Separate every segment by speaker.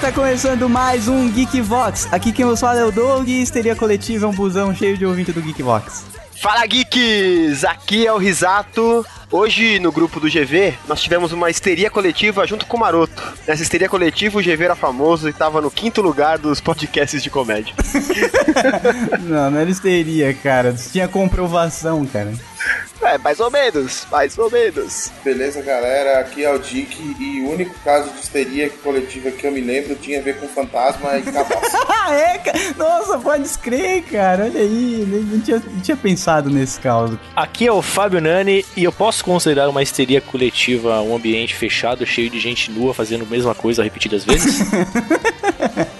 Speaker 1: tá começando mais um Geek Vox. Aqui quem nos fala é o Doug e histeria coletiva é um busão cheio de ouvinte do Geek Vox.
Speaker 2: Fala geeks! Aqui é o Risato. Hoje no grupo do GV nós tivemos uma histeria coletiva junto com o Maroto. Nessa histeria coletiva o GV era famoso e tava no quinto lugar dos podcasts de comédia.
Speaker 1: não, não era histeria, cara. Tinha comprovação, cara.
Speaker 2: É, mais ou menos, mais ou menos.
Speaker 3: Beleza, galera? Aqui é o Dick e o único caso de histeria coletiva que eu me lembro tinha a ver com fantasma e cabaço.
Speaker 1: é, cara. Nossa, pode crer, cara. Olha aí, nem, não, tinha, não tinha pensado nesse caso.
Speaker 4: Aqui é o Fábio Nani e eu posso considerar uma histeria coletiva um ambiente fechado, cheio de gente nua fazendo a mesma coisa repetidas vezes?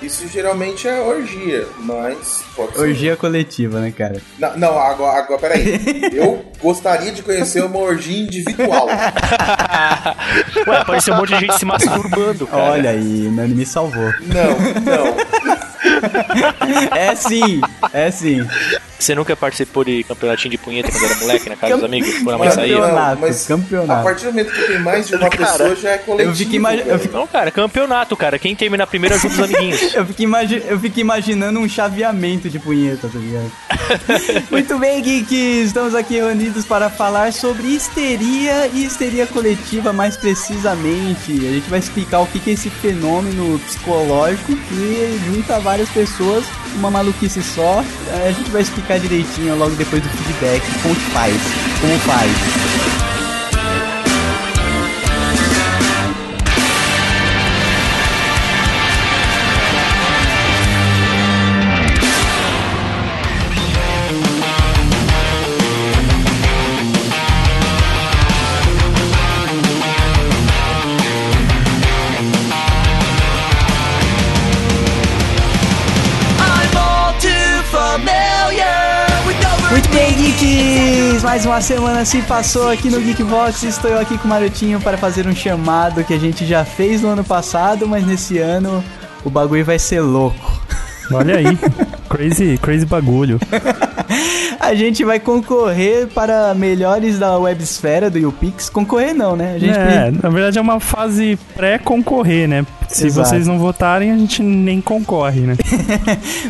Speaker 3: Isso geralmente é orgia, mas pode ser.
Speaker 1: Orgia coletiva, né, cara?
Speaker 3: Não, não agora, agora, peraí. Eu gostaria de conhecer uma orgia individual.
Speaker 4: Ué, apareceu um monte de gente se masturbando, cara.
Speaker 1: Olha aí, Nani me salvou.
Speaker 3: Não, não.
Speaker 1: É sim, é sim.
Speaker 4: Você nunca participou de campeonatinho de punheta quando era moleque na casa dos amigos? Quando a mãe saía?
Speaker 1: Campeonato,
Speaker 3: mas
Speaker 1: é um campeonato.
Speaker 3: A partir do momento que tem mais de uma
Speaker 4: Cara,
Speaker 3: pessoa já é coletivo.
Speaker 1: eu fiquei imagi- eu
Speaker 3: velho.
Speaker 1: fiquei-
Speaker 4: Não, cara, campeonato, cara. Quem termina primeiro ajuda os amiguinhos.
Speaker 1: Eu fiquei, imagi- eu fiquei imaginando um chaveamento de punheta, tá ligado? Muito bem, geeks! Estamos aqui reunidos para falar sobre histeria e histeria coletiva, mais precisamente. A gente vai explicar o que que é esse fenômeno psicológico que junta várias pessoas, uma maluquice só. A gente vai explicar direitinho logo depois do feedback como que faz, como faz. Muito bem, Geeks! Mais uma semana se passou aqui no Geekbox. Estou eu aqui com o Marotinho para fazer um chamado que a gente já fez no ano passado, mas nesse ano o bagulho vai ser louco.
Speaker 5: Olha aí. Crazy, crazy bagulho.
Speaker 1: A gente vai concorrer para melhores da websfera do YouPix. Concorrer não, né? A gente
Speaker 5: É, na verdade é uma fase pré-concorrer, né? Se
Speaker 1: Exato.
Speaker 5: vocês não votarem, a gente nem concorre, né?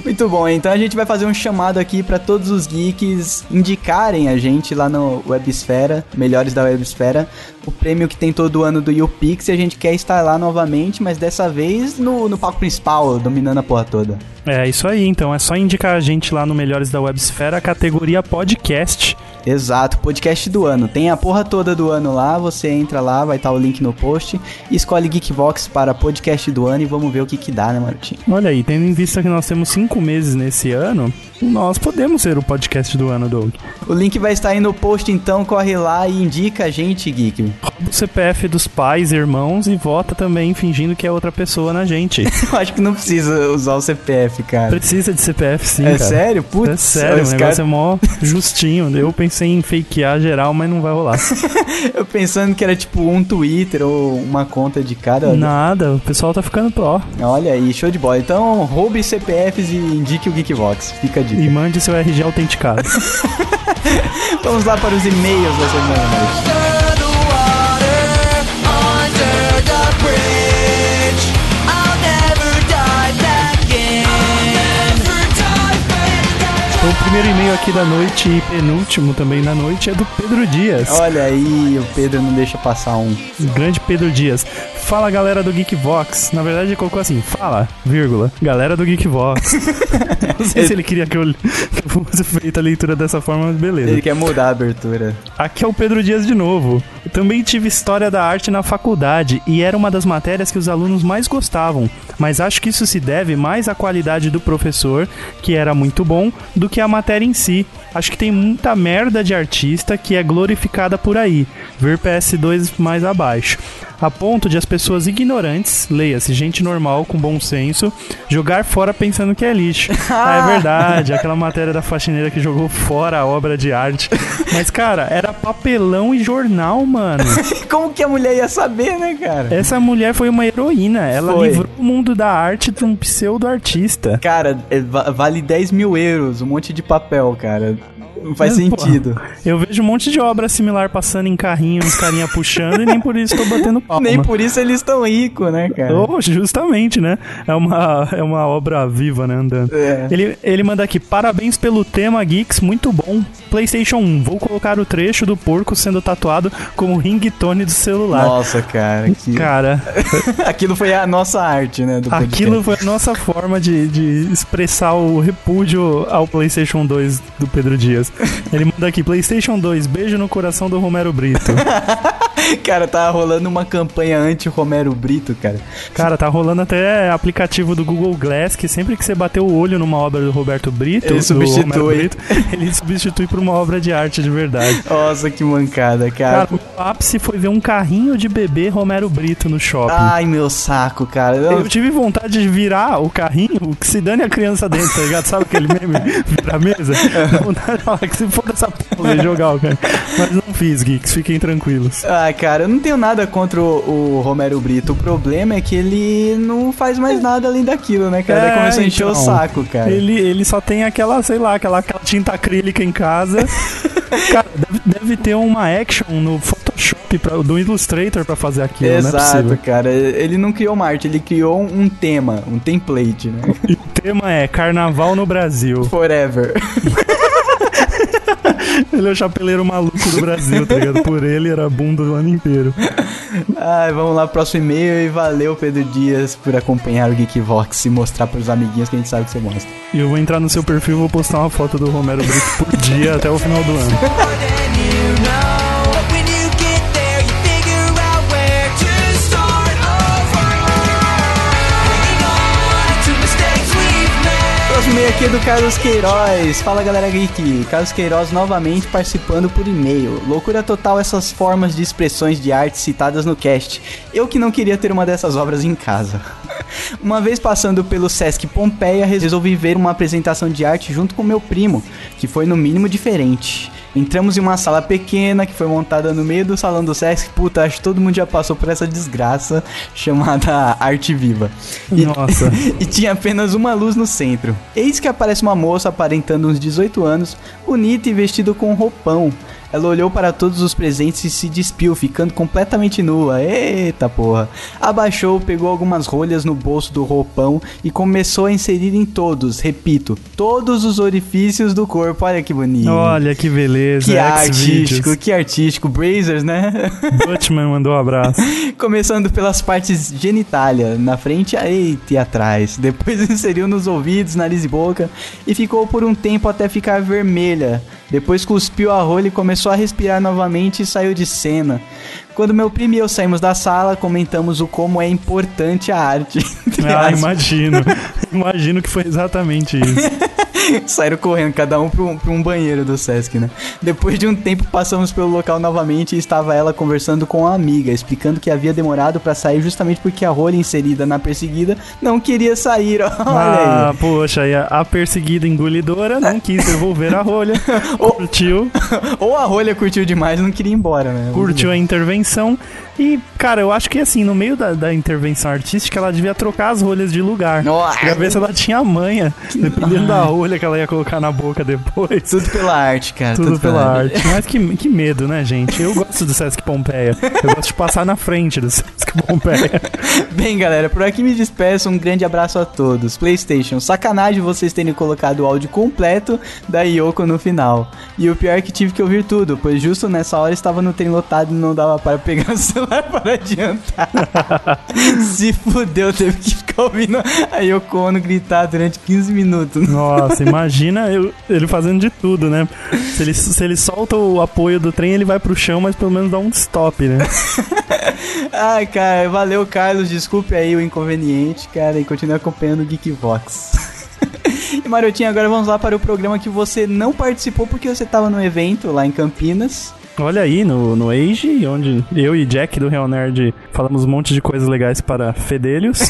Speaker 1: Muito bom, então a gente vai fazer um chamado aqui pra todos os geeks indicarem a gente lá no Websfera, melhores da Websfera, o prêmio que tem todo ano do YouPix e a gente quer estar lá novamente, mas dessa vez no, no palco principal, dominando a porra toda.
Speaker 5: É isso aí, então. É só indicar a gente lá no Melhores da Websfera, a categoria podcast.
Speaker 1: Exato, podcast do ano. Tem a porra toda do ano lá, você entra lá, vai estar o link no post, escolhe Geekbox para podcast do ano e vamos ver o que que dá, né, Marotinho?
Speaker 5: Olha aí, tendo em vista que nós temos cinco meses nesse ano, nós podemos ser o podcast do ano, Doug.
Speaker 1: O link vai estar aí no post, então corre lá e indica a gente, geek.
Speaker 5: Rouba o CPF dos pais, irmãos e vota também fingindo que é outra pessoa na gente.
Speaker 1: Eu acho que não precisa usar o CPF, cara.
Speaker 5: Precisa de CPF sim,
Speaker 1: é
Speaker 5: cara.
Speaker 1: sério? Putz,
Speaker 5: é sério, o
Speaker 1: os
Speaker 5: negócio
Speaker 1: caras-
Speaker 5: é mó justinho. Eu pensei em fakear geral, mas não vai rolar.
Speaker 1: eu pensando que era tipo um Twitter ou uma conta de cada.
Speaker 5: Nada, o pessoal tá ficando pró.
Speaker 1: Olha aí, show de bola. Então roube CPFs e indique o Geekbox. Fica a
Speaker 5: E
Speaker 1: dica.
Speaker 5: mande seu RG autenticado. Então,
Speaker 1: Vamos lá para os e-mails da semana. Maurício.
Speaker 5: o primeiro e-mail aqui da noite e penúltimo também da noite é do Pedro Dias.
Speaker 1: Olha aí, o Pedro não deixa passar um.
Speaker 5: O grande Pedro Dias. Fala galera do Geekbox. Na verdade ele colocou assim, fala, vírgula, galera do Geekbox. Não sei se ele queria que eu, que eu fosse feita a leitura dessa forma, mas beleza.
Speaker 1: Ele quer mudar a abertura.
Speaker 5: Aqui é o Pedro Dias de novo. Eu também tive história da arte na faculdade e era uma das matérias que os alunos mais gostavam, mas acho que isso se deve mais à qualidade do professor, que era muito bom, do que à matéria em si. Acho que tem muita merda de artista que é glorificada por aí, ver PS2 mais abaixo. A ponto de as pessoas ignorantes, leia-se, gente normal, com bom senso, jogar fora pensando que é lixo. Ah, é verdade, aquela matéria da faxineira que jogou fora a obra de arte. Mas, cara, era papelão e jornal, mano.
Speaker 1: Como que a mulher ia saber, né, cara?
Speaker 5: Essa mulher foi uma heroína. Ela
Speaker 1: Foi.
Speaker 5: livrou o mundo da arte de um pseudo-artista.
Speaker 1: Cara, é, va- vale 10 mil euros, um monte de papel, cara. Não faz
Speaker 5: Mas, pô,
Speaker 1: sentido.
Speaker 5: Eu vejo um monte de obra similar passando em carrinho, uns carinha puxando, e nem por isso tô batendo palma.
Speaker 1: Nem por isso eles estão ricos, né, cara?
Speaker 5: Oh, justamente, né? É uma, é uma obra viva, né? Andando.
Speaker 1: É.
Speaker 5: Ele, ele manda aqui: parabéns pelo tema, Geeks, muito bom. PlayStation 1, vou colocar o trecho do porco sendo tatuado como ringtone do celular.
Speaker 1: Nossa, cara. que-
Speaker 5: Cara,
Speaker 1: Aquilo foi a nossa arte, né? Do podcast.
Speaker 5: aquilo foi a nossa forma de, de expressar o repúdio ao PlayStation 2 do Pedro Dias. Ele manda aqui: PlayStation 2, beijo no coração do Romero Brito.
Speaker 1: Cara, tá rolando uma campanha anti-Romero Brito, cara.
Speaker 5: Cara, tá rolando até aplicativo do Google Glass que sempre que você bater o olho numa obra do Roberto Brito,
Speaker 1: Ele
Speaker 5: do
Speaker 1: substitui.
Speaker 5: Romero Brito, ele substitui por uma obra de arte de verdade.
Speaker 1: Nossa, que mancada, cara.
Speaker 5: Cara, o ápice foi ver um carrinho de bebê Romero Brito no shopping.
Speaker 1: Ai, meu saco, cara. Ah, Eu-
Speaker 5: Eu tive vontade de virar o carrinho, que se dane a criança dentro, tá ligado? Sabe aquele meme? Vira a mesa? Dá vontade de falar que se for dessa porra de jogar o cara. Mas não fiz, Geeks, fiquem tranquilos.
Speaker 1: Ah, cara, eu não tenho nada contra o, o Romero Brito. O problema é que ele não faz mais nada além daquilo, né, cara? Ele
Speaker 5: É,
Speaker 1: começou a encher o
Speaker 5: então.
Speaker 1: saco, cara.
Speaker 5: Ele, ele só tem aquela, sei lá, aquela, aquela tinta acrílica em casa. Cara, deve, deve ter uma action no Photoshop pra, do Illustrator pra fazer aquilo, não é
Speaker 1: Exato,
Speaker 5: possível.
Speaker 1: cara. Ele não criou uma arte, ele criou um tema, um template, né?
Speaker 5: E o tema é Carnaval no Brasil.
Speaker 1: Forever.
Speaker 5: Ele é o chapeleiro maluco do Brasil, tá ligado? Por ele era bunda o ano inteiro.
Speaker 1: Ai, vamos lá, próximo e-mail e valeu, Pedro Dias, por acompanhar o Geekvox e mostrar pros amiguinhos que a gente sabe que você mostra.
Speaker 5: E eu vou entrar no seu perfil e vou postar uma foto do Romero Brito por dia até o final do ano.
Speaker 1: Próximo e-mail aqui é do Carlos Queiroz. Fala galera geek. Carlos Queiroz novamente participando por e-mail. Loucura total essas formas de expressões de arte citadas no cast. Eu que não queria ter uma dessas obras em casa. Uma vez passando pelo Sesc Pompeia, resolvi ver uma apresentação de arte junto com meu primo, que foi no mínimo diferente. Entramos em uma sala pequena que foi montada no meio do salão do Sesc. Puta, acho que todo mundo já passou por essa desgraça chamada Arte Viva. E-
Speaker 5: Nossa.
Speaker 1: e tinha apenas uma luz no centro. Eis que aparece uma moça aparentando uns 18 anos, bonita e vestida com um roupão. Ela olhou para todos os presentes e se despiu, ficando completamente nua. Eita porra! Abaixou, pegou algumas rolhas no bolso do roupão e começou a inserir em todos, repito, todos os orifícios do corpo. Olha que bonito!
Speaker 5: Olha que beleza.
Speaker 1: que artístico,
Speaker 5: Xvideos.
Speaker 1: que artístico. Brazers, né?
Speaker 5: Butchman mandou um abraço.
Speaker 1: Começando pelas partes genitália, na frente eita, e atrás. Depois inseriu nos ouvidos, nariz e boca e ficou por um tempo até ficar vermelha. Depois cuspiu a rolha e começou a respirar novamente e saiu de cena. Quando meu primo e eu saímos da sala, comentamos o como é importante a arte. Entre
Speaker 5: Ah,
Speaker 1: aspas.
Speaker 5: imagino. Imagino que foi exatamente isso.
Speaker 1: Saíram correndo, cada um pra um, pra um banheiro do Sesc, né? Depois de um tempo, passamos pelo local novamente e estava ela conversando com a amiga, explicando que havia demorado pra sair justamente porque a rolha inserida na perseguida não queria sair. Olha
Speaker 5: ah,
Speaker 1: aí.
Speaker 5: poxa, e a, a perseguida engolidora não quis devolver a rolha. Curtiu,
Speaker 1: Ou a rolha curtiu demais e não queria ir embora, né?
Speaker 5: curtiu a intervenção. E, cara, eu acho que assim, no meio da, da intervenção artística, ela devia trocar as rolhas de lugar.
Speaker 1: Nossa.
Speaker 5: Pra ver se ela tinha manha, dependendo da rolha que ela ia colocar na boca depois.
Speaker 1: Tudo pela arte, cara.
Speaker 5: Tudo pela arte. Mas que, que medo, né, gente? Eu gosto do Sesc Pompeia. Eu gosto de passar na frente do Sesc Pompeia.
Speaker 1: Bem, galera, por aqui me despeço. Um grande abraço a todos. PlayStation, sacanagem vocês terem colocado o áudio completo da Yoko no final. E o pior é que tive que ouvir tudo, pois justo nessa hora estava no trem lotado e não dava para pegar o celular para adiantar. Se fudeu, teve que ficar ouvindo a Yoko Ono gritar durante 15 minutos.
Speaker 5: Nossa, imagina eu- ele fazendo de tudo, né? Se ele, se ele solta o apoio do trem, ele vai pro chão, mas pelo menos dá um stop, né?
Speaker 1: Ai, cara, valeu, Carlos. Desculpe aí o inconveniente, cara, e continue acompanhando o Geekvox. e Marotinho, agora vamos lá para o programa que você não participou porque você estava no evento lá em Campinas.
Speaker 5: Olha aí, no, no Age, onde eu e Jack do Real Nerd falamos um monte de coisas legais para fedelhos.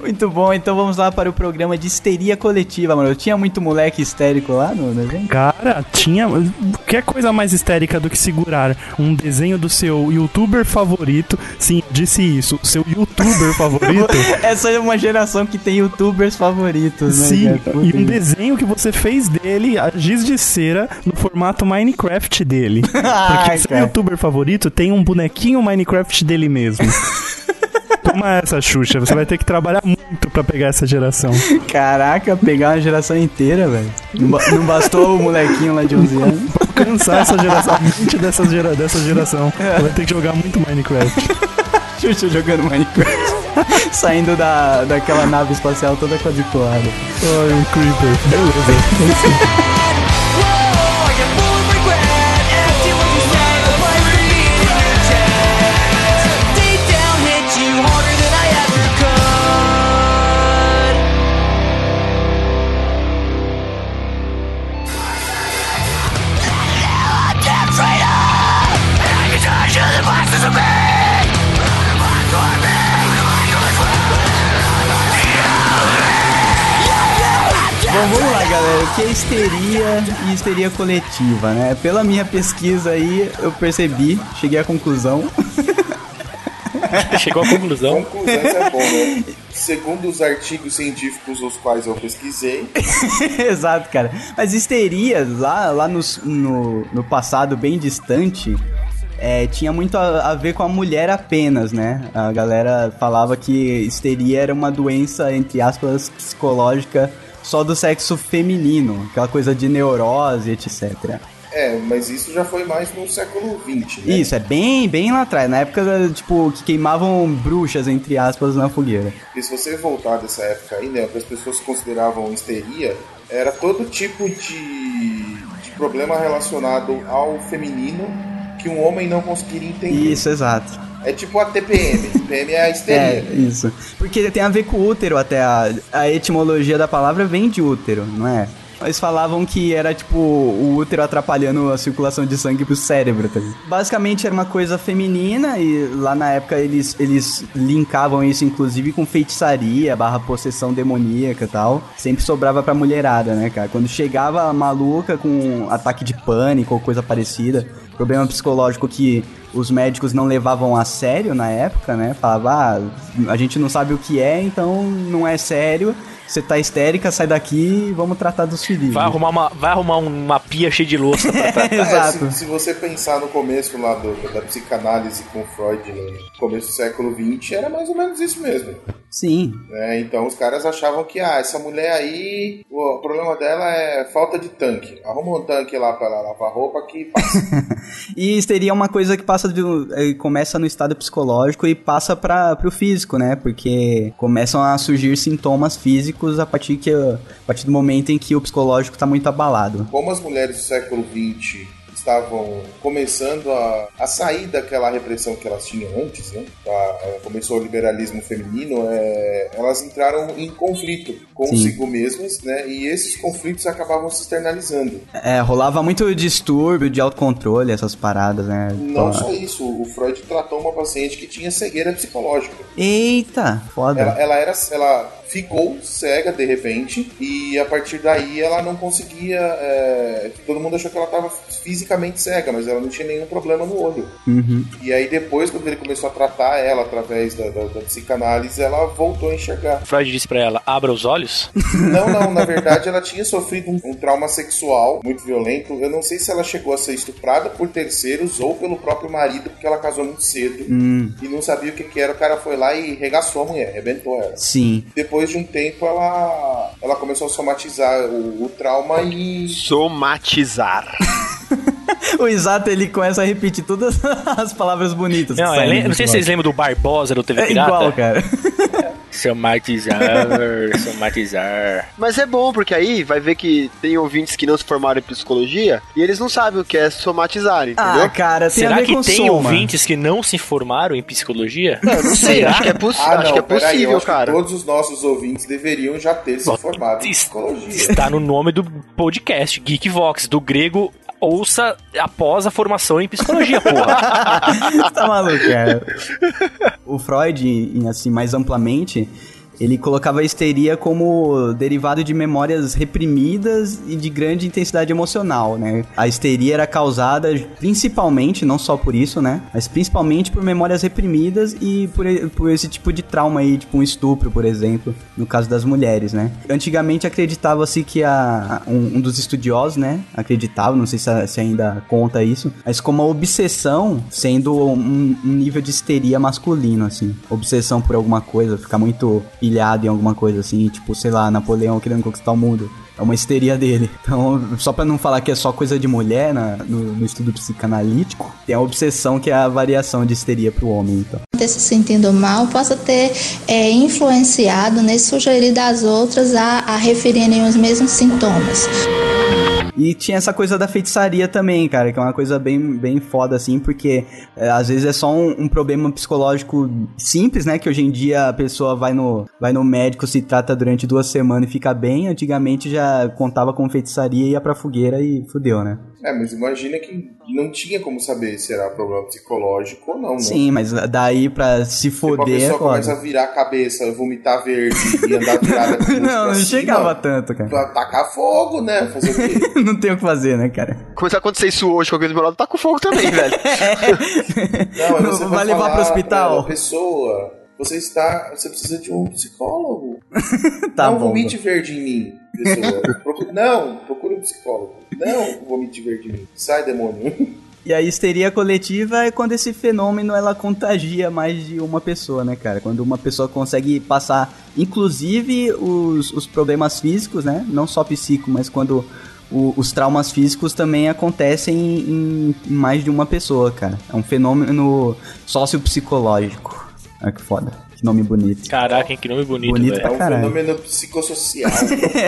Speaker 1: Muito bom, então vamos lá para o programa de histeria coletiva, mano. Eu tinha muito moleque histérico lá no desenho.
Speaker 5: Cara, tinha. Que é coisa mais histérica do que segurar um desenho do seu youtuber favorito? Sim, disse isso. Seu youtuber favorito?
Speaker 1: Essa é uma geração que tem youtubers favoritos, né?
Speaker 5: Sim,
Speaker 1: cara?
Speaker 5: e
Speaker 1: Puta
Speaker 5: um
Speaker 1: que-
Speaker 5: desenho que você fez dele, a giz de cera, no formato Minecraft dele.
Speaker 1: Ai,
Speaker 5: Porque seu
Speaker 1: cara.
Speaker 5: youtuber favorito tem um bonequinho Minecraft dele mesmo. Toma essa, Xuxa. Você vai ter que trabalhar muito pra pegar essa geração.
Speaker 1: Caraca, pegar uma geração inteira, velho. Não, ba- não bastou o molequinho lá de 11 anos.
Speaker 5: Cansar essa geração, a mente dessa, gera, dessa geração. Você vai ter que jogar muito Minecraft.
Speaker 1: Xuxa jogando Minecraft. Saindo da, daquela nave espacial toda quadriculada.
Speaker 5: Ai, um creeper. Beleza.
Speaker 1: Bom, vamos lá, galera. O que é histeria e histeria coletiva, né? Pela minha pesquisa aí, eu percebi, cheguei à conclusão.
Speaker 4: Chegou à conclusão.
Speaker 6: Conclusão isso é bom, né? Segundo os artigos científicos os quais eu pesquisei,
Speaker 1: Exato, cara. Mas histeria, lá, lá nos- no, no passado bem distante, é, tinha muito a, a ver com a mulher apenas, né? A galera falava que histeria era uma doença, entre aspas, psicológica só do sexo feminino. Aquela coisa de neurose, etc.
Speaker 6: é, mas isso já foi mais no século XX, né?
Speaker 1: Isso, é bem, bem lá atrás. Na época, tipo, que queimavam bruxas, entre aspas, na fogueira.
Speaker 6: Porque se você voltar dessa época aí, né, o que as pessoas consideravam histeria era todo tipo de, de problema relacionado ao feminino que um homem não conseguiria entender.
Speaker 1: Isso, exato.
Speaker 6: É tipo a TPM. TPM é a
Speaker 1: É,
Speaker 6: histeria.
Speaker 1: isso. Porque tem a ver com o útero até. A, a etimologia da palavra vem de útero, não é? Eles falavam que era tipo o útero atrapalhando a circulação de sangue pro cérebro. Tá? ligado? Basicamente era uma coisa feminina e lá na época eles, eles linkavam isso inclusive com feitiçaria, barra possessão demoníaca e tal. Sempre sobrava pra mulherada, né, cara? Quando chegava a maluca com ataque de pânico ou coisa parecida, problema psicológico que os médicos não levavam a sério na época, né? Falava, ah, a gente não sabe o que é, então não é sério. Você tá histérica, sai daqui e vamos tratar dos filhinhos.
Speaker 4: Vai arrumar uma, vai arrumar um- uma pia cheia de louça pra trás.
Speaker 6: É,
Speaker 1: Exato.
Speaker 6: se, se você pensar no começo lá do- da psicanálise com Freud, no começo do século XX, era mais ou menos isso mesmo.
Speaker 1: Sim.
Speaker 6: né? Então os caras achavam que, ah, essa mulher aí, o problema dela é falta de tanque. Arruma um tanque lá pra ela lavar roupa que passa.
Speaker 1: E histeria é uma coisa que passa do, eh, começa no estado psicológico e passa para pro físico, né? Porque começam a surgir sintomas físicos a partir, que, a partir do momento em que o psicológico tá muito abalado.
Speaker 6: Como as mulheres do século XX estavam começando a, a sair daquela repressão que elas tinham antes, né? Tá, é, começou o liberalismo feminino, é, elas entraram em conflito consigo mesmas, né? E esses conflitos acabavam se externalizando.
Speaker 1: É, rolava muito distúrbio de autocontrole, essas paradas, né?
Speaker 6: Não
Speaker 1: Então,
Speaker 6: só isso, o Freud tratou uma paciente que tinha cegueira psicológica.
Speaker 1: Eita, foda.
Speaker 6: Ela, ela era, ela ficou cega de repente e a partir daí ela não conseguia. é, todo mundo achou que ela estava fisicamente cega, mas ela não tinha nenhum problema no olho.
Speaker 1: Uhum.
Speaker 6: E aí depois, quando ele começou a tratar ela através da, da- da psicanálise, ela voltou a enxergar.
Speaker 4: Freud disse pra ela: abra os olhos.
Speaker 6: Não, não, na verdade ela tinha sofrido um, um trauma sexual muito violento. Eu não sei se ela chegou a ser estuprada por terceiros ou pelo próprio marido, porque ela casou muito cedo.
Speaker 1: Hum,
Speaker 6: E não sabia o que, que era, o cara foi lá e regaçou a mulher, arrebentou ela.
Speaker 1: sim.
Speaker 6: depois de um tempo ela, ela começou a somatizar o, o trauma e.
Speaker 2: Somatizar.
Speaker 1: O Isato ele começa a repetir todas as palavras bonitas. que
Speaker 4: Não,
Speaker 1: saem
Speaker 4: é,
Speaker 1: do
Speaker 4: não sei se vocês lembram do Barbosa do TV
Speaker 1: É
Speaker 4: Pirata.
Speaker 1: igual, cara.
Speaker 4: Somatizar, somatizar.
Speaker 2: Mas é bom, porque aí vai ver que tem ouvintes que não se formaram em psicologia e eles não sabem o que é somatizar, entendeu?
Speaker 1: Ah, cara, tem a
Speaker 4: Será
Speaker 1: ver com
Speaker 4: que tem
Speaker 1: soma.
Speaker 4: ouvintes que não se formaram em psicologia?
Speaker 2: Eu não sei, acho que é, possi-
Speaker 6: Ah,
Speaker 2: acho
Speaker 6: não,
Speaker 2: que é
Speaker 6: peraí, eu
Speaker 2: possível,
Speaker 6: acho que
Speaker 2: cara.
Speaker 6: todos os nossos ouvintes deveriam já ter se formado em psicologia.
Speaker 4: Está no nome do podcast, Geek Vox, do grego ouça após a formação em psicologia, porra.
Speaker 1: Você tá maluco, cara? O Freud, em- assim, mais amplamente, Ele colocava a histeria como derivado de memórias reprimidas e de grande intensidade emocional, né? A histeria era causada principalmente, não só por isso, né? Mas principalmente por memórias reprimidas e por, por esse tipo de trauma aí, tipo um estupro, por exemplo, no caso das mulheres, né? Antigamente acreditava-se que a, um, um dos estudiosos, né? Acreditava, não sei se, se ainda conta isso, mas como a obsessão sendo um, um nível de histeria masculino, assim. Obsessão por alguma coisa, ficar muito pilhado em alguma coisa assim, tipo, sei lá, Napoleão querendo conquistar o mundo. É uma histeria dele. Então, só pra não falar que é só coisa de mulher na, no, no, estudo psicanalítico, tem a obsessão que é a variação de histeria pro homem, então.
Speaker 7: Ter se sentindo mal possa ter é, influenciado, né, sugerido às outras a, a referirem os mesmos sintomas.
Speaker 1: E tinha essa coisa da feitiçaria também, cara, que é uma coisa bem, bem foda, assim, porque é, às vezes é só um, um, problema psicológico simples, né? Que hoje em dia a pessoa vai no, vai no médico, se trata durante duas semanas e fica bem. Antigamente já contava com feitiçaria, ia pra fogueira e fudeu, né?
Speaker 6: É, mas imagina que não tinha como saber se era problema psicológico ou não, né?
Speaker 1: Sim, mas daí pra se foder. Tipo, a
Speaker 6: pessoa começa a virar a cabeça, vomitar verde e andar virada assim,
Speaker 1: com Não, não cima, chegava tanto, cara.
Speaker 6: Pra tacar fogo, né? Fazer o
Speaker 1: quê? não tem o que fazer, né, cara?
Speaker 2: Começar a acontecer isso hoje com alguém do meu lado, tá com fogo também, velho.
Speaker 1: não, não vai, vai levar pro hospital.
Speaker 6: pessoa, você está. Você precisa de um psicólogo. tá não bom. vomite verde em mim, pessoa. Procure, não, procure um psicólogo. Não vomite verde em mim. Sai, demônio.
Speaker 1: E a histeria coletiva é quando esse fenômeno ela contagia mais de uma pessoa, né, cara? Quando uma pessoa consegue passar, inclusive, os, os problemas físicos, né? Não só psico, mas quando o, os traumas físicos também acontecem em, em, mais de uma pessoa, cara. É um fenômeno sociopsicológico. Olha que foda. Que nome bonito.
Speaker 4: Caraca, hein? Que nome bonito,
Speaker 1: bonito
Speaker 4: velho. É
Speaker 1: um caralho.
Speaker 6: fenômeno psicossocial.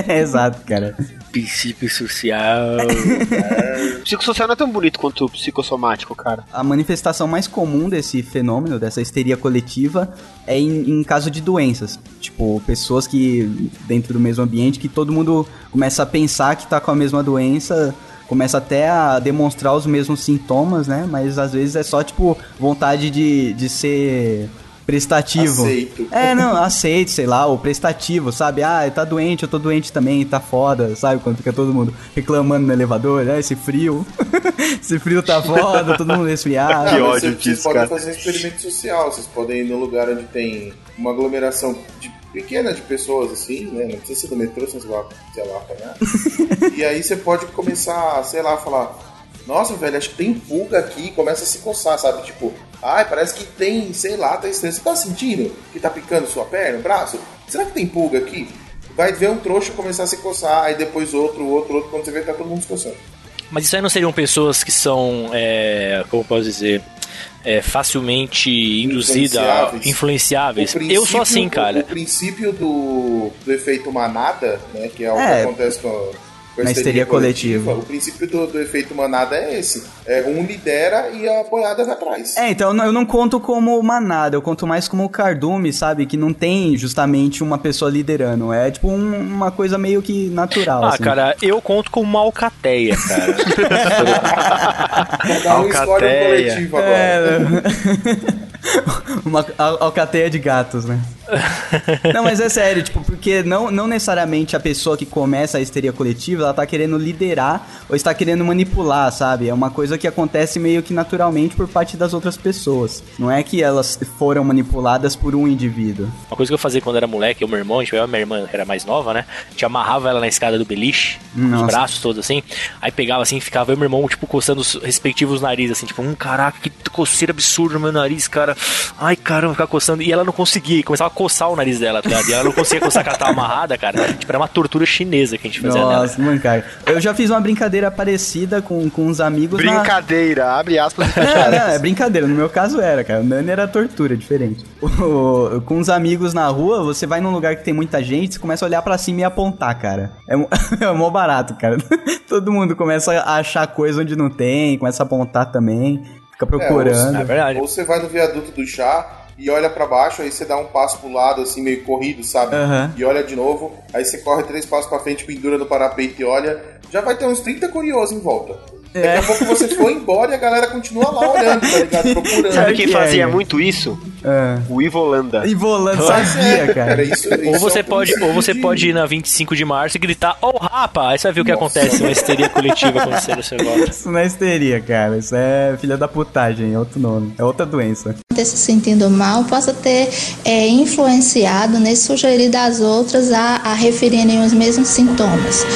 Speaker 1: é, exato, cara.
Speaker 4: Psicossocial.
Speaker 2: é. Psicossocial não é tão bonito quanto o psicossomático, cara.
Speaker 1: A manifestação mais comum desse fenômeno, dessa histeria coletiva, é em, em, caso de doenças. Tipo, pessoas que, dentro do mesmo ambiente, que todo mundo começa a pensar que tá com a mesma doença, começa até a demonstrar os mesmos sintomas, né? Mas às vezes é só, tipo, vontade de, de ser prestativo.
Speaker 6: Aceito.
Speaker 1: É, não, aceito, sei lá, o prestativo, sabe? Ah, tá doente, eu tô doente também, tá foda, sabe? Quando fica todo mundo reclamando no elevador, né? Esse frio. esse frio tá foda, todo mundo resfriado.
Speaker 2: Que ódio disso,
Speaker 6: Vocês podem
Speaker 2: cara.
Speaker 6: fazer um experimento social, vocês podem ir num lugar onde tem uma aglomeração de pequena de pessoas, assim, né? Não precisa ser do metrô, senão você vai, sei lá, apanhar. e aí você pode começar, sei lá, falar... Nossa, velho, acho que tem pulga aqui, começa a se coçar, sabe? Tipo, Ai, parece que tem, sei lá, tá estranho. Você tá sentindo que tá picando sua perna, braço? Será que tem pulga aqui? Vai ver um trouxa começar a se coçar, aí depois outro, outro, outro, quando você vê, tá todo mundo se coçando.
Speaker 4: Mas isso aí não seriam pessoas que são, é, como posso dizer, é, facilmente induzidas, influenciáveis? influenciáveis. Eu sou assim, cara.
Speaker 6: O, o princípio do, do efeito manada, né, que é o é. que acontece com
Speaker 1: na histeria coletiva.
Speaker 6: O princípio do, do, efeito manada é esse. É, um lidera e a boiada vai atrás.
Speaker 1: É, então eu não conto como manada, eu conto mais como cardume, sabe? Que não tem justamente uma pessoa liderando. É tipo um, uma coisa meio que natural.
Speaker 4: Ah,
Speaker 1: assim.
Speaker 4: cara, eu conto com uma alcateia, cara.
Speaker 6: Cada um escolhe um coletivo agora. É...
Speaker 1: né? uma al alcateia de gatos, né? não, mas é sério, tipo, porque não, não necessariamente a pessoa que começa a histeria coletiva, ela tá querendo liderar ou está querendo manipular, sabe? É uma coisa que acontece meio que naturalmente por parte das outras pessoas. Não é que elas foram manipuladas por um indivíduo.
Speaker 4: Uma coisa que eu fazia quando era moleque, eu, meu irmão, eu e minha irmã, que era mais nova, né? A gente amarrava ela na escada do beliche, Nossa. os braços todos assim, aí pegava assim, ficava eu e meu irmão, tipo, coçando os respectivos narizes, assim, tipo, um caraca, que coceira absurda no meu nariz, cara. Ai, caramba, ficar coçando. E ela não conseguia, começava a coçar o nariz dela, tá ligado? E ela não conseguia coçar que ela tava amarrada, cara. Tipo, era uma tortura chinesa que a gente fazia
Speaker 1: Nossa, nela. mano, cara. Eu já fiz uma brincadeira parecida com, com uns amigos
Speaker 2: Brincadeira, na... abre aspas.
Speaker 1: Não, não, é brincadeira. No meu caso era, cara. O Nani era tortura, diferente. O, com uns amigos na rua, você vai num lugar que tem muita gente, você começa a olhar pra cima e apontar, cara. É, é mó barato, cara. Todo mundo começa a achar coisa onde não tem, começa a apontar também. Fica procurando.
Speaker 6: É, ou, você, ou você vai no viaduto do chá, e olha para baixo, aí você dá um passo pro lado, assim, meio corrido, sabe?
Speaker 1: Uhum.
Speaker 6: E olha de novo, aí você corre três passos para frente, pendura no parapeito e olha. Já vai ter uns 30 curiosos em volta.
Speaker 1: É.
Speaker 3: Daqui a pouco você foi embora e a galera continua lá olhando, tá ligado? Procurando.
Speaker 2: Sabe quem
Speaker 1: que é,
Speaker 2: fazia
Speaker 1: né?
Speaker 2: muito isso?
Speaker 1: É.
Speaker 2: O Ivo Holanda.
Speaker 1: E volando, sabia, cara.
Speaker 3: É, isso,
Speaker 4: Ou
Speaker 3: isso
Speaker 4: você,
Speaker 3: é um-
Speaker 4: pode,
Speaker 3: isso é
Speaker 4: ou
Speaker 3: um
Speaker 4: você
Speaker 3: de-
Speaker 4: pode ir na 25 de março e gritar, ô rapa! Aí você vai ver o que
Speaker 3: Nossa.
Speaker 4: acontece, uma histeria coletiva acontecendo esse negócio.
Speaker 1: Isso não é histeria, cara. Isso é filha da putagem, é outro nome. É outra doença.
Speaker 7: ter se sentindo mal possa ter é, influenciado, né, sugerido às outras a, a referirem os mesmos sintomas.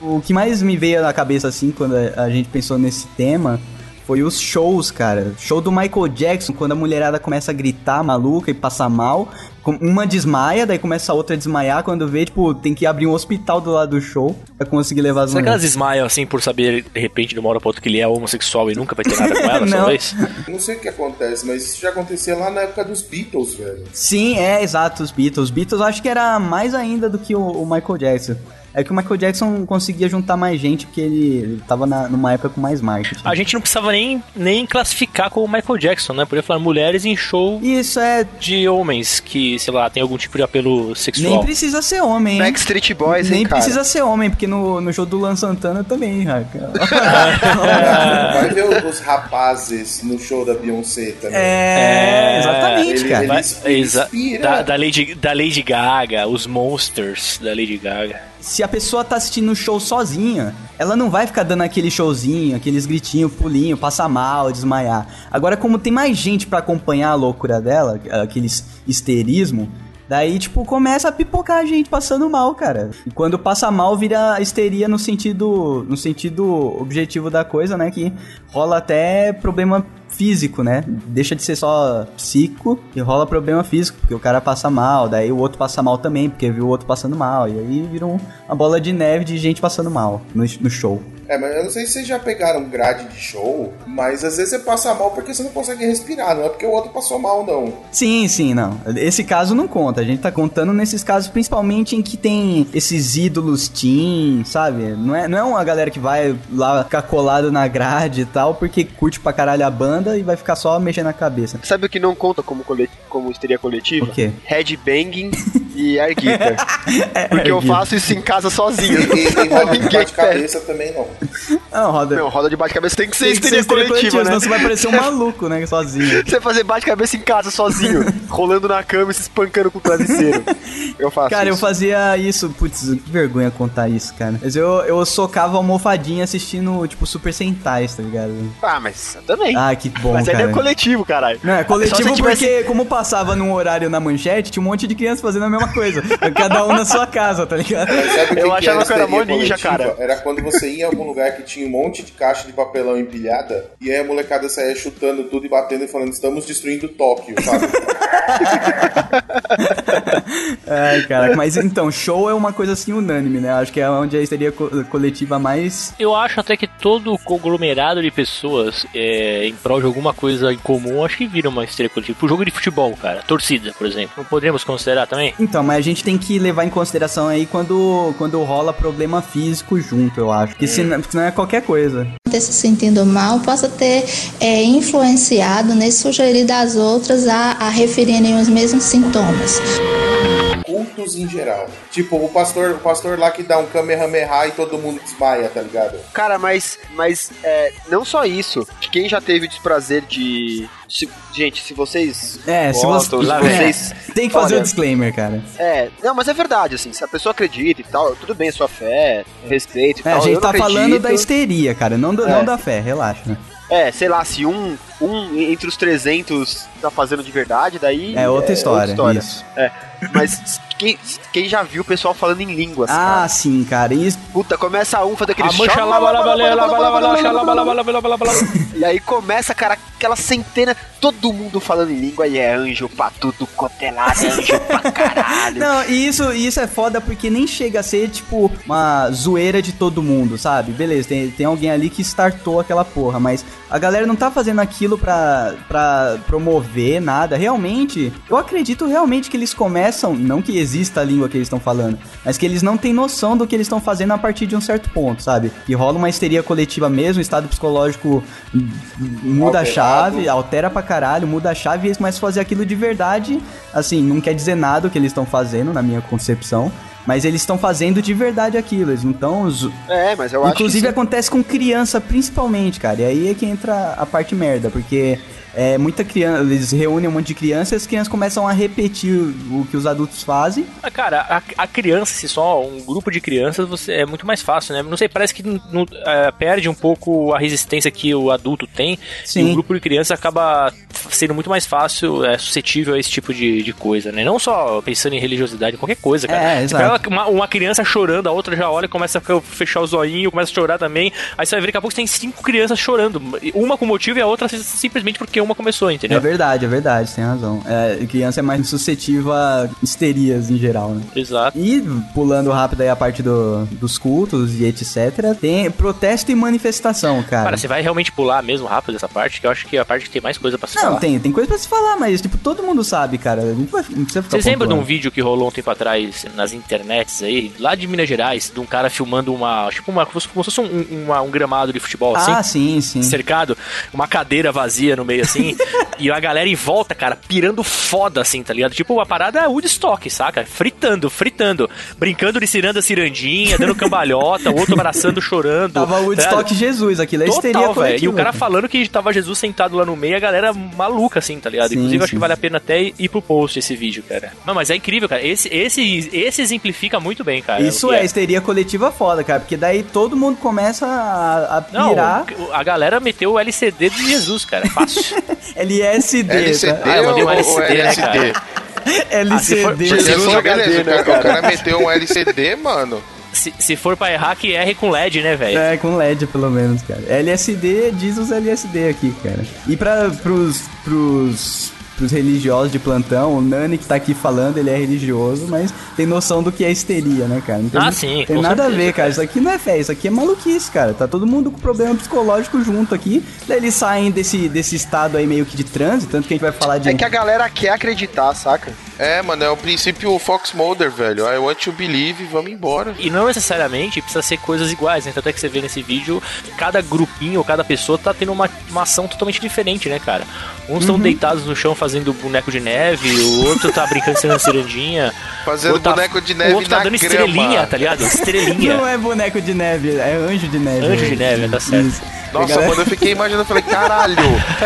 Speaker 1: O que mais me veio na cabeça, assim, quando a a gente pensou nesse tema, foi os shows, cara. Show do Michael Jackson, quando a mulherada começa a gritar maluca e passar mal. com- Uma desmaia, daí começa a outra a desmaiar. Quando vê, tipo, tem que abrir um hospital do lado do show pra conseguir levar as
Speaker 4: Será que elas
Speaker 1: mulheres.
Speaker 4: desmaiam assim por saber de repente de uma hora pra outra que ele é homossexual e nunca vai ter nada com ela,
Speaker 1: Não.
Speaker 4: talvez?
Speaker 3: Não sei o que acontece, mas isso já acontecia lá na época dos Beatles, velho.
Speaker 1: Sim, é, exato, os Beatles. Os Beatles acho que era mais ainda do que o, o Michael Jackson. É que o Michael Jackson conseguia juntar mais gente, porque ele, ele tava na- numa época com mais marketing.
Speaker 4: A gente não precisava nem, nem classificar como Michael Jackson, né? Podia falar mulheres em show
Speaker 1: Isso é.
Speaker 4: de homens que, sei lá, tem algum tipo de apelo
Speaker 1: Nem
Speaker 4: sexual.
Speaker 1: precisa ser homem, hein?
Speaker 2: Backstreet Boys,
Speaker 1: Nem
Speaker 2: hein, cara?
Speaker 1: precisa ser homem, porque no, no jogo do Lan Santana também, cara.
Speaker 2: Ah.
Speaker 3: Vai ver o- os rapazes no show da Beyoncé também.
Speaker 1: É, exatamente,
Speaker 3: Ele-
Speaker 1: cara.
Speaker 4: Vai-
Speaker 3: Inspira.
Speaker 4: exa- da, da Lady, da Lady Gaga, os Monsters da Lady Gaga.
Speaker 1: Se a pessoa tá assistindo o show sozinha, ela não vai ficar dando aquele showzinho, aqueles gritinhos, pulinho, passar mal, desmaiar. Agora, como tem mais gente pra acompanhar a loucura dela, aquele histerismo, daí, tipo, começa a pipocar a gente passando mal, cara. E quando passa mal, vira histeria no sentido, no sentido objetivo da coisa, né? Que rola até problema físico, né? Deixa de ser só psico e rola problema físico, porque o cara passa mal, daí o outro passa mal também, porque viu o outro passando mal, e aí vira um- uma bola de neve de gente passando mal no, no show.
Speaker 3: É, mas eu não sei se vocês já pegaram grade de show, mas às vezes você passa mal porque você não consegue respirar, não é porque o outro passou mal, não.
Speaker 1: Sim, sim, não. Esse caso não conta. A gente tá contando nesses casos, principalmente em que tem esses ídolos teen, sabe? Não é, não é uma galera que vai lá ficar colado na grade e tal, porque curte pra caralho a banda e vai ficar só mexendo na cabeça.
Speaker 2: Sabe o que não conta como, colet... como histeria coletiva?
Speaker 1: O quê? É,
Speaker 2: Headbanging e air guitar. Porque eu faço isso em casa sozinho.
Speaker 3: E, e
Speaker 2: Não,
Speaker 3: roda de
Speaker 2: ninguém pede.
Speaker 3: bate-cabeça também não.
Speaker 1: Não, roda.
Speaker 2: Não, roda de bate-cabeça tem que ser
Speaker 1: Tem que ser
Speaker 2: histeria coletiva, né?
Speaker 1: senão você vai parecer um maluco, né? Sozinho.
Speaker 2: Você fazer bate-cabeça em casa sozinho, rolando na cama e se espancando com o travesseiro. Eu faço
Speaker 1: Cara, eu
Speaker 2: isso.
Speaker 1: fazia isso, putz, que vergonha contar isso, cara. Mas eu, eu socava a almofadinha assistindo, tipo, Super Sentais, tá ligado?
Speaker 2: Ah, mas também.
Speaker 1: Ah, que bom,
Speaker 2: mas aí
Speaker 1: cara.
Speaker 2: é coletivo, caralho.
Speaker 1: Não, é
Speaker 2: Só se
Speaker 1: coletivo
Speaker 2: eu
Speaker 1: porque,
Speaker 2: tivesse-
Speaker 1: como passava num horário na manchete, tinha um monte de crianças fazendo a mesma coisa. cada um na sua casa, tá ligado?
Speaker 3: Mas sabe o
Speaker 2: Eu achava
Speaker 3: era
Speaker 2: que eu era mó
Speaker 3: histeria
Speaker 2: ninja,
Speaker 3: coletiva?
Speaker 2: cara.
Speaker 3: Era quando você ia em algum lugar que tinha um monte de caixa de papelão empilhada, e aí a molecada saía chutando tudo e batendo e falando, estamos destruindo Tóquio, sabe?
Speaker 1: Ai, caraca. Mas então, show é uma coisa assim unânime, né? Acho que é onde a histeria co- coletiva mais.
Speaker 4: Eu acho até que todo conglomerado de pessoas é, em prol de alguma coisa em comum, acho que vira uma estrela coletiva. Pro jogo de futebol, cara, torcida, por exemplo. Não poderíamos considerar também?
Speaker 1: Então, mas a gente tem que levar em consideração aí quando, quando rola problema físico junto, eu acho. Porque
Speaker 2: Hum.
Speaker 1: senão, senão é qualquer coisa.
Speaker 7: ter se sentindo mal possa ter é, influenciado, né, sugerido às outras a, a referirem os mesmos sintomas.
Speaker 3: Cultos em geral. Tipo, o pastor, o pastor lá que dá um Kamehameha e todo mundo desmaia, tá ligado?
Speaker 2: Cara, mas, mas é, não só isso. Quem já teve o desprazer de. se- gente, se vocês.
Speaker 1: É, se
Speaker 2: gostam,
Speaker 1: você-
Speaker 2: se
Speaker 1: é.
Speaker 2: vocês.
Speaker 1: Tem que fazer o
Speaker 2: Olha.
Speaker 1: disclaimer, cara.
Speaker 2: É, não, mas é verdade, assim, se a pessoa acredita e tal, tudo bem, sua fé, respeito e
Speaker 1: É,
Speaker 2: tal.
Speaker 1: a
Speaker 2: eu
Speaker 1: gente
Speaker 2: não
Speaker 1: tá falando
Speaker 2: acredito.
Speaker 1: da histeria, cara. Não, do,
Speaker 2: É.
Speaker 1: não da fé, relaxa.
Speaker 2: É, sei lá, se um, um entre os 300 tá fazendo de verdade, daí.
Speaker 1: É outra história. Isso.
Speaker 2: Mas quem, quem já viu o pessoal falando em línguas?
Speaker 1: Ah,
Speaker 2: cara?
Speaker 1: sim, cara. Isso
Speaker 2: Puta, começa um fazer aquele
Speaker 4: A mancha
Speaker 2: xalá,
Speaker 4: lá, lá, lá, lá, lá, lá, lá, lá, lá, lá, lá, lá, lá, lá, lá.
Speaker 2: E aí começa, cara, aquela centena, todo mundo falando em língua e é anjo pra tudo cotelado, é anjo pra caralho.
Speaker 1: Não, e isso, e isso é foda porque nem chega a ser, tipo, uma zoeira de todo mundo, sabe? Beleza, tem, tem alguém ali que startou aquela porra, mas a galera não tá fazendo aquilo pra, pra promover nada. Realmente, eu acredito realmente que eles começam, não que exista a língua que eles estão falando, mas que eles não têm noção do que eles estão fazendo a partir de um certo ponto, sabe? E rola uma histeria coletiva mesmo, o estado psicológico hum, muda a
Speaker 3: Alterado.
Speaker 1: chave, altera pra caralho, muda a chave e eles começam a fazer aquilo de verdade. Assim, não quer dizer nada o que eles estão fazendo, na minha concepção. Mas eles estão fazendo de verdade aquilo, eles não estão. zo-
Speaker 2: É, mas eu acho
Speaker 1: Inclusive
Speaker 2: que. sim.
Speaker 1: acontece com criança principalmente, cara. E aí é que entra a parte merda, porque é muita criança, eles reúnem um monte de criança e as crianças começam a repetir o, o que os adultos fazem.
Speaker 4: Ah, Cara, a, a criança, se só um grupo de crianças, você é muito mais fácil, né? Não sei, parece que não- não- é, perde um pouco a resistência que o adulto tem.
Speaker 1: Sim.
Speaker 4: E um grupo de crianças acaba sendo muito mais fácil, é, suscetível a esse tipo de, de coisa, né? Não só pensando em religiosidade, qualquer coisa, cara.
Speaker 1: É,
Speaker 4: Você
Speaker 1: exato.
Speaker 4: pega Uma, uma criança chorando, a outra já olha e começa a ficar- fechar o zoinho, começa a chorar também. Aí você vai ver, daqui a pouco você tem cinco crianças chorando. Uma com motivo e a outra simplesmente porque uma começou,
Speaker 1: É
Speaker 4: entendeu?
Speaker 1: verdade, é verdade, tem razão. É, criança é mais suscetível a histerias em geral, né?
Speaker 4: Exato.
Speaker 1: E pulando rápido aí a parte do- dos cultos e etc, tem protesto e manifestação, cara.
Speaker 4: Cara, você vai realmente pular mesmo rápido essa parte, que eu acho que é a parte que tem mais coisa pra se falar.
Speaker 1: Não, tem, tem coisa pra se falar, mas tipo, todo mundo sabe, cara. A gente vai- Não precisa ficar
Speaker 4: Vocês lembram de um
Speaker 1: pontuando.
Speaker 4: vídeo que rolou um tempo atrás nas internets aí, lá de Minas Gerais, de um cara filmando uma. Tipo, uma, como se como se fosse um, uma- um gramado de futebol
Speaker 1: Ah,
Speaker 4: assim.
Speaker 1: sim, sim.
Speaker 4: Cercado, uma cadeira vazia no meio assim, e a galera em volta, cara, pirando foda assim, tá ligado? Tipo, uma parada Woodstock, saca? Fritando, fritando, brincando de ciranda cirandinha, dando cambalhota, o outro abraçando, chorando.
Speaker 1: Tava o
Speaker 4: tá ligado?
Speaker 1: Woodstock Jesus, aquilo é histeria
Speaker 4: Total, velho. E
Speaker 1: coletiva.
Speaker 4: o cara falando que tava Jesus sentado lá no meio, a galera maluca, assim, tá ligado?
Speaker 1: Sim,
Speaker 4: Inclusive, eu acho
Speaker 1: sim.
Speaker 4: que vale a pena até ir ir pro post esse vídeo, cara. Não, mas é incrível, cara. Esse, esse, esse exemplifica muito bem, cara.
Speaker 1: Isso
Speaker 4: O que
Speaker 1: é histeria coletiva foda, cara, porque daí todo mundo começa a, a
Speaker 4: Não,
Speaker 1: pirar
Speaker 4: o- a galera meteu o LCD de Jesus, cara. Fácil.
Speaker 1: LSD,
Speaker 3: LCD
Speaker 1: tá?
Speaker 4: Ah, eu mandei um
Speaker 3: ou, ou
Speaker 4: LCD, né, cara?
Speaker 3: LSD?
Speaker 4: Ah,
Speaker 1: LCD.
Speaker 4: Jesus
Speaker 3: Beleza,
Speaker 2: HD,
Speaker 3: é beleza, o
Speaker 2: né,
Speaker 3: cara- o cara meteu um LCD, mano.
Speaker 4: se, se for pra errar, que erre com LED, né, velho?
Speaker 1: É, com LED pelo menos, cara. LSD diz os LSD aqui, cara. E pra, pros, pros, pros religiosos de plantão, o Nani que tá aqui falando, ele é religioso, mas tem noção do que é histeria, né, cara? Não tem,
Speaker 4: Ah, sim,
Speaker 1: Tem
Speaker 4: com
Speaker 1: nada a
Speaker 4: certeza,
Speaker 1: ver, cara. Isso aqui não é fé, isso aqui é maluquice, cara. Tá todo mundo com problema psicológico junto aqui. Daí eles saem desse, desse estado aí meio que de trânsito, tanto que a gente vai falar de...
Speaker 2: É que a galera quer acreditar, saca?
Speaker 3: É, mano, é o princípio Fox Mulder, velho. I want to believe, vamos embora.
Speaker 4: E não necessariamente precisa ser coisas iguais, né? Tanto é que você vê nesse vídeo, cada grupinho, cada pessoa tá tendo uma, uma ação totalmente diferente, né, cara? Uns estão deitados no chão fazendo boneco de neve, o outro tá brincando sendo cirandinha.
Speaker 3: Fazendo
Speaker 4: o outro
Speaker 3: boneco de neve
Speaker 4: O outro tá
Speaker 3: na
Speaker 4: dando
Speaker 3: grama.
Speaker 4: estrelinha, tá ligado?
Speaker 1: Não
Speaker 4: Estrelinha.
Speaker 1: é boneco de neve, é anjo de neve.
Speaker 4: Anjo de neve, tá certo.
Speaker 1: Isso.
Speaker 3: Nossa,
Speaker 1: Galera-
Speaker 3: mano, eu fiquei imaginando, eu falei, caralho,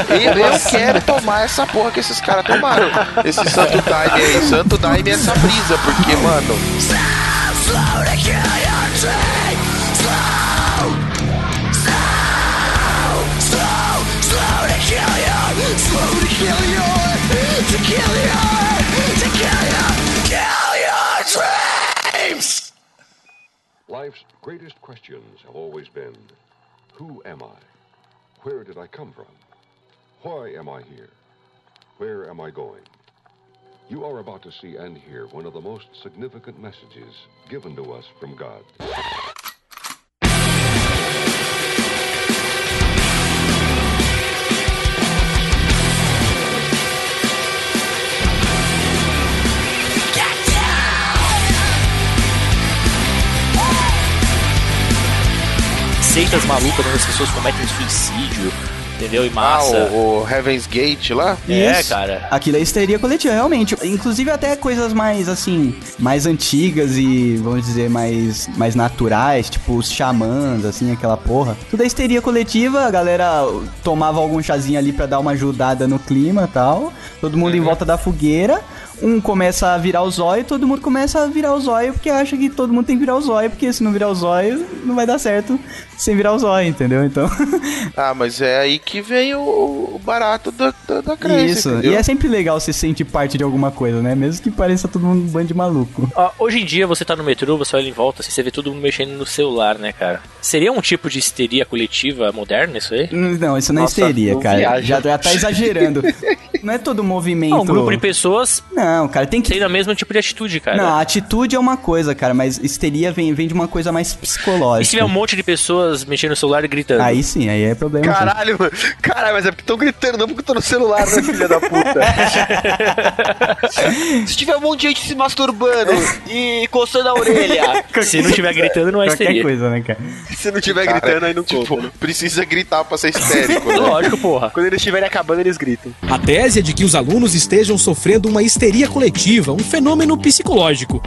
Speaker 3: eu, eu quero tomar essa porra que esses caras tomaram. Esse Santo Daime aí, Santo Daime é essa brisa, porque, mano,
Speaker 8: Life's greatest questions have always been Who am I? Where did I come from? Why am I here? Where am I going? You are about to see and hear one of the most significant messages given to us from God.
Speaker 3: é.
Speaker 4: Seitas malucas onde as pessoas cometem suicídio, entendeu? E
Speaker 3: ah,
Speaker 4: massa.
Speaker 3: o, o Heaven's Gate lá,
Speaker 4: É,
Speaker 1: Isso.
Speaker 4: cara.
Speaker 1: Aquilo é histeria coletiva, realmente. Inclusive até coisas mais, assim, mais antigas e, vamos dizer, mais, mais naturais, tipo os xamãs, assim, aquela porra. Tudo é histeria coletiva, a galera tomava algum chazinho ali pra dar uma ajudada no clima e tal. Todo mundo
Speaker 4: Uhum.
Speaker 1: em volta da fogueira. Um começa a virar o zóio, todo mundo começa a virar o zóio porque acha que todo mundo tem que virar o zóio, porque se não virar o zóio, não vai dar certo sem virar o zóio, entendeu? Então,
Speaker 3: Ah, mas é aí que vem o, o barato da, da, da crença,
Speaker 1: isso.
Speaker 3: entendeu?
Speaker 1: E é sempre legal se sentir parte de alguma coisa, né? Mesmo que pareça todo mundo um bando de maluco.
Speaker 4: Ah, hoje em dia você tá no metrô, você olha em volta, assim, você vê todo mundo mexendo no celular, né, cara? Seria um tipo de histeria coletiva moderna isso aí?
Speaker 1: Hum, Não, isso não é
Speaker 2: Nossa,
Speaker 1: histeria,
Speaker 2: não
Speaker 1: cara.
Speaker 2: viaja.
Speaker 1: Já, já tá exagerando. não é todo movimento.
Speaker 4: Não, um grupo de pessoas
Speaker 1: Não, cara, tem que.
Speaker 4: tem o mesmo tipo de atitude, cara.
Speaker 1: Não, a atitude é uma coisa, cara, mas histeria vem, vem de uma coisa mais psicológica.
Speaker 4: E se tiver um monte de pessoas mexendo no celular e gritando?
Speaker 1: Aí sim, aí é problema. sim.
Speaker 2: Caralho, mano. Caralho, mas é porque estão gritando, não porque eu tô no celular, né, filha da puta? Se tiver um monte de gente se masturbando e coçando a orelha,
Speaker 4: Se não tiver gritando, não é
Speaker 1: Qualquer
Speaker 4: histeria.
Speaker 1: coisa, né, cara?
Speaker 2: se não
Speaker 6: Tá
Speaker 2: tiver
Speaker 3: Cara,
Speaker 2: gritando, aí não
Speaker 3: tipo,
Speaker 2: conta. né?
Speaker 3: precisa gritar pra ser histérico, né?
Speaker 4: Lógico, porra.
Speaker 2: Quando eles estiverem acabando, eles gritam.
Speaker 9: Até
Speaker 10: tendência é de que os alunos estejam sofrendo uma histeria coletiva, um fenômeno psicológico.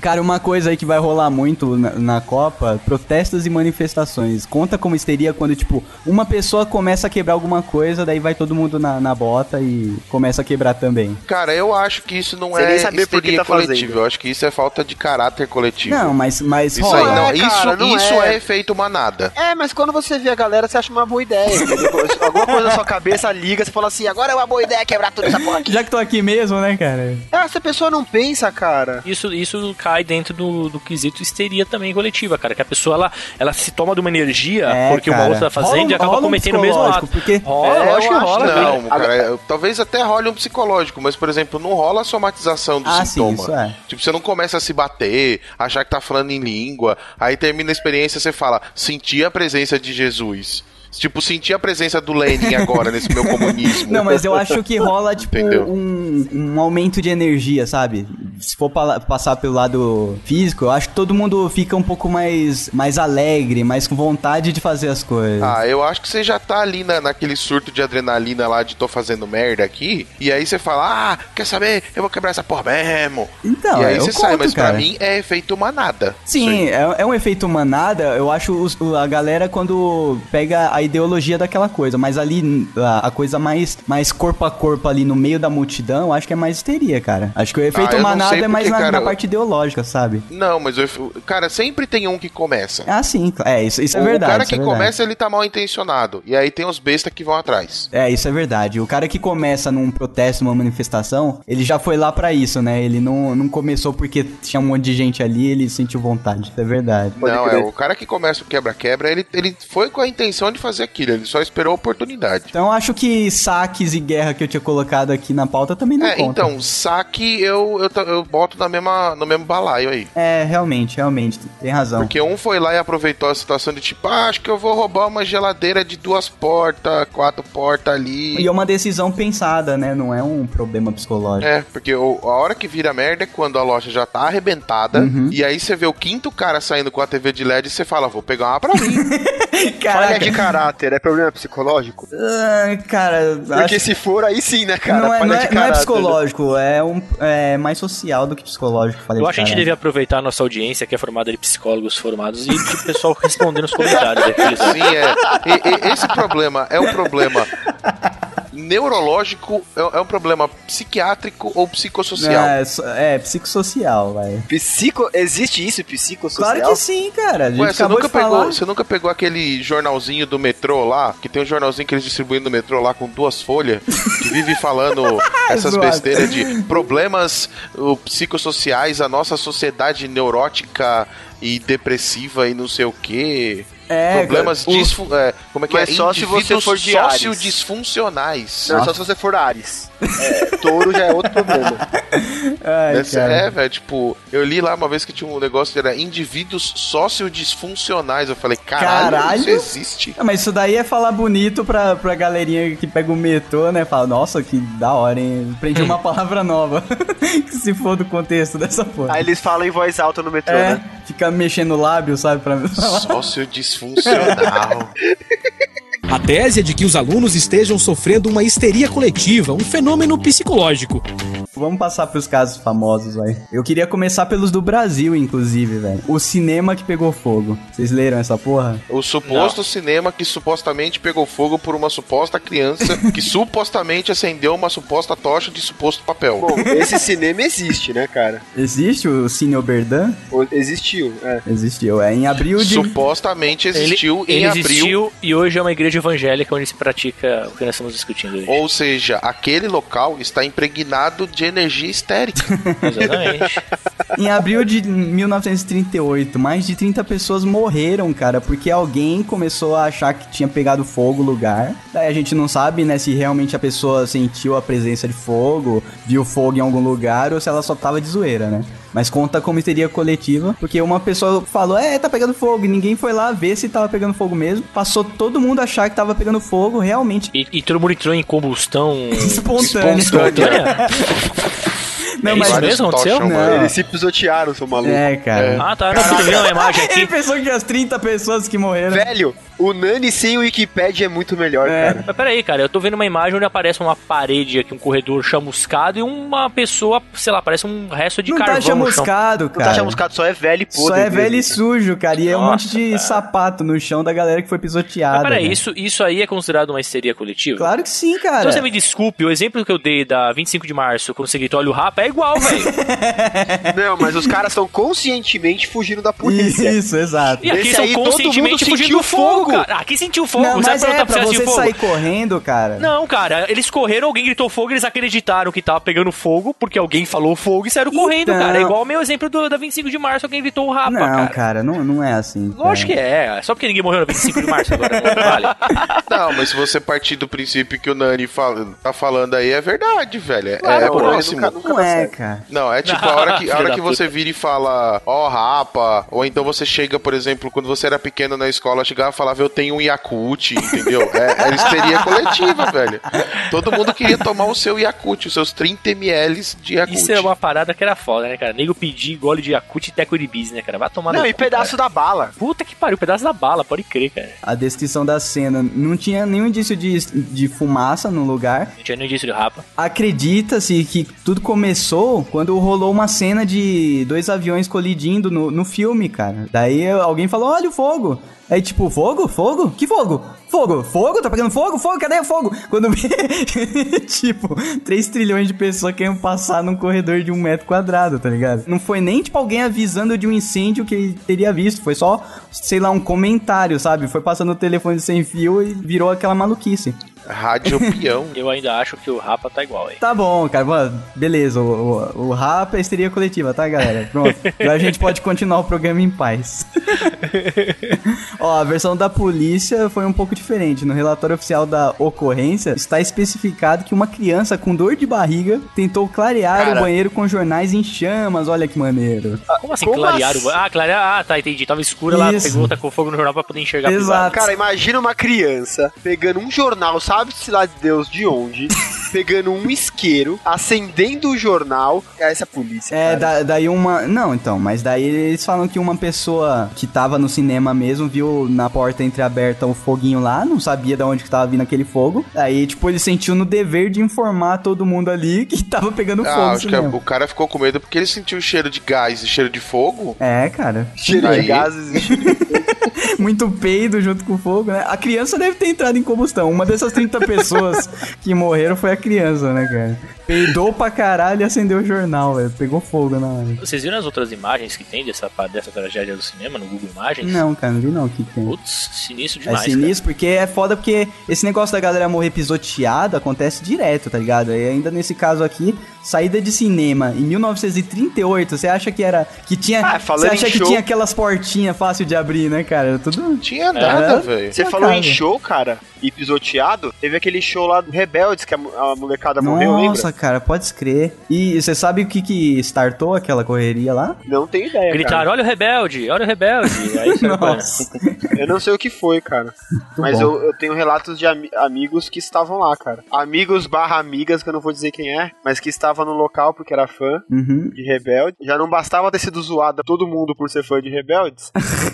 Speaker 1: Cara, uma coisa aí que vai rolar muito na, na Copa, protestos e manifestações. Conta como histeria quando, tipo, uma pessoa começa a quebrar alguma coisa, daí vai todo mundo na, na bota e começa a quebrar também.
Speaker 6: Cara, eu acho que isso não
Speaker 2: Sem
Speaker 6: é
Speaker 2: nem saber por que
Speaker 6: histeria
Speaker 2: tá fazendo.
Speaker 6: coletiva. Eu acho que isso é falta de caráter coletivo.
Speaker 1: Não, mas, mas
Speaker 6: Isso aí
Speaker 1: rola. né,
Speaker 6: não,
Speaker 2: é,
Speaker 6: isso,
Speaker 2: cara, não
Speaker 6: isso
Speaker 2: é.
Speaker 6: é. efeito manada.
Speaker 2: É, mas quando você vê a galera, você acha uma boa ideia. entendeu? Alguma coisa na sua cabeça liga, você fala assim, agora é uma boa ideia quebrar tudo essa porra.
Speaker 1: Já que tô aqui mesmo, né, cara?
Speaker 2: Ah, Essa pessoa não pensa, cara.
Speaker 4: Isso, isso cai dentro do, do quesito histeria também coletiva, cara. Que a pessoa ela, ela se toma de uma energia
Speaker 1: É,
Speaker 4: porque
Speaker 1: cara.
Speaker 4: uma outra tá fazendo
Speaker 1: Rola um-
Speaker 4: e acaba
Speaker 1: rola um
Speaker 4: cometendo o mesmo
Speaker 1: psicológico,
Speaker 4: ato.
Speaker 1: porque-
Speaker 4: rola,
Speaker 2: É, eu
Speaker 4: lógico que
Speaker 2: acho
Speaker 4: rola.
Speaker 2: que
Speaker 4: velho.
Speaker 2: não.
Speaker 6: Não,
Speaker 1: né?
Speaker 6: cara, eu- talvez até role um psicológico, mas, por exemplo, não rola a somatização do
Speaker 1: Ah, sim,
Speaker 6: sintoma.
Speaker 1: isso é.
Speaker 6: Tipo, você não começa a se bater, achar que tá falando em língua, aí termina a experiência você fala, senti a presença de Jesus. Tipo, senti a presença do Lenin agora nesse meu comunismo.
Speaker 1: Não, mas eu acho que rola, tipo,
Speaker 6: Entendeu?
Speaker 1: um, um aumento de energia, sabe? Se for pala- passar pelo lado físico, eu acho que todo mundo fica um pouco mais, mais alegre, mais com vontade de fazer as coisas.
Speaker 6: Ah, eu acho que você já tá ali na, naquele surto de adrenalina lá de tô fazendo merda aqui, e aí você fala, ah, quer saber? Eu vou quebrar essa porra mesmo.
Speaker 1: Então,
Speaker 6: e aí
Speaker 1: eu
Speaker 6: você
Speaker 1: conto,
Speaker 6: sai, mas
Speaker 1: cara.
Speaker 6: pra mim é efeito manada. Isso aí.
Speaker 1: Sim, é, é um efeito manada. Eu acho os- o- a galera quando pega a ideologia daquela coisa, mas ali n- a, a coisa mais, mais corpo a corpo ali no meio da multidão, eu acho que é mais histeria, cara. Acho que o
Speaker 6: Ah, eu
Speaker 1: efeito
Speaker 6: não
Speaker 1: manada
Speaker 6: sei
Speaker 1: é mais
Speaker 6: porque,
Speaker 1: na,
Speaker 6: cara,
Speaker 1: na
Speaker 6: eu-
Speaker 1: parte ideológica, sabe?
Speaker 6: Não, mas eu, cara, sempre tem um que começa.
Speaker 1: Ah, sim, cl- é, isso, isso é
Speaker 6: o
Speaker 1: verdade.
Speaker 6: cara
Speaker 1: isso
Speaker 6: que
Speaker 1: é verdade.
Speaker 6: começa, ele tá mal intencionado. E aí tem os bestas que vão atrás.
Speaker 1: É, isso é verdade. O cara que começa num protesto, numa manifestação, ele já foi lá pra isso, né? Ele não, não começou porque tinha um monte de gente ali, ele sentiu vontade. Isso é verdade.
Speaker 6: não, é, o cara que começa o quebra-quebra, ele, ele foi com a intenção de fazer aquilo, ele só esperou a oportunidade.
Speaker 1: Então eu acho que saques e guerra que eu tinha colocado aqui na pauta também não
Speaker 6: É,
Speaker 1: conta.
Speaker 6: então, saque eu, eu, ta- eu boto na mesma, no mesmo balaio aí.
Speaker 1: É, realmente, realmente, tem razão.
Speaker 6: Porque um foi lá e aproveitou a situação de tipo, ah, acho que eu vou roubar uma geladeira de duas portas, quatro portas ali.
Speaker 1: E é uma decisão pensada, né? Não é um problema psicológico.
Speaker 6: É, porque o- a hora que vira merda é quando a loja já tá arrebentada,
Speaker 1: Uhum.
Speaker 6: e aí você vê o quinto cara saindo com a TV de LED e você fala, vou pegar uma pra mim.
Speaker 2: Falha
Speaker 1: Caraca,
Speaker 2: de caráter, é problema psicológico?
Speaker 1: ah, cara, acho
Speaker 2: Porque se for, aí sim, né, cara?
Speaker 1: não, é,
Speaker 2: falha
Speaker 1: não, é,
Speaker 2: de
Speaker 1: não é
Speaker 2: caráter.
Speaker 1: psicológico, é, um, é mais social do que psicológico. Falei
Speaker 4: Eu
Speaker 1: de
Speaker 4: acho que a gente
Speaker 1: caralho.
Speaker 4: devia aproveitar a nossa audiência, que é formada de psicólogos formados, e o pessoal responder nos comentários. aqueles-
Speaker 6: Sim, é. E- e- esse problema é um problema neurológico, é, é um problema psiquiátrico ou psicossocial.
Speaker 1: É, so- é, psicossocial, vai.
Speaker 2: Psico... Existe isso, psicossocial?
Speaker 1: Claro que sim, cara. A gente
Speaker 6: Ué, você
Speaker 1: acabou
Speaker 6: nunca,
Speaker 1: de falar.
Speaker 6: pegou, você nunca pegou aquele jornalzinho do metrô lá, que tem um jornalzinho que eles distribuem no metrô lá com duas folhas, que vive falando essas
Speaker 1: Zoado.
Speaker 6: besteiras de problemas uh, psicossociais, a nossa sociedade neurótica e depressiva e não sei o quê.
Speaker 1: É,
Speaker 6: problemas
Speaker 1: cara, o-
Speaker 6: disfu- é, como é que
Speaker 2: Mas
Speaker 6: é?
Speaker 2: só se você
Speaker 6: Indivíduos
Speaker 2: for de Ares.
Speaker 6: sociodisfuncionais.
Speaker 2: Não, só se você for Ares. É, touro já é outro problema.
Speaker 1: Ai,
Speaker 6: Deve ser-
Speaker 1: cara.
Speaker 6: é, velho, tipo, eu li lá uma vez que tinha um negócio que era indivíduos sociodisfuncionais. Eu falei, caralho, isso
Speaker 1: Caralho?
Speaker 6: existe.
Speaker 1: Ah, Mas isso daí é falar bonito pra, pra galerinha que pega o metrô, né? Fala, nossa, que da hora, hein? Aprendi uma palavra nova. que se for do contexto dessa porra.
Speaker 2: Aí eles falam em voz alta no metrô,
Speaker 1: é,
Speaker 2: né?
Speaker 1: fica mexendo o lábio, sabe? Pra
Speaker 6: Sócio disfuncional.
Speaker 10: A tese é de que os alunos estejam sofrendo uma histeria coletiva, um fenômeno psicológico.
Speaker 1: Vamos passar pros casos famosos aí. Eu queria começar pelos do Brasil, inclusive, velho. O cinema que pegou fogo. Vocês leram essa porra?
Speaker 6: o suposto cinema que supostamente pegou fogo por uma suposta criança que supostamente acendeu uma suposta tocha de suposto papel.
Speaker 2: Bom, esse cinema existe, né, cara?
Speaker 1: Existe o Cine Oberdan?
Speaker 2: Ou Existiu, é.
Speaker 1: Existiu. É em abril de.
Speaker 6: supostamente
Speaker 4: Ele,
Speaker 6: existiu em
Speaker 4: ele
Speaker 6: abril.
Speaker 4: existiu e hoje é uma igreja evangélica onde se pratica o que nós estamos discutindo hoje.
Speaker 6: Ou seja, aquele local está impregnado de energia histérica.
Speaker 4: Exatamente.
Speaker 1: Em abril de 1938, mais de 30 pessoas morreram, cara, porque alguém começou a achar que tinha pegado fogo o lugar. Daí a gente não sabe, né, se realmente a pessoa sentiu a presença de fogo, viu fogo em algum lugar ou se ela só tava de zoeira, né? Mas conta como histeria coletiva, porque uma pessoa falou, é, tá pegando fogo, e ninguém foi lá ver se tava pegando fogo mesmo. Passou todo mundo a achar que tava pegando fogo, realmente.
Speaker 4: E, e todo mundo entrou em combustão
Speaker 1: Espontânea.
Speaker 4: espontânea. Não,
Speaker 1: mas-
Speaker 4: isso
Speaker 2: Vários
Speaker 4: mesmo
Speaker 2: talk
Speaker 4: aconteceu?
Speaker 2: show, mano.
Speaker 1: Não.
Speaker 2: Eles se pisotearam, seu maluco.
Speaker 1: É, cara.
Speaker 4: Ah, tá. Não, porque eu vi uma imagem
Speaker 1: Ele
Speaker 4: aqui.
Speaker 1: pensou que as 30 pessoas que morreram.
Speaker 2: Velho, o Nani sem o Wikipedia é muito melhor,
Speaker 1: É.
Speaker 2: cara.
Speaker 4: Mas peraí, cara, eu tô vendo uma imagem onde aparece uma parede aqui, um corredor chamuscado e uma pessoa, sei lá, parece um resto de
Speaker 1: não
Speaker 4: carvão
Speaker 1: tá
Speaker 4: no chão.
Speaker 1: chamuscado,
Speaker 2: Não
Speaker 1: cara.
Speaker 2: tá chamuscado, só é velho e podre.
Speaker 1: Só é
Speaker 2: mesmo.
Speaker 1: velho e sujo, cara. E é um
Speaker 4: Nossa,
Speaker 1: monte de
Speaker 4: cara.
Speaker 1: sapato no chão da galera que foi pisoteada.
Speaker 4: Mas peraí,
Speaker 1: né?
Speaker 4: isso, isso aí é considerado uma histeria coletiva?
Speaker 1: Claro que sim, cara.
Speaker 4: Então você me desculpe, o exemplo que eu dei da 25 de março, quando você gritou olha o rapa, é igual, velho.
Speaker 2: Não, mas os caras estão conscientemente fugindo da polícia.
Speaker 1: Isso, exato.
Speaker 4: E aqui
Speaker 2: Esse
Speaker 4: são
Speaker 2: aí todo mundo
Speaker 4: conscientemente
Speaker 2: sentiu
Speaker 4: fugindo do fogo,
Speaker 2: fogo.
Speaker 4: cara. Aqui sentiu fogo,
Speaker 1: Não,
Speaker 4: você vai
Speaker 1: mas é
Speaker 4: perguntar
Speaker 1: pra
Speaker 4: pra você
Speaker 1: você
Speaker 4: fogo?
Speaker 1: sair correndo, cara.
Speaker 4: Não, cara, eles correram, alguém gritou fogo, eles acreditaram que tava pegando fogo, porque alguém falou fogo e saíram correndo,
Speaker 1: Então-
Speaker 4: cara. É igual o meu exemplo do, da 25 de março, alguém gritou o rapa,
Speaker 1: Não,
Speaker 4: ah, cara.
Speaker 1: cara, não, não é assim. cara.
Speaker 4: Lógico que é, só porque ninguém morreu no 25 de março agora, não vale.
Speaker 3: Não, mas se você partir do princípio que o Nani fala- tá falando aí, é verdade, velho. É,
Speaker 2: Claro,
Speaker 3: é
Speaker 2: pô,
Speaker 3: próximo.
Speaker 2: nunca- nunca
Speaker 1: Não
Speaker 2: dá
Speaker 1: é,
Speaker 2: certo.
Speaker 1: cara.
Speaker 3: Não, é tipo a hora que, a hora que você vira e fala, ó, rapa, ou então você chega, por exemplo, quando você era pequeno na escola, chegava e falava, eu tenho um Yakut, entendeu? É, era histeria coletiva, velho. Todo mundo queria tomar o seu Yakut, os seus 30 ml de Yakut.
Speaker 4: Isso é uma parada que era foda, né, cara? Nego pedir gole de Yakut e teco de bis, né, cara? Vai tomar
Speaker 2: Não,
Speaker 4: no
Speaker 2: e
Speaker 4: cu,
Speaker 2: pedaço da bala.
Speaker 4: cara. Puta que pariu, pedaço da bala, pode crer, cara.
Speaker 1: A descrição da cena não tinha nenhum indício de, de fumaça no lugar.
Speaker 4: Não tinha nem disso de rapa.
Speaker 1: Acredita-se que tudo começou quando rolou uma cena de dois aviões colidindo no, no filme, cara. Daí alguém falou: olha o fogo. Aí, tipo, fogo? Fogo? Que fogo? Fogo? Fogo? Tá pegando fogo? Fogo? Cadê o fogo? Quando vê, tipo, 3 trilhões de pessoas querendo passar num corredor de um metro quadrado, tá ligado? Não foi nem, tipo, alguém avisando de um incêndio que teria visto. Foi só, sei lá, um comentário, sabe? Foi passando o telefone sem fio e virou aquela maluquice.
Speaker 3: Rádio peão.
Speaker 4: Eu ainda acho que o rapa tá igual aí.
Speaker 1: Tá bom, cara. Mano, beleza. O, o, o rap é histeria coletiva, tá, galera? Pronto. Agora a gente pode continuar o programa em paz. Ó, a versão da polícia foi um pouco diferente. No relatório oficial da ocorrência, está especificado que uma criança com dor de barriga tentou clarear
Speaker 2: Cara.
Speaker 1: o banheiro com jornais em chamas. Olha que maneiro.
Speaker 9: Tá,
Speaker 4: Como assim,
Speaker 2: como
Speaker 4: clarearam?
Speaker 2: assim?
Speaker 4: Ah, clarear, ah, tá, entendi. Tava escura lá,
Speaker 1: Isso.
Speaker 4: pegou, tacou fogo no jornal pra poder enxergar
Speaker 1: Exato.
Speaker 4: bizarro.
Speaker 2: Cara, imagina uma criança pegando um jornal, sabe-se lá de Deus de onde, pegando um isqueiro, acendendo o jornal. Cara, essa polícia.
Speaker 1: É,
Speaker 2: cara.
Speaker 1: da- daí uma. Não, então, mas daí eles falam que uma pessoa que tava no cinema mesmo viu na porta entreaberta o foguinho lá, não sabia de onde que tava vindo aquele fogo. Aí, tipo, ele sentiu no dever de informar todo mundo ali que tava pegando
Speaker 3: Ah,
Speaker 1: fogo. no
Speaker 3: acho que
Speaker 1: cinema.
Speaker 3: o cara ficou com medo porque ele sentiu o cheiro de gás e cheiro de fogo.
Speaker 1: É, cara.
Speaker 2: Cheiro de
Speaker 3: Aí.
Speaker 2: gases e cheiro
Speaker 1: Muito peido junto com o fogo, né? A criança deve ter entrado em combustão. Uma dessas 30 pessoas que morreram foi a criança, né, cara? Peidou pra caralho e acendeu o jornal, velho. Pegou fogo na hora.
Speaker 4: Vocês viram as outras imagens que tem dessa, dessa tragédia do cinema no Google Imagens?
Speaker 1: Não, cara, não vi não o que que tem.
Speaker 4: Putz, sinistro
Speaker 1: É
Speaker 4: demais.
Speaker 1: sinistro, porque é foda porque esse negócio da galera morrer pisoteada acontece direto, tá ligado? E ainda nesse caso aqui, saída de cinema em 1938, você acha que era que tinha,
Speaker 2: Ah,
Speaker 1: você
Speaker 2: falando
Speaker 1: acha
Speaker 2: em
Speaker 1: que
Speaker 2: show-
Speaker 1: tinha aquelas portinhas fácil de abrir, né, cara? Era Tudo
Speaker 3: Não tinha nada,
Speaker 1: É.
Speaker 3: velho.
Speaker 2: Você
Speaker 1: Uma
Speaker 2: falou em
Speaker 1: casa.
Speaker 2: show, cara, e pisoteado, teve aquele show lá do Rebeldes que a, mo- a molecada morreu,
Speaker 1: Nossa,
Speaker 2: lembra?
Speaker 1: cara, pode crer. E você sabe o que que startou aquela correria lá?
Speaker 2: Não tenho ideia,
Speaker 4: cara.
Speaker 9: É,
Speaker 4: Gritaram, olha o rebelde, olha o rebelde. Aí
Speaker 2: é.
Speaker 4: saiu correndo.
Speaker 2: cara. Eu não sei o que foi, cara. Mas
Speaker 1: bom.
Speaker 2: eu, eu tenho relatos de ami- amigos que estavam lá, cara. Amigos barra amigas, que eu não vou dizer quem é, mas que estava no local porque era fã
Speaker 1: Uhum.
Speaker 2: de Rebelde. Já não bastava ter sido zoada todo mundo por ser fã de Rebeldes.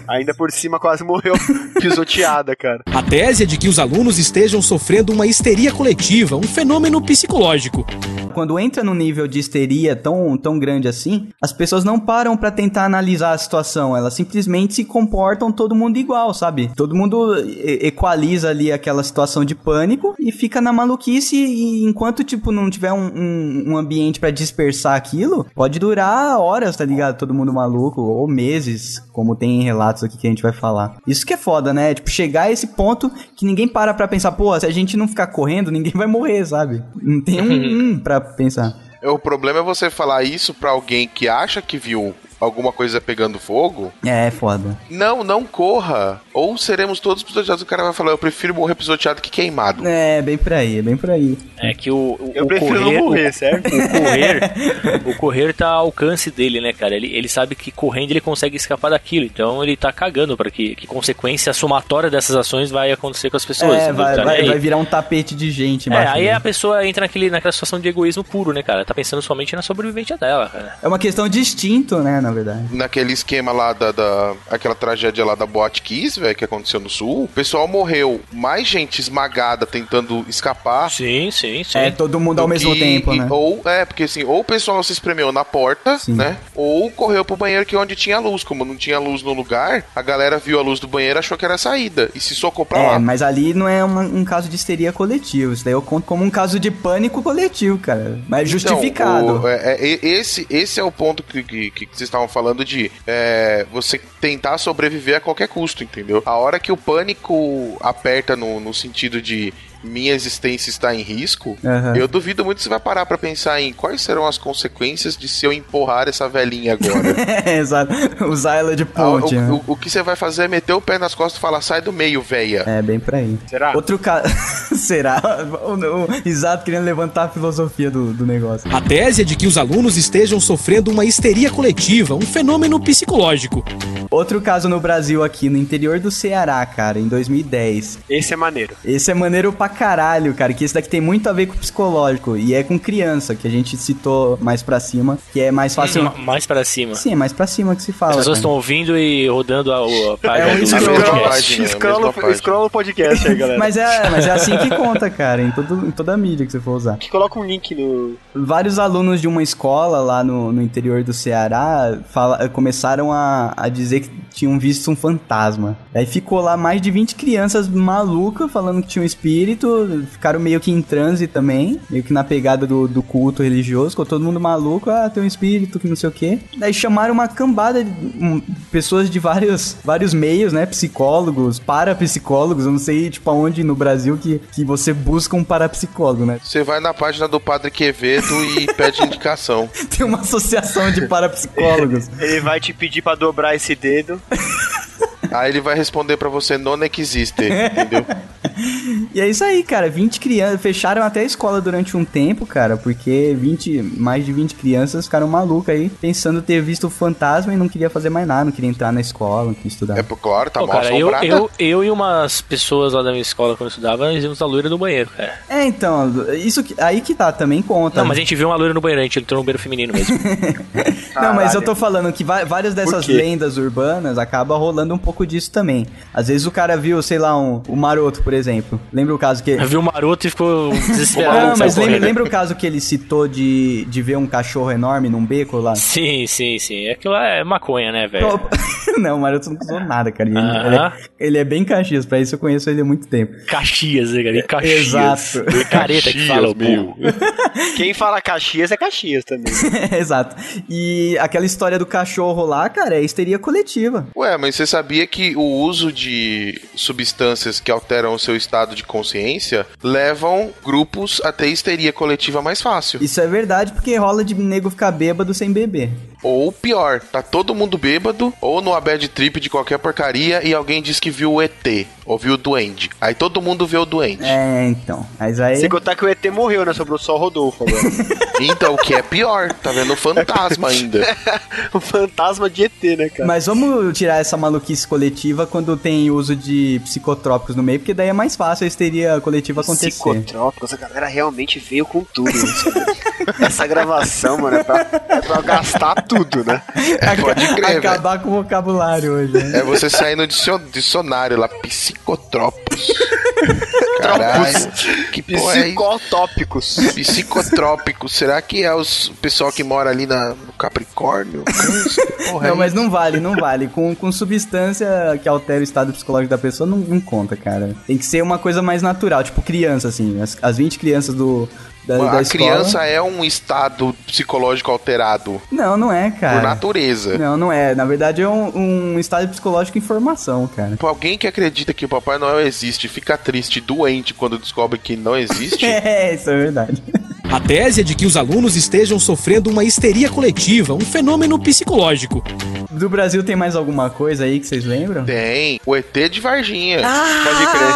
Speaker 2: Ainda por cima quase morreu pisoteada, cara.
Speaker 9: A tese é de que os alunos estejam sofrendo uma histeria coletiva, um fenômeno psicológico.
Speaker 1: Tipo, Quando entra num nível de histeria tão, tão grande assim, as pessoas não param pra tentar analisar a situação, elas simplesmente se comportam todo mundo igual, sabe? Todo mundo e- equaliza ali aquela situação de pânico e fica na maluquice e enquanto, tipo, não tiver um, um, um ambiente pra dispersar aquilo, pode durar horas, tá ligado? Todo mundo maluco, ou meses, como tem em relatos aqui que a gente vai falar. Isso que é foda, né? Tipo, chegar a esse ponto que ninguém para pra pensar, pô, se a gente não ficar correndo, ninguém vai morrer, sabe? Não tem um, um pra pensar.
Speaker 3: O problema é você falar isso pra alguém que acha que viu
Speaker 6: alguma coisa pegando fogo,
Speaker 1: É, é foda.
Speaker 6: não, não corra. Ou seremos todos pisoteados. O cara vai falar, eu prefiro morrer pisoteado que queimado.
Speaker 1: É, bem por aí, bem por aí.
Speaker 4: É que o, o,
Speaker 2: Eu
Speaker 4: o
Speaker 2: prefiro
Speaker 4: correr,
Speaker 2: não
Speaker 4: o-
Speaker 2: morrer, certo?
Speaker 4: O correr, o correr tá ao alcance dele, né, cara? Ele, ele sabe que correndo ele consegue escapar daquilo, então ele tá cagando pra que, que consequência somatória dessas ações vai acontecer com as pessoas.
Speaker 1: É,
Speaker 4: Ele
Speaker 1: vai,
Speaker 4: tá nem
Speaker 1: vai,
Speaker 4: aí.
Speaker 1: vai virar um tapete de gente, né?
Speaker 4: É,
Speaker 1: embaixo
Speaker 4: aí
Speaker 1: dele.
Speaker 4: a pessoa entra naquele, naquela situação de egoísmo puro, né, cara? Tá pensando somente na sobrevivência dela, cara.
Speaker 1: É uma questão de instinto, né, na verdade.
Speaker 6: Naquele esquema lá da, da- Aquela tragédia lá da Boate Kiss, velho, que aconteceu no sul, o pessoal morreu. Mais gente esmagada tentando escapar.
Speaker 4: Sim, sim, sim.
Speaker 1: É, todo mundo ao
Speaker 6: do
Speaker 1: mesmo
Speaker 6: que-
Speaker 1: tempo, né?
Speaker 6: Ou, é, porque assim, ou o pessoal se espremeu na porta,
Speaker 1: Sim.
Speaker 6: né? Ou correu pro banheiro que é onde tinha luz. Como não tinha luz no lugar, a galera viu a luz do banheiro achou que era a saída. E se socou pra
Speaker 1: É,
Speaker 6: lá.
Speaker 1: mas ali não é uma- um caso de histeria coletiva. Isso daí eu conto como um caso de pânico coletivo, cara. Mas
Speaker 6: Então,
Speaker 1: É justificado.
Speaker 6: o- é- é- e- esse, esse é o ponto que, que, que vocês estavam falando de é, você tentar sobreviver a qualquer custo, entendeu? A hora que o pânico aperta no, no sentido de minha existência está em risco,
Speaker 1: Aham.
Speaker 6: eu duvido muito que você vai parar pra pensar em quais serão as consequências de se eu empurrar essa velhinha agora.
Speaker 1: É, exato. Usar ela de
Speaker 6: Ah,
Speaker 1: ponte, né?
Speaker 6: o, o- o que você vai fazer é meter o pé nas costas e falar, sai do meio, véia.
Speaker 1: É, bem por aí.
Speaker 2: Será?
Speaker 1: Outro caso. Será? O, o Exato, querendo levantar a filosofia do, do negócio.
Speaker 9: A tese é de que os alunos estejam sofrendo uma histeria coletiva, um fenômeno psicológico.
Speaker 1: Outro caso no Brasil aqui, no interior do Ceará, cara, em 2010.
Speaker 2: Esse é maneiro.
Speaker 1: Esse é maneiro pra caralho, cara, que esse daqui tem muito a ver com o psicológico. E é com criança, que a gente citou mais pra cima, que é mais fácil...
Speaker 4: Ma- Mais pra cima.
Speaker 1: Sim, é mais pra cima que se fala.
Speaker 4: As pessoas
Speaker 1: cara.
Speaker 4: estão ouvindo e rodando a, a página
Speaker 1: um
Speaker 4: do
Speaker 6: scroll.
Speaker 4: podcast.
Speaker 6: mesma página, é a mesma página.
Speaker 2: É Scroll, scroll o podcast aí, galera.
Speaker 1: Mas é, mas é assim que conta, cara, em, todo, em toda a mídia que você for usar.
Speaker 2: Que coloca um link no.
Speaker 1: Vários alunos de uma escola lá no, no interior do Ceará fala- começaram a, a dizer que tinham visto um fantasma. Aí ficou lá mais de 20 crianças malucas falando que tinha um espírito, ficaram meio que em transe também, meio que na pegada do, do culto religioso, ficou todo mundo maluco, ah, tem um espírito que não sei o quê. Daí chamaram uma cambada de um, pessoas de vários, vários meios, né? Psicólogos, parapsicólogos, eu não sei, tipo, aonde no Brasil que, que você busca um parapsicólogo, né?
Speaker 6: Você vai na página do Padre Quevedo e pede indicação.
Speaker 1: Tem uma associação de parapsicólogos.
Speaker 2: Ele vai te pedir pra dobrar esse dedo.
Speaker 6: Aí ele vai responder pra você, nona que existe, entendeu?
Speaker 1: E é isso aí, cara. 20 crianças. Fecharam até a escola durante um tempo, cara, porque 20, mais de 20 crianças ficaram malucas aí, pensando ter visto o fantasma e não queria fazer mais nada, não queria entrar na escola, não queria estudar.
Speaker 6: É, pô, claro, tá
Speaker 4: Pô,
Speaker 6: mal
Speaker 4: cara, eu,
Speaker 6: assombrada.
Speaker 4: eu, eu e umas pessoas lá da minha escola, quando eu estudava, nós vimos a loira no banheiro, cara.
Speaker 1: É, então, isso que- aí que tá, também conta.
Speaker 4: Não, mas a gente viu uma loira no banheiro, a gente entrou no banheiro feminino mesmo.
Speaker 1: Não, mas
Speaker 2: Caralho.
Speaker 1: eu tô falando que va- várias dessas
Speaker 2: quê?
Speaker 1: lendas urbanas acaba rolando um pouco disso também. Às vezes o cara viu, sei lá, um, o maroto, por exemplo. Lembra o caso que.
Speaker 4: viu o maroto e ficou desesperado.
Speaker 1: Não,
Speaker 4: saiu
Speaker 1: mas lembra,
Speaker 4: correndo.
Speaker 1: lembra o caso que ele citou de, de ver um cachorro enorme num beco lá?
Speaker 4: Sim, sim, sim. Aquilo lá é maconha, né, velho?
Speaker 1: Opa. Não, o Maroto não usou nada, cara. Ele,
Speaker 4: Aham.
Speaker 1: ele é, ele é bem caxias, pra isso eu conheço ele há muito tempo.
Speaker 4: Caxias, né, cara? E Caxias.
Speaker 1: Exato.
Speaker 4: E careta que fala o burro.
Speaker 2: Quem fala Caxias é Caxias também.
Speaker 1: Exato. E aquela história do cachorro lá, cara, é histeria coletiva.
Speaker 6: Ué, mas você sabia que o uso de substâncias que alteram o seu estado de consciência levam grupos a ter histeria coletiva mais fácil?
Speaker 1: Isso é verdade, porque rola de nego ficar bêbado sem beber.
Speaker 6: Ou pior, tá todo mundo bêbado, ou numa bad trip de qualquer porcaria, e alguém diz que viu o ET, ou viu o Duende. Aí todo mundo vê o Duende.
Speaker 1: É, então. Mas aí.
Speaker 2: Sem contar que o ET morreu, né? Sobrou só o Rodolfo agora.
Speaker 6: Então, o que é pior, tá vendo o fantasma ainda.
Speaker 2: o fantasma de ET, né, cara?
Speaker 1: Mas vamos tirar essa maluquice coletiva quando tem uso de psicotrópicos no meio, porque daí é mais fácil a histeria coletiva acontecer.
Speaker 2: Psicotrópicos, a galera realmente veio com tudo. né? Essa gravação, mano, é pra, é pra gastar tudo, né?
Speaker 6: Pode crer, velho.
Speaker 1: Acabar com o vocabulário hoje. Né?
Speaker 6: É você sair no dicio- dicionário lá, psicotrópicos. Caralho, que porra é isso?
Speaker 2: Psicotópicos.
Speaker 6: Psicotrópicos, será que é os, o pessoal que mora ali na, no Capricórnio? Que Porra,
Speaker 1: Não,
Speaker 6: é
Speaker 1: mas não vale, não vale. Com, com substância que altera o estado psicológico da pessoa, não, não conta, cara. Tem que ser uma coisa mais natural, tipo criança, assim. As, as 20 crianças do, da,
Speaker 6: isso?
Speaker 1: da
Speaker 6: a
Speaker 1: escola.
Speaker 6: criança é um estado psicológico alterado,
Speaker 1: Não, não é,
Speaker 6: por
Speaker 1: cara.
Speaker 6: natureza.
Speaker 1: Não, não é. Na verdade, é um, um estado psicológico em formação, cara.
Speaker 6: Pra Tipo, Alguém que acredita que o Papai Noel existe, fica triste, doente quando descobre que não existe,
Speaker 1: É, isso é verdade.
Speaker 9: A tese é de que os alunos estejam sofrendo uma histeria coletiva, um fenômeno psicológico.
Speaker 1: Do Brasil tem mais alguma coisa aí que vocês lembram?
Speaker 6: Tem. O ET de Varginha.
Speaker 2: Ah, Pode crer.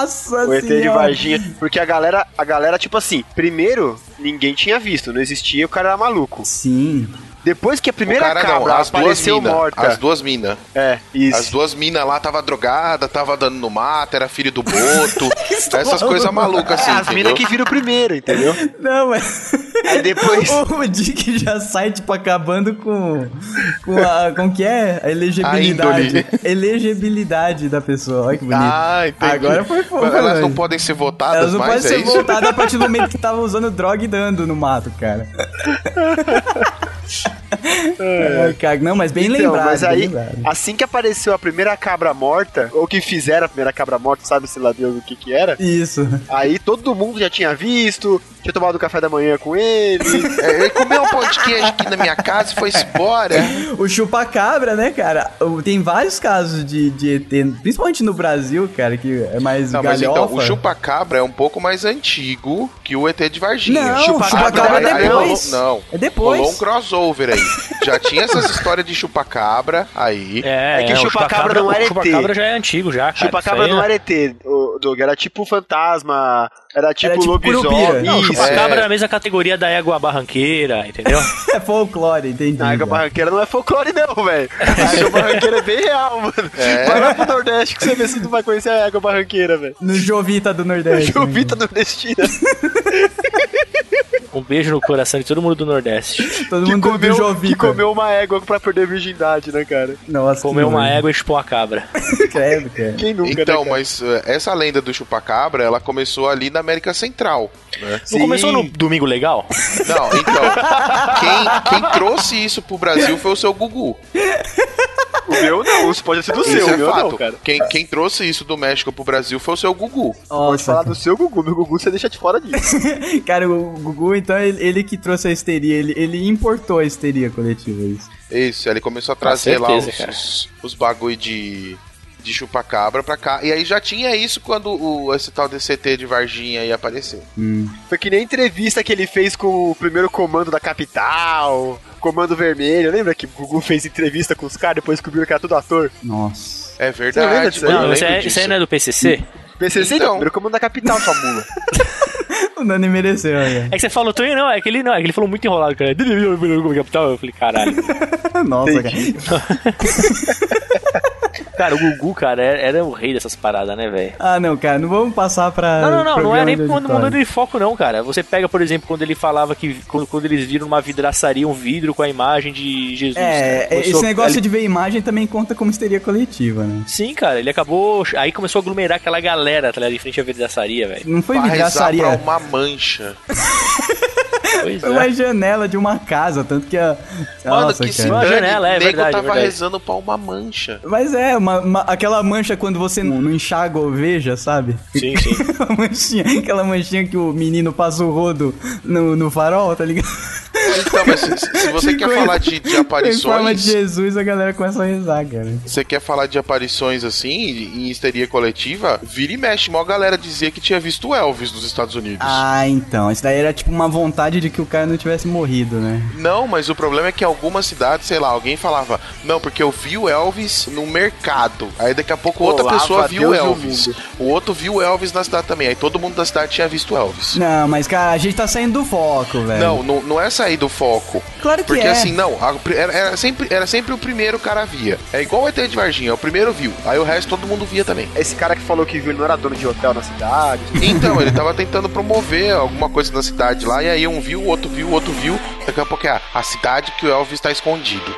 Speaker 1: Nossa
Speaker 2: O ET de Varginha. Porque a galera, a galera, tipo assim, primeiro, ninguém tinha visto, não existia, o cara era maluco.
Speaker 1: Sim.
Speaker 2: Depois que a
Speaker 6: O
Speaker 2: primeira
Speaker 6: cara não,
Speaker 2: cabra
Speaker 6: as duas
Speaker 2: apareceu
Speaker 6: minas.
Speaker 2: morta.
Speaker 6: As duas minas.
Speaker 2: É, isso.
Speaker 6: As duas minas lá tava drogada, tava dando no mato, era filho do boto. essas coisas malucas assim.
Speaker 2: É, as minas
Speaker 6: entendeu?
Speaker 2: que viram primeiro, entendeu?
Speaker 1: Não, mas.
Speaker 2: Aí depois.
Speaker 1: o Dick já sai, tipo, acabando com. Com a. Com que é? A elegibilidade.
Speaker 6: índole.
Speaker 1: elegibilidade da pessoa. Olha que bonito.
Speaker 6: Ah, entendi.
Speaker 1: Agora foi fofo,
Speaker 6: Elas não
Speaker 1: velho.
Speaker 6: podem ser votadas,
Speaker 1: Elas não
Speaker 6: mas
Speaker 1: podem
Speaker 6: é
Speaker 1: ser
Speaker 6: isso.
Speaker 1: voltadas a partir do momento que tava usando droga e dando no mato, cara.
Speaker 6: É.
Speaker 1: Ai, cara, Não, mas bem
Speaker 2: Então,
Speaker 1: lembrado.
Speaker 2: mas
Speaker 1: bem
Speaker 2: aí,
Speaker 1: lembrado.
Speaker 2: assim que apareceu a primeira cabra morta, ou que fizeram a primeira cabra morta, sabe-se lá Deus o que que era,
Speaker 1: Isso.
Speaker 2: aí todo mundo já tinha visto, tinha tomado café da manhã com
Speaker 1: Ah,
Speaker 2: ele,
Speaker 6: É, eu comi um pão de queijo aqui na minha casa e foi embora.
Speaker 1: O chupacabra, né, cara? O- Tem vários casos de, de ET, principalmente no Brasil, cara, que é mais
Speaker 6: Não, mas
Speaker 1: galhofa.
Speaker 6: então, o chupacabra é um pouco mais antigo que o ET de Varginha. Ah,
Speaker 1: Não,
Speaker 2: chupacabra
Speaker 1: chupacabra
Speaker 2: é
Speaker 1: é
Speaker 6: aí
Speaker 1: depois.
Speaker 6: rolou- não.
Speaker 1: É depois.
Speaker 6: Rolou um crossover aí. Já tinha essas histórias de chupacabra aí.
Speaker 2: É que
Speaker 4: o
Speaker 2: chupacabra não era
Speaker 4: o
Speaker 2: ET.
Speaker 4: Chupacabra já é antigo, já. Cara.
Speaker 2: Chupacabra
Speaker 4: Isso
Speaker 1: é-
Speaker 2: Tipo,
Speaker 4: aí é
Speaker 2: não é era ET, ô, Doug, era tipo fantasma, era tipo,
Speaker 1: tipo curupira.
Speaker 2: lobisomem. tipo,
Speaker 1: Não,
Speaker 4: Não,
Speaker 2: isso.
Speaker 4: chupacabra é. na mesma categoria da égua barranqueira, entendeu?
Speaker 1: É folclore, entendi.
Speaker 2: A água
Speaker 1: cara.
Speaker 2: barranqueira não é folclore, não, velho. A água barranqueira é bem real, mano. Vai lá pro Nordeste que você vê se tu vai conhecer a água barranqueira, velho.
Speaker 1: No Jovita do
Speaker 2: É,
Speaker 1: Nordeste.
Speaker 2: Jovita nordestina.
Speaker 4: um beijo no coração de todo mundo do Nordeste.
Speaker 1: né? Todo
Speaker 2: Que
Speaker 1: mundo do
Speaker 2: comeu,
Speaker 1: Jovita.
Speaker 2: que comeu uma égua pra perder a virgindade, né, cara?
Speaker 1: Nossa,
Speaker 4: Comeu
Speaker 1: que
Speaker 4: uma
Speaker 1: nojo.
Speaker 4: égua e chupou a cabra.
Speaker 1: Credo, cara.
Speaker 2: Quem nunca,
Speaker 6: Então,
Speaker 2: né, cara?
Speaker 6: mas eh, essa lenda do chupacabra, ela começou ali na América Central.
Speaker 4: Não começou no Domingo Legal?
Speaker 6: Não, então. quem, quem trouxe isso pro Brasil foi o seu Gugu.
Speaker 2: O meu não, isso pode ser do
Speaker 6: Isso
Speaker 2: seu, o
Speaker 6: é
Speaker 2: meu
Speaker 6: fato.
Speaker 2: não, cara.
Speaker 6: quem, quem trouxe isso do México pro Brasil foi o seu Gugu.
Speaker 2: Pode falar do seu Gugu, meu Gugu você deixa de fora disso.
Speaker 1: Cara, o Gugu, então, ele, ele que trouxe a histeria, ele, ele importou a histeria coletiva, isso.
Speaker 6: Isso, aí ele começou a trazer lá
Speaker 4: certeza,
Speaker 6: os,
Speaker 4: cara.
Speaker 6: os, os bagulho de, de chupacabra pra cá. E aí já tinha isso quando o, esse tal DCT de Varginha aí apareceu.
Speaker 2: Foi que nem a entrevista que ele fez com o primeiro comando da capital, comando vermelho. Lembra que o Gugu fez entrevista com os caras, depois descobriram que era tudo ator?
Speaker 1: Nossa.
Speaker 6: É
Speaker 2: lembra
Speaker 6: verdade.
Speaker 2: disso
Speaker 6: mano,
Speaker 2: aí?
Speaker 6: eu
Speaker 4: Não, isso,
Speaker 6: lembro
Speaker 4: é,
Speaker 6: disso.
Speaker 4: isso aí não é do PCC?
Speaker 2: PCC
Speaker 6: Então.
Speaker 2: não, primeiro comando da capital, sua mula.
Speaker 1: O Nani mereceu, né?
Speaker 4: É que você falou Tonho, não, é que ele não, é que ele falou muito enrolado, cara. Capital, eu falei, caralho.
Speaker 1: Nossa, cara.
Speaker 4: Cara, o Gugu, cara, era, era o rei dessas paradas, né, velho?
Speaker 1: Ah, não, cara, não vamos passar pra.
Speaker 4: Não, não, não, não
Speaker 1: programa
Speaker 4: é nem
Speaker 1: de
Speaker 4: quando
Speaker 1: auditório.
Speaker 4: mudando de foco, não, cara. Você pega, por exemplo, quando ele falava que. Quando, quando eles viram uma vidraçaria, um vidro com a imagem de Jesus. cara.
Speaker 1: É, é,
Speaker 4: Começou-
Speaker 1: esse negócio
Speaker 4: ele-
Speaker 1: de ver imagem também conta como histeria coletiva, né?
Speaker 4: Sim, cara, ele acabou. Aí começou a aglomerar aquela galera, tá ligado? Em frente à vidraçaria, velho.
Speaker 1: Não foi
Speaker 6: Pra rezar pra
Speaker 1: vidraçaria,
Speaker 6: uma mancha.
Speaker 4: Pois
Speaker 1: foi
Speaker 4: é.
Speaker 1: uma janela de uma casa, tanto que a.
Speaker 6: Mano,
Speaker 1: Nossa,
Speaker 6: que se
Speaker 1: cara.
Speaker 4: Uma
Speaker 6: dane,
Speaker 4: janela, é
Speaker 6: o nego
Speaker 4: verdade,
Speaker 6: tava
Speaker 4: verdade.
Speaker 6: rezando pra uma mancha.
Speaker 1: Mas é, uma, uma- aquela mancha quando você não, não enxaga a oveja, sabe?
Speaker 4: Sim, sim.
Speaker 1: Aquela manchinha, aquela manchinha que o menino passa o rodo no, no farol, tá ligado?
Speaker 6: Então, mas se, se você quer
Speaker 1: Coisa-
Speaker 6: falar de, de
Speaker 1: Em forma de
Speaker 6: aparições...
Speaker 1: Jesus, a galera começa a rezar, cara.
Speaker 6: Você quer falar de aparições assim, em histeria coletiva? Vira e mexe. Mó galera dizia que tinha visto o Elvis nos Estados Unidos.
Speaker 1: Ah, então. Isso daí era tipo uma vontade de que o cara não tivesse morrido, né?
Speaker 6: Não, mas o problema é que em algumas cidades, sei lá, alguém falava, não, porque eu vi o Elvis no mercado. Aí daqui a pouco outra
Speaker 2: Olá,
Speaker 6: pessoa
Speaker 2: pra
Speaker 6: viu o
Speaker 2: Deus e o
Speaker 6: Elvis.
Speaker 2: mundo.
Speaker 6: O outro viu o Elvis na cidade também. Aí todo mundo da cidade tinha visto o Elvis.
Speaker 1: Não, mas cara, a gente tá saindo do foco, velho.
Speaker 6: Não, não, não é sair do foco.
Speaker 1: Claro que
Speaker 6: Porque
Speaker 1: é.
Speaker 6: assim, não, a- era, era sempre, era sempre o primeiro cara via. É igual o ET de Varginha, o primeiro viu, aí o resto todo mundo via também.
Speaker 2: Esse cara que falou que viu, ele não era dono de hotel na cidade.
Speaker 6: Então, ele tava tentando promover alguma coisa na cidade lá, e aí um viu, o outro viu, o outro viu. Daqui a pouco é ah, a cidade que o Elvis tá escondido.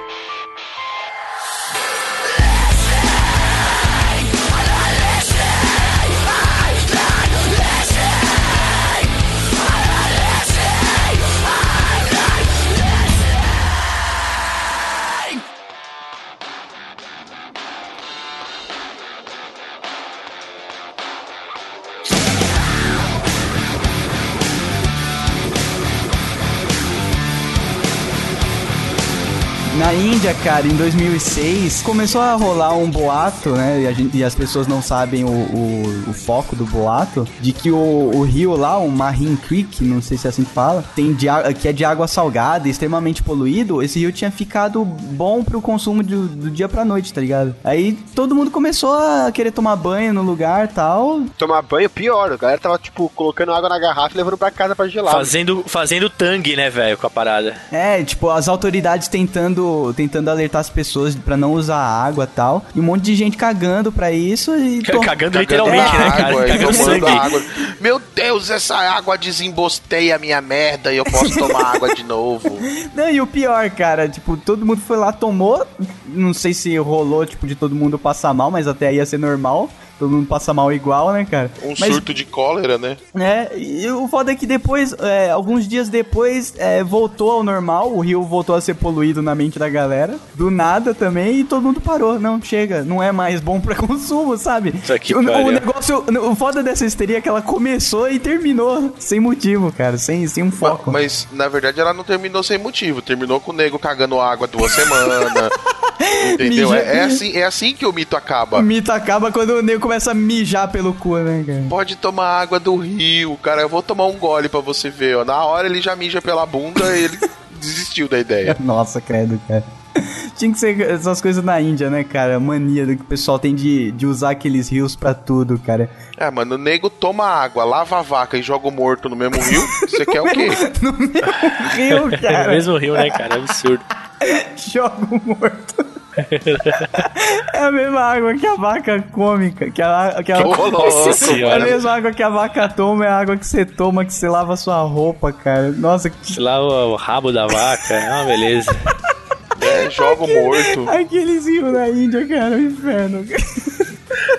Speaker 1: Na Índia, cara, em 2006, começou a rolar um boato, né? E, a gente- e as pessoas não sabem o, o- o foco do boato, de que o, o rio lá, o Marin Creek, não sei se é assim que fala, tem de, á- que é de água salgada e extremamente poluído. Esse rio tinha ficado bom pro consumo do, do dia pra noite, tá ligado? Aí todo mundo começou a querer tomar banho no lugar tal.
Speaker 2: Tomar banho, pior. A galera tava, tipo, colocando água na garrafa e levando pra casa pra gelar.
Speaker 4: Fazendo, fazendo tangue, né, velho, com a parada.
Speaker 1: É, tipo, as autoridades tentando, tentando alertar as pessoas pra não usar água tal. E um monte de gente cagando pra isso e.
Speaker 4: Ca-
Speaker 1: to-
Speaker 4: Cagando
Speaker 6: Cagando
Speaker 4: literalmente, né,
Speaker 6: na
Speaker 4: cara?
Speaker 6: água, e
Speaker 4: Cagando
Speaker 6: tomando
Speaker 4: sangue.
Speaker 6: a água. Meu Deus, essa água desembosteia a minha merda e eu posso tomar água de novo.
Speaker 1: Não, e o pior, cara, tipo, todo mundo foi lá, tomou. Não sei se rolou, tipo, de todo mundo passar mal, mas até ia ser normal. Todo mundo passa mal igual, né, cara?
Speaker 6: Um
Speaker 1: mas,
Speaker 6: surto de cólera, né?
Speaker 1: né, e o foda é que depois, é, alguns dias depois, é, voltou ao normal. O rio voltou a ser poluído na mente da galera. Do nada também, e todo mundo parou. Não, chega, não é mais bom pra consumo, sabe?
Speaker 4: Isso aqui,
Speaker 1: o,
Speaker 4: pariu.
Speaker 1: o negócio, o foda dessa histeria é que ela começou e terminou sem motivo, cara, sem, sem um
Speaker 6: Ma-
Speaker 1: foco.
Speaker 6: Mas, na verdade, ela não terminou sem motivo. Terminou com o nego cagando água duas semanas. entendeu? É, é assim, é assim que o mito
Speaker 1: O
Speaker 6: acaba.
Speaker 1: mito acaba quando o nego começa a mijar pelo cu, né, cara?
Speaker 6: Pode tomar água do rio, cara. Eu vou tomar um gole pra você ver, ó. Na hora ele já mija pela bunda e ele desistiu da ideia.
Speaker 1: Nossa, credo, cara. Tinha que ser essas coisas na Índia, né, cara? A mania do que o pessoal tem de, de usar aqueles rios pra tudo, cara.
Speaker 6: É, mano, o nego toma água, lava a vaca e joga o morto no mesmo rio. Você quer o quê?
Speaker 1: No meu rio,
Speaker 4: É
Speaker 1: cara.
Speaker 4: mesmo rio, né, cara? É absurdo.
Speaker 1: Jogo morto. É a mesma água que a vaca come, cara, que a, que a,
Speaker 6: Ô, louco,
Speaker 1: É a
Speaker 4: senhora.
Speaker 6: mano.
Speaker 1: mesma água que a vaca toma, é a água que você toma, que você lava a sua roupa, cara. Nossa, que
Speaker 4: Sei lá, o, o rabo da vaca. É uma beleza.
Speaker 6: É, joga o morto.
Speaker 1: aqueles rios da Índia, cara, o inferno.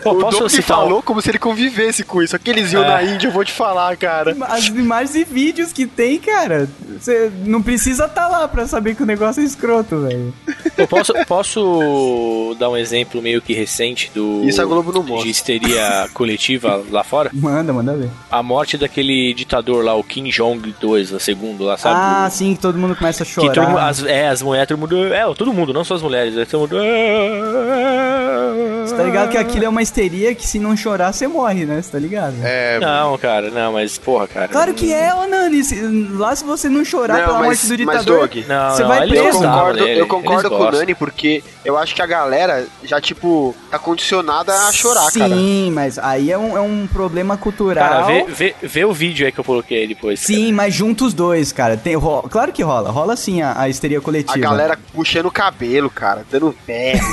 Speaker 4: Pô,
Speaker 2: O
Speaker 4: posso
Speaker 2: Doug
Speaker 4: citar um-
Speaker 2: falou como se ele convivesse com isso. Aqueles rios
Speaker 4: É.
Speaker 2: na Índia, eu vou te falar, cara.
Speaker 1: As imagens e vídeos que tem, cara, você não precisa tá lá pra saber que o negócio é escroto, velho.
Speaker 4: Eu posso, posso dar um exemplo meio que recente do.
Speaker 2: Isso a Globo não mostra.
Speaker 4: De histeria coletiva lá fora?
Speaker 1: Manda, manda ver.
Speaker 4: A morte daquele ditador lá, o Kim Jong 2, o segundo lá, sabe?
Speaker 1: ah,
Speaker 4: O-
Speaker 1: sim, que todo mundo começa a
Speaker 4: que
Speaker 1: chorar.
Speaker 4: todo, mu- as, é, as mulheres, todo mundo. É, todo mundo, não só as mulheres. é, Todo mundo.
Speaker 1: Você tá ligado que aquilo é uma histeria que se não chorar, você morre, né? Você tá ligado?
Speaker 6: É,
Speaker 4: "Ah". Não, cara, não, mas porra, cara.
Speaker 1: Claro que é, ô Nani. se- Lá se você não chorar
Speaker 2: Não,
Speaker 6: é
Speaker 1: pela
Speaker 2: mas-
Speaker 1: morte do
Speaker 2: mas,
Speaker 1: ditador,
Speaker 2: Doug,
Speaker 4: Não,
Speaker 1: você
Speaker 4: não,
Speaker 1: vai
Speaker 4: eles
Speaker 2: Eu
Speaker 1: preso.
Speaker 4: gostavam
Speaker 2: concordo,
Speaker 4: dele,
Speaker 2: eu concordo
Speaker 4: eles
Speaker 2: com o
Speaker 4: gostam.
Speaker 2: Nani, porque eu acho que a galera já, tipo, tá condicionada a chorar,
Speaker 1: Sim,
Speaker 2: cara.
Speaker 1: mas aí é um, é um problema
Speaker 4: Cara,
Speaker 1: cultural.
Speaker 4: vê, vê, vê o vídeo aí que eu coloquei aí depois. cara.
Speaker 1: Sim, mas juntos os dois, cara. Tem, ro- claro que rola. Rola sim a, a histeria
Speaker 2: A
Speaker 1: coletiva.
Speaker 2: galera puxando o cabelo, cara, dando ferro.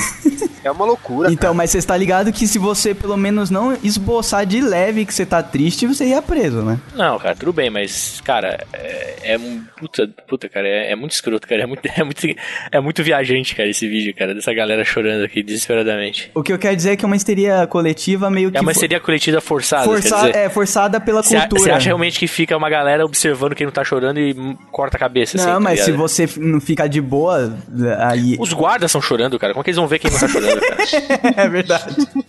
Speaker 2: é uma loucura,
Speaker 1: Então, mas você está ligado que se você pelo menos não esboçar de leve que você tá triste, você ia preso, né?
Speaker 4: Não, cara, tudo bem, mas, cara, é, é um- puta, puta, cara, é, é muito escroto, cara, é muito, é muito, é muito viajante, cara, esse vídeo, cara, dessa galera chorando aqui desesperadamente.
Speaker 1: O que eu quero dizer é que é uma histeria coletiva meio que
Speaker 4: É uma
Speaker 1: fo-
Speaker 4: histeria coletiva forçada,
Speaker 1: força-
Speaker 4: quer dizer.
Speaker 1: é, forçada pela
Speaker 4: Você a-
Speaker 1: cultura.
Speaker 4: você acha realmente que fica uma galera observando quem não tá chorando e hum, corta a cabeça, assim,
Speaker 1: não,
Speaker 4: tá
Speaker 1: mas se
Speaker 4: ligado?
Speaker 1: você f- não ficar de boa, aí.
Speaker 4: Os guardas estão chorando, cara, como é que eles vão ver quem não tá chorando, cara?
Speaker 1: é verdade.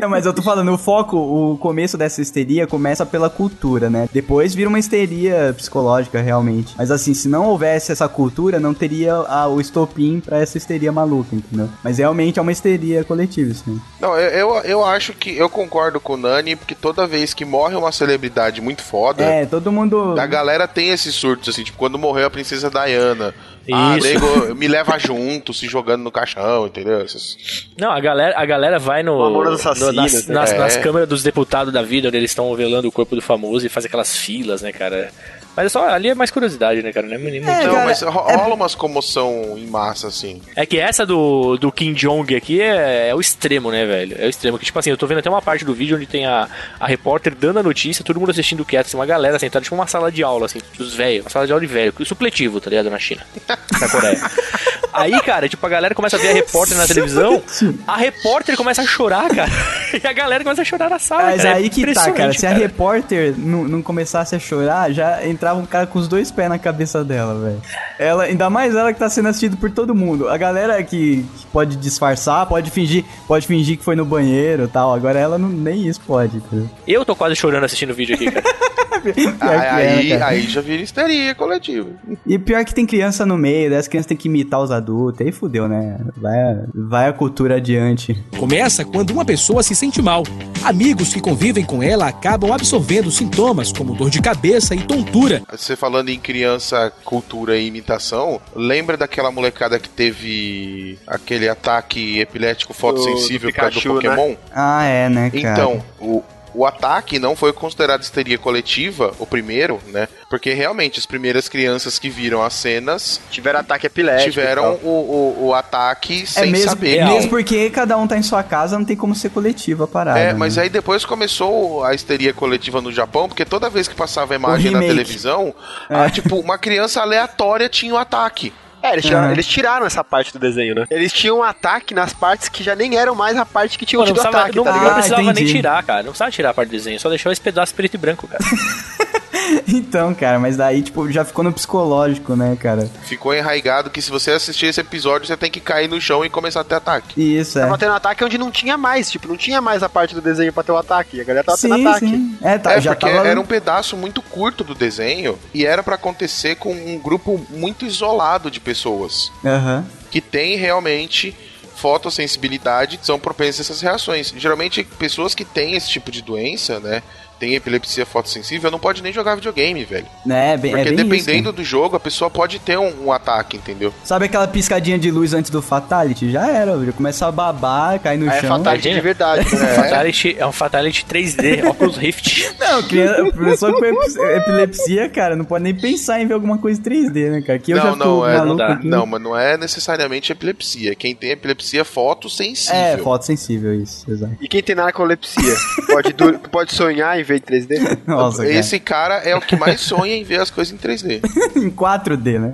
Speaker 1: não, mas eu tô falando, o foco, o começo dessa histeria começa pela cultura, né? Depois vira uma histeria psicológica, realmente. Mas assim, se não houvesse essa cultura, não teria ah, o estopim pra essa histeria maluca, entendeu? Mas realmente é uma histeria coletiva, assim.
Speaker 6: Não, eu, eu, eu acho que eu concordo com o Nani, porque toda vez que morre uma celebridade muito foda,
Speaker 1: É, todo mundo.
Speaker 6: a galera tem esses surtos, assim, tipo, quando morreu a princesa Diana. Ah,
Speaker 4: Isso.
Speaker 6: nego, me leva junto, se jogando no caixão, entendeu? Essas-
Speaker 4: Não, a galera, a galera vai no,
Speaker 2: Namoro
Speaker 4: no-
Speaker 2: dos assassinos,
Speaker 4: nas,
Speaker 2: né?
Speaker 4: nas,
Speaker 6: É.
Speaker 4: nas câmeras dos deputados da vida, onde eles estão velando o corpo do famoso e faz aquelas filas, né, cara? Mas é só, ali é mais curiosidade, né, cara? Não é, nem muito-
Speaker 1: É,
Speaker 6: Não,
Speaker 1: cara,
Speaker 6: mas ro-
Speaker 1: é-
Speaker 6: rola umas comoção em massa, assim.
Speaker 4: É que essa do, do Kim Jong aqui é, é o extremo, né, velho? É o extremo. Que, tipo assim, eu tô vendo até uma parte do vídeo onde tem a, a repórter dando a notícia, todo mundo assistindo quieto, assim, uma galera sentada, tipo uma sala de aula, assim, os velhos, uma sala de aula de velho, supletivo, tá ligado? Na China, na Coreia. Aí, cara, tipo, a galera começa a ver a repórter na televisão, a repórter começa a chorar, cara, e a galera começa a chorar na sala,
Speaker 1: Mas
Speaker 4: cara. É
Speaker 1: aí que tá,
Speaker 4: impressionante,
Speaker 1: cara. Se a repórter não, não começasse a chorar, já entrava um cara com os dois pés na cabeça dela, velho. Ela, ainda mais ela que tá sendo assistida por todo mundo. A galera que, que pode disfarçar, pode fingir, pode fingir que foi no banheiro e tal. Agora ela não, nem isso pode, cara.
Speaker 4: Eu tô quase chorando assistindo o vídeo aqui, cara.
Speaker 1: É Pior que é,
Speaker 6: aí,
Speaker 1: né, cara?
Speaker 6: aí já vira histeria coletiva.
Speaker 1: E pior que tem criança no meio, daí as crianças têm que imitar os adultos, aí fudeu, né? Vai, a- vai a cultura adiante.
Speaker 9: Começa quando uma pessoa se sente mal. Amigos que convivem com ela acabam absorvendo sintomas como dor de cabeça e tontura.
Speaker 6: Você falando em criança, cultura e imitação, lembra daquela molecada que teve aquele ataque epilético fotossensível
Speaker 2: do
Speaker 6: por causa do
Speaker 2: Pikachu, né?
Speaker 6: Pokémon?
Speaker 1: Ah, é, né, cara?
Speaker 6: Então, o, o ataque não foi considerado histeria coletiva, o primeiro, né? Porque realmente as primeiras crianças que viram as cenas
Speaker 2: Tiveram ataque epilético.
Speaker 6: tiveram
Speaker 2: e tal.
Speaker 6: o, o, o ataque
Speaker 1: É
Speaker 6: sem
Speaker 1: mesmo,
Speaker 6: saber.
Speaker 1: é mesmo porque cada um tá em sua casa, não tem como ser coletiva a parada.
Speaker 6: É, mas
Speaker 1: né?
Speaker 6: aí depois começou a histeria coletiva no Japão, porque toda vez que passava a imagem na
Speaker 1: remake. É.
Speaker 6: televisão, a, tipo, uma criança aleatória tinha o ataque.
Speaker 2: É, eles tiraram,
Speaker 1: Uhum.
Speaker 2: eles tiraram essa parte do desenho, né? Eles tinham um ataque nas partes que já nem eram mais a parte que tinha
Speaker 4: Pô, não
Speaker 2: tido
Speaker 4: precisava,
Speaker 2: ataque,
Speaker 4: não-
Speaker 2: tá
Speaker 4: não
Speaker 2: ligado?
Speaker 4: precisava
Speaker 1: Ah,
Speaker 4: nem
Speaker 1: entendi.
Speaker 4: tirar, cara. Não precisava tirar a parte do desenho, só deixou esse pedaço preto e branco, cara.
Speaker 1: Então, cara, mas daí, tipo, já ficou no psicológico, né, cara?
Speaker 6: Ficou enraigado que se você assistir esse episódio, você tem que cair no chão e começar a ter ataque.
Speaker 1: E Isso, é.
Speaker 2: Tava tendo ataque onde não tinha mais, tipo, não tinha mais a parte do desenho pra ter o ataque. A galera tava
Speaker 1: Sim,
Speaker 2: tendo ataque.
Speaker 1: sim. É, tá,
Speaker 6: é,
Speaker 1: já
Speaker 6: porque
Speaker 1: tava...
Speaker 6: era um pedaço muito curto do desenho e era pra acontecer com um grupo muito isolado de pessoas
Speaker 1: Aham.
Speaker 6: que tem realmente fotossensibilidade, que são propensas a essas reações. Geralmente, pessoas que têm esse tipo de doença, né, tem epilepsia fotossensível, não pode nem jogar videogame, velho.
Speaker 1: É, bem, é
Speaker 6: Porque
Speaker 1: bem isso,
Speaker 6: dependendo do jogo, a pessoa pode ter um, um ataque, entendeu?
Speaker 1: cara. Sabe aquela piscadinha de luz antes do Fatality? Já era, já começa a babar, cair no
Speaker 6: Ah,
Speaker 2: Aí é
Speaker 1: chão.
Speaker 2: fatality de
Speaker 4: Imagina.
Speaker 2: verdade,
Speaker 4: É.
Speaker 2: né?
Speaker 4: Fatality, é um Fatality 3D, Oculus Rift.
Speaker 1: Não, criança, pessoa com epi- epilepsia, cara, não pode nem pensar em ver alguma coisa 3D, né, cara? Que eu já
Speaker 6: não,
Speaker 1: fico
Speaker 6: não, é, não,
Speaker 1: maluco. Hum.
Speaker 6: dá.
Speaker 1: aqui.
Speaker 6: não, mas não é necessariamente epilepsia. Quem tem epilepsia é fotossensível.
Speaker 1: É, fotossensível isso, exato.
Speaker 2: E quem tem narcolepsia? pode, du- pode sonhar em vez de 3D?
Speaker 1: Nossa, cara.
Speaker 6: Esse cara é o que mais sonha em ver as coisas em 3D.
Speaker 1: Em 4D, né?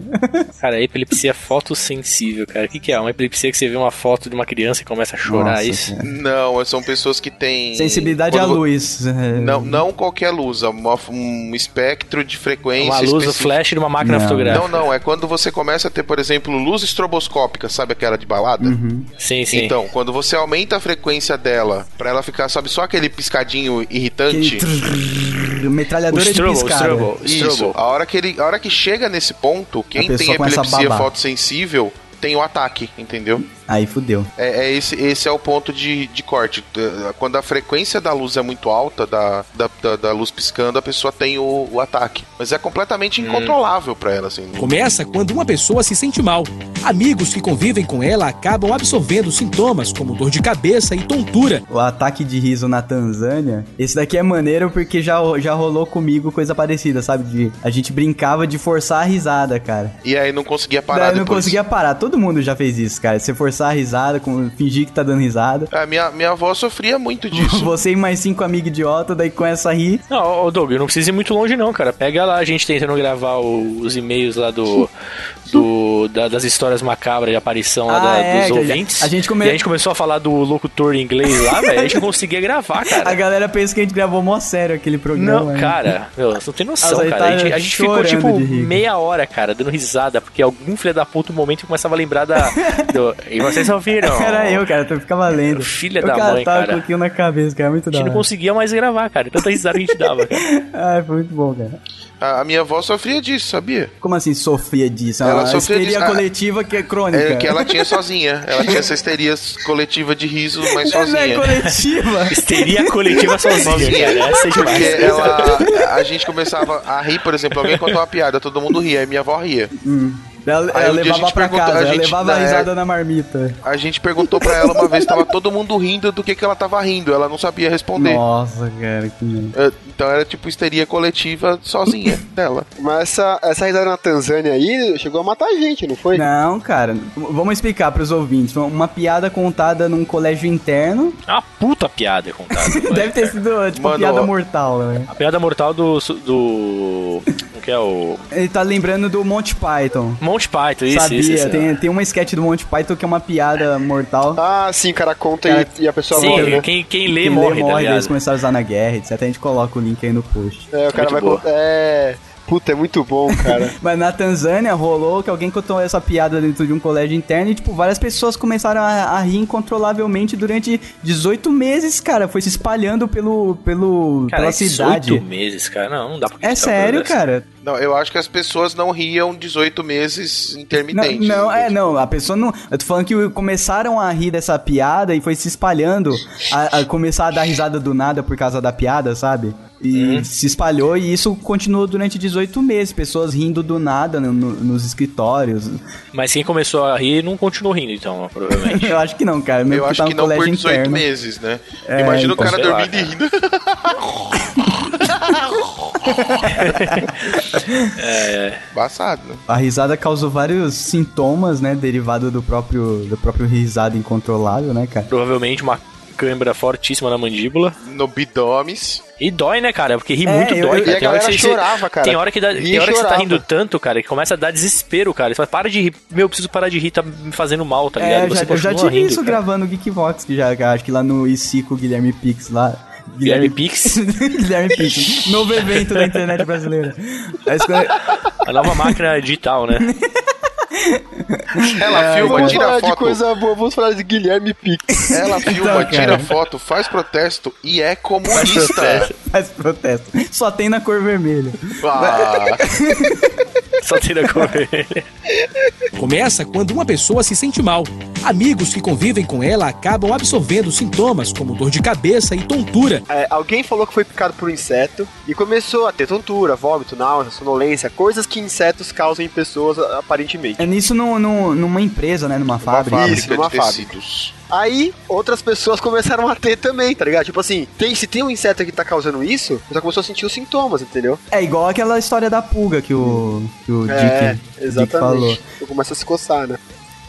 Speaker 4: Cara, é epilepsia fotossensível, cara. O que, que é? Uma epilepsia que você vê uma foto de uma criança e começa a chorar é
Speaker 1: Nossa,
Speaker 4: isso.
Speaker 1: cara.
Speaker 6: Não, são pessoas que têm.
Speaker 1: Sensibilidade
Speaker 6: Quando
Speaker 1: à
Speaker 6: vo-
Speaker 1: luz. é.
Speaker 6: Não, não qualquer luz, é uma- um espectro de frequência.
Speaker 4: É Uma luz, o
Speaker 6: específica.
Speaker 4: flash de uma máquina
Speaker 1: Não.
Speaker 4: fotográfica.
Speaker 6: Não, não, é quando você começa a ter, por exemplo, luz estroboscópica, sabe aquela de balada?
Speaker 1: Uhum.
Speaker 4: Sim, sim.
Speaker 6: Então, quando você aumenta a frequência dela, pra ela ficar, sabe, só aquele piscadinho irritante.
Speaker 1: Aquele trrr, metralhadora
Speaker 4: o
Speaker 1: de
Speaker 4: Strobo, o
Speaker 1: piscada.
Speaker 4: Strobo, o
Speaker 6: Isso,
Speaker 4: Strobo.
Speaker 6: a hora, que ele, a hora que chega nesse ponto, quem tem
Speaker 1: pessoa começa a
Speaker 6: epilepsia
Speaker 1: babar.
Speaker 6: fotossensível tem o ataque, entendeu?
Speaker 1: Aí fudeu.
Speaker 6: É, é esse, esse é o ponto de, de corte. Eh, Quando a frequência da luz é muito alta, da, da, da- da luz piscando, a pessoa tem o, o ataque. Mas é completamente incontrolável pra ela, assim.
Speaker 9: Começa quando uma pessoa se sente mal. Amigos que convivem com ela acabam absorvendo sintomas como dor de cabeça e tontura.
Speaker 1: O ataque de riso na Tanzânia. Esse daqui é maneiro porque já, já rolou comigo coisa parecida, sabe? De, a gente brincava de forçar a risada, cara.
Speaker 6: E aí não conseguia parar
Speaker 1: Daí eu não
Speaker 6: depois.
Speaker 1: conseguia parar. Todo mundo já fez isso, cara. Você forçar a risada, com- fingir que tá dando risada.
Speaker 6: A Ah, minha, minha avó sofria muito disso.
Speaker 1: Você e mais cinco amigos idiota, daí começa a rir.
Speaker 4: Não, ô Doug, não precisa ir muito longe não, cara. Pega lá a gente tá tentando gravar o- os e-mails lá do, do da- das histórias macabras de aparição lá
Speaker 1: Ah,
Speaker 4: da-
Speaker 1: é,
Speaker 4: dos
Speaker 1: que a-
Speaker 4: ouvintes.
Speaker 1: a gente come-
Speaker 4: E a gente começou a falar do locutor em inglês lá, velho. A gente não conseguia gravar,
Speaker 1: A
Speaker 4: cara.
Speaker 1: galera pensa que a gente gravou mó sério aquele
Speaker 4: Não,
Speaker 1: programa. né?
Speaker 4: cara, meu, você não tem noção,
Speaker 1: Nossa, ele
Speaker 4: cara. A
Speaker 1: tá
Speaker 4: gente, a gente ficou
Speaker 1: chorando
Speaker 4: tipo
Speaker 1: de rir.
Speaker 4: meia hora, cara, dando risada, porque algum filho da puta no momento começava a lembrar da. do- E vocês ouviram?
Speaker 1: Era eu, cara. Eu ficava lendo.
Speaker 4: Filha
Speaker 1: Eu,
Speaker 4: da
Speaker 1: cara,
Speaker 4: mãe,
Speaker 1: tava
Speaker 4: cara.
Speaker 1: com aquilo na cabeça, cara. é Muito
Speaker 4: A
Speaker 1: da
Speaker 4: gente não
Speaker 1: hora.
Speaker 4: conseguia mais gravar, cara. Tanta risada que a gente dava, cara.
Speaker 1: Ah, foi muito bom, cara.
Speaker 6: A, a minha avó sofria disso, sabia?
Speaker 1: Como assim sofria disso?
Speaker 6: Ela
Speaker 1: Ela
Speaker 6: sofria
Speaker 1: histeria
Speaker 6: disso, ah,
Speaker 1: coletiva que é crônica.
Speaker 6: É, que ela tinha sozinha. Ela tinha essa histeria coletiva de riso, mas
Speaker 1: Não é
Speaker 6: sozinha.
Speaker 1: coletiva.
Speaker 4: Histeria coletiva sozinha, cara. Essa é demais.
Speaker 6: Porque ela, a gente começava a rir, por exemplo, alguém contou uma piada, todo mundo ria, aí minha avó ria.
Speaker 1: Ela,
Speaker 6: Aí
Speaker 1: ela
Speaker 6: um dia a
Speaker 1: levava
Speaker 6: gente
Speaker 1: pra
Speaker 6: perguntou-
Speaker 1: casa,
Speaker 6: a
Speaker 1: ela
Speaker 6: gente- é.
Speaker 1: levava a
Speaker 6: na
Speaker 1: risada na marmita.
Speaker 6: A gente perguntou pra ela uma vez, tava todo mundo rindo do que, que ela tava rindo, ela não sabia responder.
Speaker 1: Nossa, cara, que merda.
Speaker 6: Eh, Então era tipo histeria coletiva sozinha dela.
Speaker 2: Mas essa, essa risada na Tanzânia aí chegou a matar a gente, não foi?
Speaker 1: Não, cara, vamos explicar pros ouvintes. Uma piada contada num colégio interno
Speaker 4: É uma puta piada contada.
Speaker 1: deve ter sido tipo
Speaker 6: Mano,
Speaker 1: piada
Speaker 6: ó.
Speaker 1: mortal, né?
Speaker 4: A piada mortal do. do. Como que é o.
Speaker 1: Ele tá lembrando do Monty Python.
Speaker 4: Monty Python, isso,
Speaker 1: Sabia,
Speaker 4: isso. isso
Speaker 1: tem, tem uma sketch do Monty Python que é uma piada mortal.
Speaker 2: Ah, sim, o cara conta e-
Speaker 1: Cara,
Speaker 2: e, a pessoa
Speaker 4: Sim,
Speaker 2: morre, né?
Speaker 4: quem, quem lê
Speaker 1: Quem lê
Speaker 4: morre, tá
Speaker 1: morre, daí eles
Speaker 4: ligado?
Speaker 1: começaram a usar na guerra, etc. A gente coloca o link aí no post.
Speaker 2: É, o cara
Speaker 4: Muito
Speaker 2: vai
Speaker 4: boa.
Speaker 2: contar. É. Puta, é muito bom, cara.
Speaker 1: Mas na Tanzânia rolou que alguém contou essa piada dentro de um colégio interno e, tipo, várias pessoas começaram a, a rir incontrolavelmente durante 18 meses, cara. Foi se espalhando pelo, pelo,
Speaker 4: Cara,
Speaker 1: pela
Speaker 4: é 18
Speaker 1: cidade.
Speaker 4: meses, cara. Não, não dá pra
Speaker 1: É
Speaker 4: acreditar
Speaker 1: sério,
Speaker 4: uma coisa assim,
Speaker 1: cara.
Speaker 6: Não, eu acho que as pessoas não riam 18 meses
Speaker 1: Não,
Speaker 6: intermitentes.
Speaker 1: não, é, não, a pessoa não. Eu tô falando que começaram a rir dessa piada e foi se espalhando. A, a começar a dar risada do nada por causa da piada, sabe? E
Speaker 4: Uhum.
Speaker 1: se espalhou e isso continuou durante 18 meses. Pessoas rindo do nada no- no- nos escritórios.
Speaker 4: dessa. Mas quem começou a rir não continuou rindo, então, provavelmente.
Speaker 1: Eu acho que não, cara. Mesmo
Speaker 6: Eu
Speaker 1: tá
Speaker 6: acho
Speaker 1: no
Speaker 6: que não por
Speaker 1: colégio
Speaker 6: 18
Speaker 1: interno. É,
Speaker 6: meses, né? Imagina o
Speaker 4: então,
Speaker 6: cara
Speaker 4: sei lá,
Speaker 6: dormindo e rindo. Passado, É, né?
Speaker 1: A risada causou vários sintomas, né? Derivado do próprio, do próprio risada incontrolável, né, cara?
Speaker 4: provavelmente uma câimbra fortíssima na mandíbula.
Speaker 6: No bidomes.
Speaker 4: E dói, né, cara? Porque ri
Speaker 1: É,
Speaker 4: muito
Speaker 1: eu-
Speaker 4: dói,
Speaker 1: eu-
Speaker 4: cara.
Speaker 2: e a
Speaker 4: Tem hora que
Speaker 2: galera
Speaker 4: você-
Speaker 2: chorava, cara.
Speaker 4: Tem hora que, dá,
Speaker 2: Ria
Speaker 4: tem hora que você tá
Speaker 2: chorava.
Speaker 4: rindo tanto, cara, que começa a dar desespero, cara. Você fala, para de rir. Meu, eu preciso parar de rir, tá me fazendo mal, tá ligado?
Speaker 1: É, eu
Speaker 4: Você
Speaker 1: já, eu já
Speaker 4: continua
Speaker 1: tive
Speaker 4: rindo,
Speaker 1: isso
Speaker 4: cara.
Speaker 1: gravando o Geekbox, que já acho que lá no ICICO Guilherme Pix lá.
Speaker 4: Guilherme Pix,
Speaker 1: Guilherme Pix. Novo evento da internet brasileira. Aí escolhe-
Speaker 4: a nova máquina digital, né?
Speaker 6: Ela
Speaker 2: vamos
Speaker 6: filma,
Speaker 2: falar
Speaker 6: tira
Speaker 2: É, tá de
Speaker 6: foto.
Speaker 2: coisa boa, vamos falar de Guilherme Pix.
Speaker 6: Ela filma,
Speaker 1: cara.
Speaker 6: tira foto, faz protesto e é comunista.
Speaker 1: faz protesto. Só tem na cor vermelha.
Speaker 6: Ah,
Speaker 4: Só tira a correr.
Speaker 9: Começa quando uma pessoa se sente mal. Amigos que convivem com ela acabam absorvendo sintomas como dor de cabeça e tontura.
Speaker 2: É, alguém falou que foi picado por um inseto e começou a ter tontura, vômito, náusea, sonolência, coisas que insetos causam em pessoas a- aparentemente.
Speaker 1: É nisso num, num- numa empresa, né? Numa fábrica.
Speaker 2: fábrica.
Speaker 6: fábrica
Speaker 2: uma
Speaker 6: de
Speaker 2: fábrica.
Speaker 6: tecidos.
Speaker 2: Aí outras pessoas começaram a ter também, tá ligado? Tipo assim, tem, se tem um inseto que tá causando isso, já começou a sentir os sintomas, entendeu?
Speaker 1: É igual aquela história da pulga que o, que o
Speaker 2: É,
Speaker 1: Dick, Dick falou.
Speaker 2: exatamente. Eu começo a se coçar, né?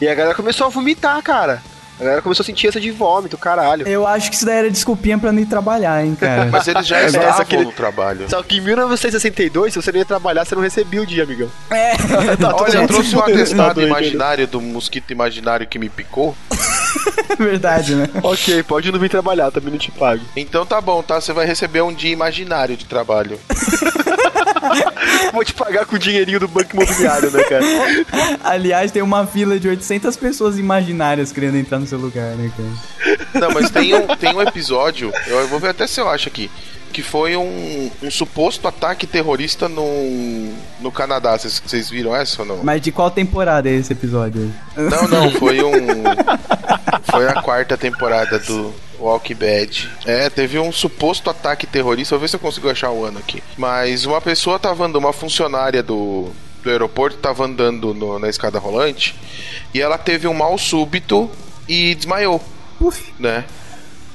Speaker 2: E a galera começou a vomitar, cara. A galera começou a sentir essa de vômito, caralho.
Speaker 1: Eu acho que isso daí era desculpinha pra não ir trabalhar, hein, cara.
Speaker 6: Mas eles já
Speaker 2: É,
Speaker 6: estavam
Speaker 2: essa que ele-
Speaker 6: no trabalho.
Speaker 2: Só que em 1962, se você não ia trabalhar, você não recebia o dia, amigão. É, tá
Speaker 6: Olha, eu trouxe um
Speaker 2: tudo-
Speaker 6: atestado
Speaker 2: tudo-
Speaker 6: imaginário do mosquito imaginário que me picou.
Speaker 4: É.
Speaker 1: Verdade, né?
Speaker 2: Ok, pode não vir trabalhar, também não te pago.
Speaker 6: Então tá bom, tá? Você vai receber um dia imaginário de trabalho.
Speaker 2: Vou te pagar com o dinheirinho do banco imobiliário, né, cara?
Speaker 1: Aliás, tem uma fila de 800 pessoas imaginárias querendo entrar no seu lugar, né, cara?
Speaker 6: Não, mas tem um, tem um episódio, eu vou ver até se eu acho aqui, que foi um, um suposto ataque terrorista no, no Canadá. Vocês- Vocês viram essa ou não?
Speaker 1: Mas de qual temporada é esse episódio? aí?
Speaker 6: Não, não, foi um. Foi a quarta temporada do Walk Bad. É, teve um suposto ataque terrorista. Vou ver se eu consigo achar o ano aqui. Mas uma pessoa tava andando, uma funcionária do, do aeroporto tava andando no- na escada rolante e ela teve um mal súbito e desmaiou. Né?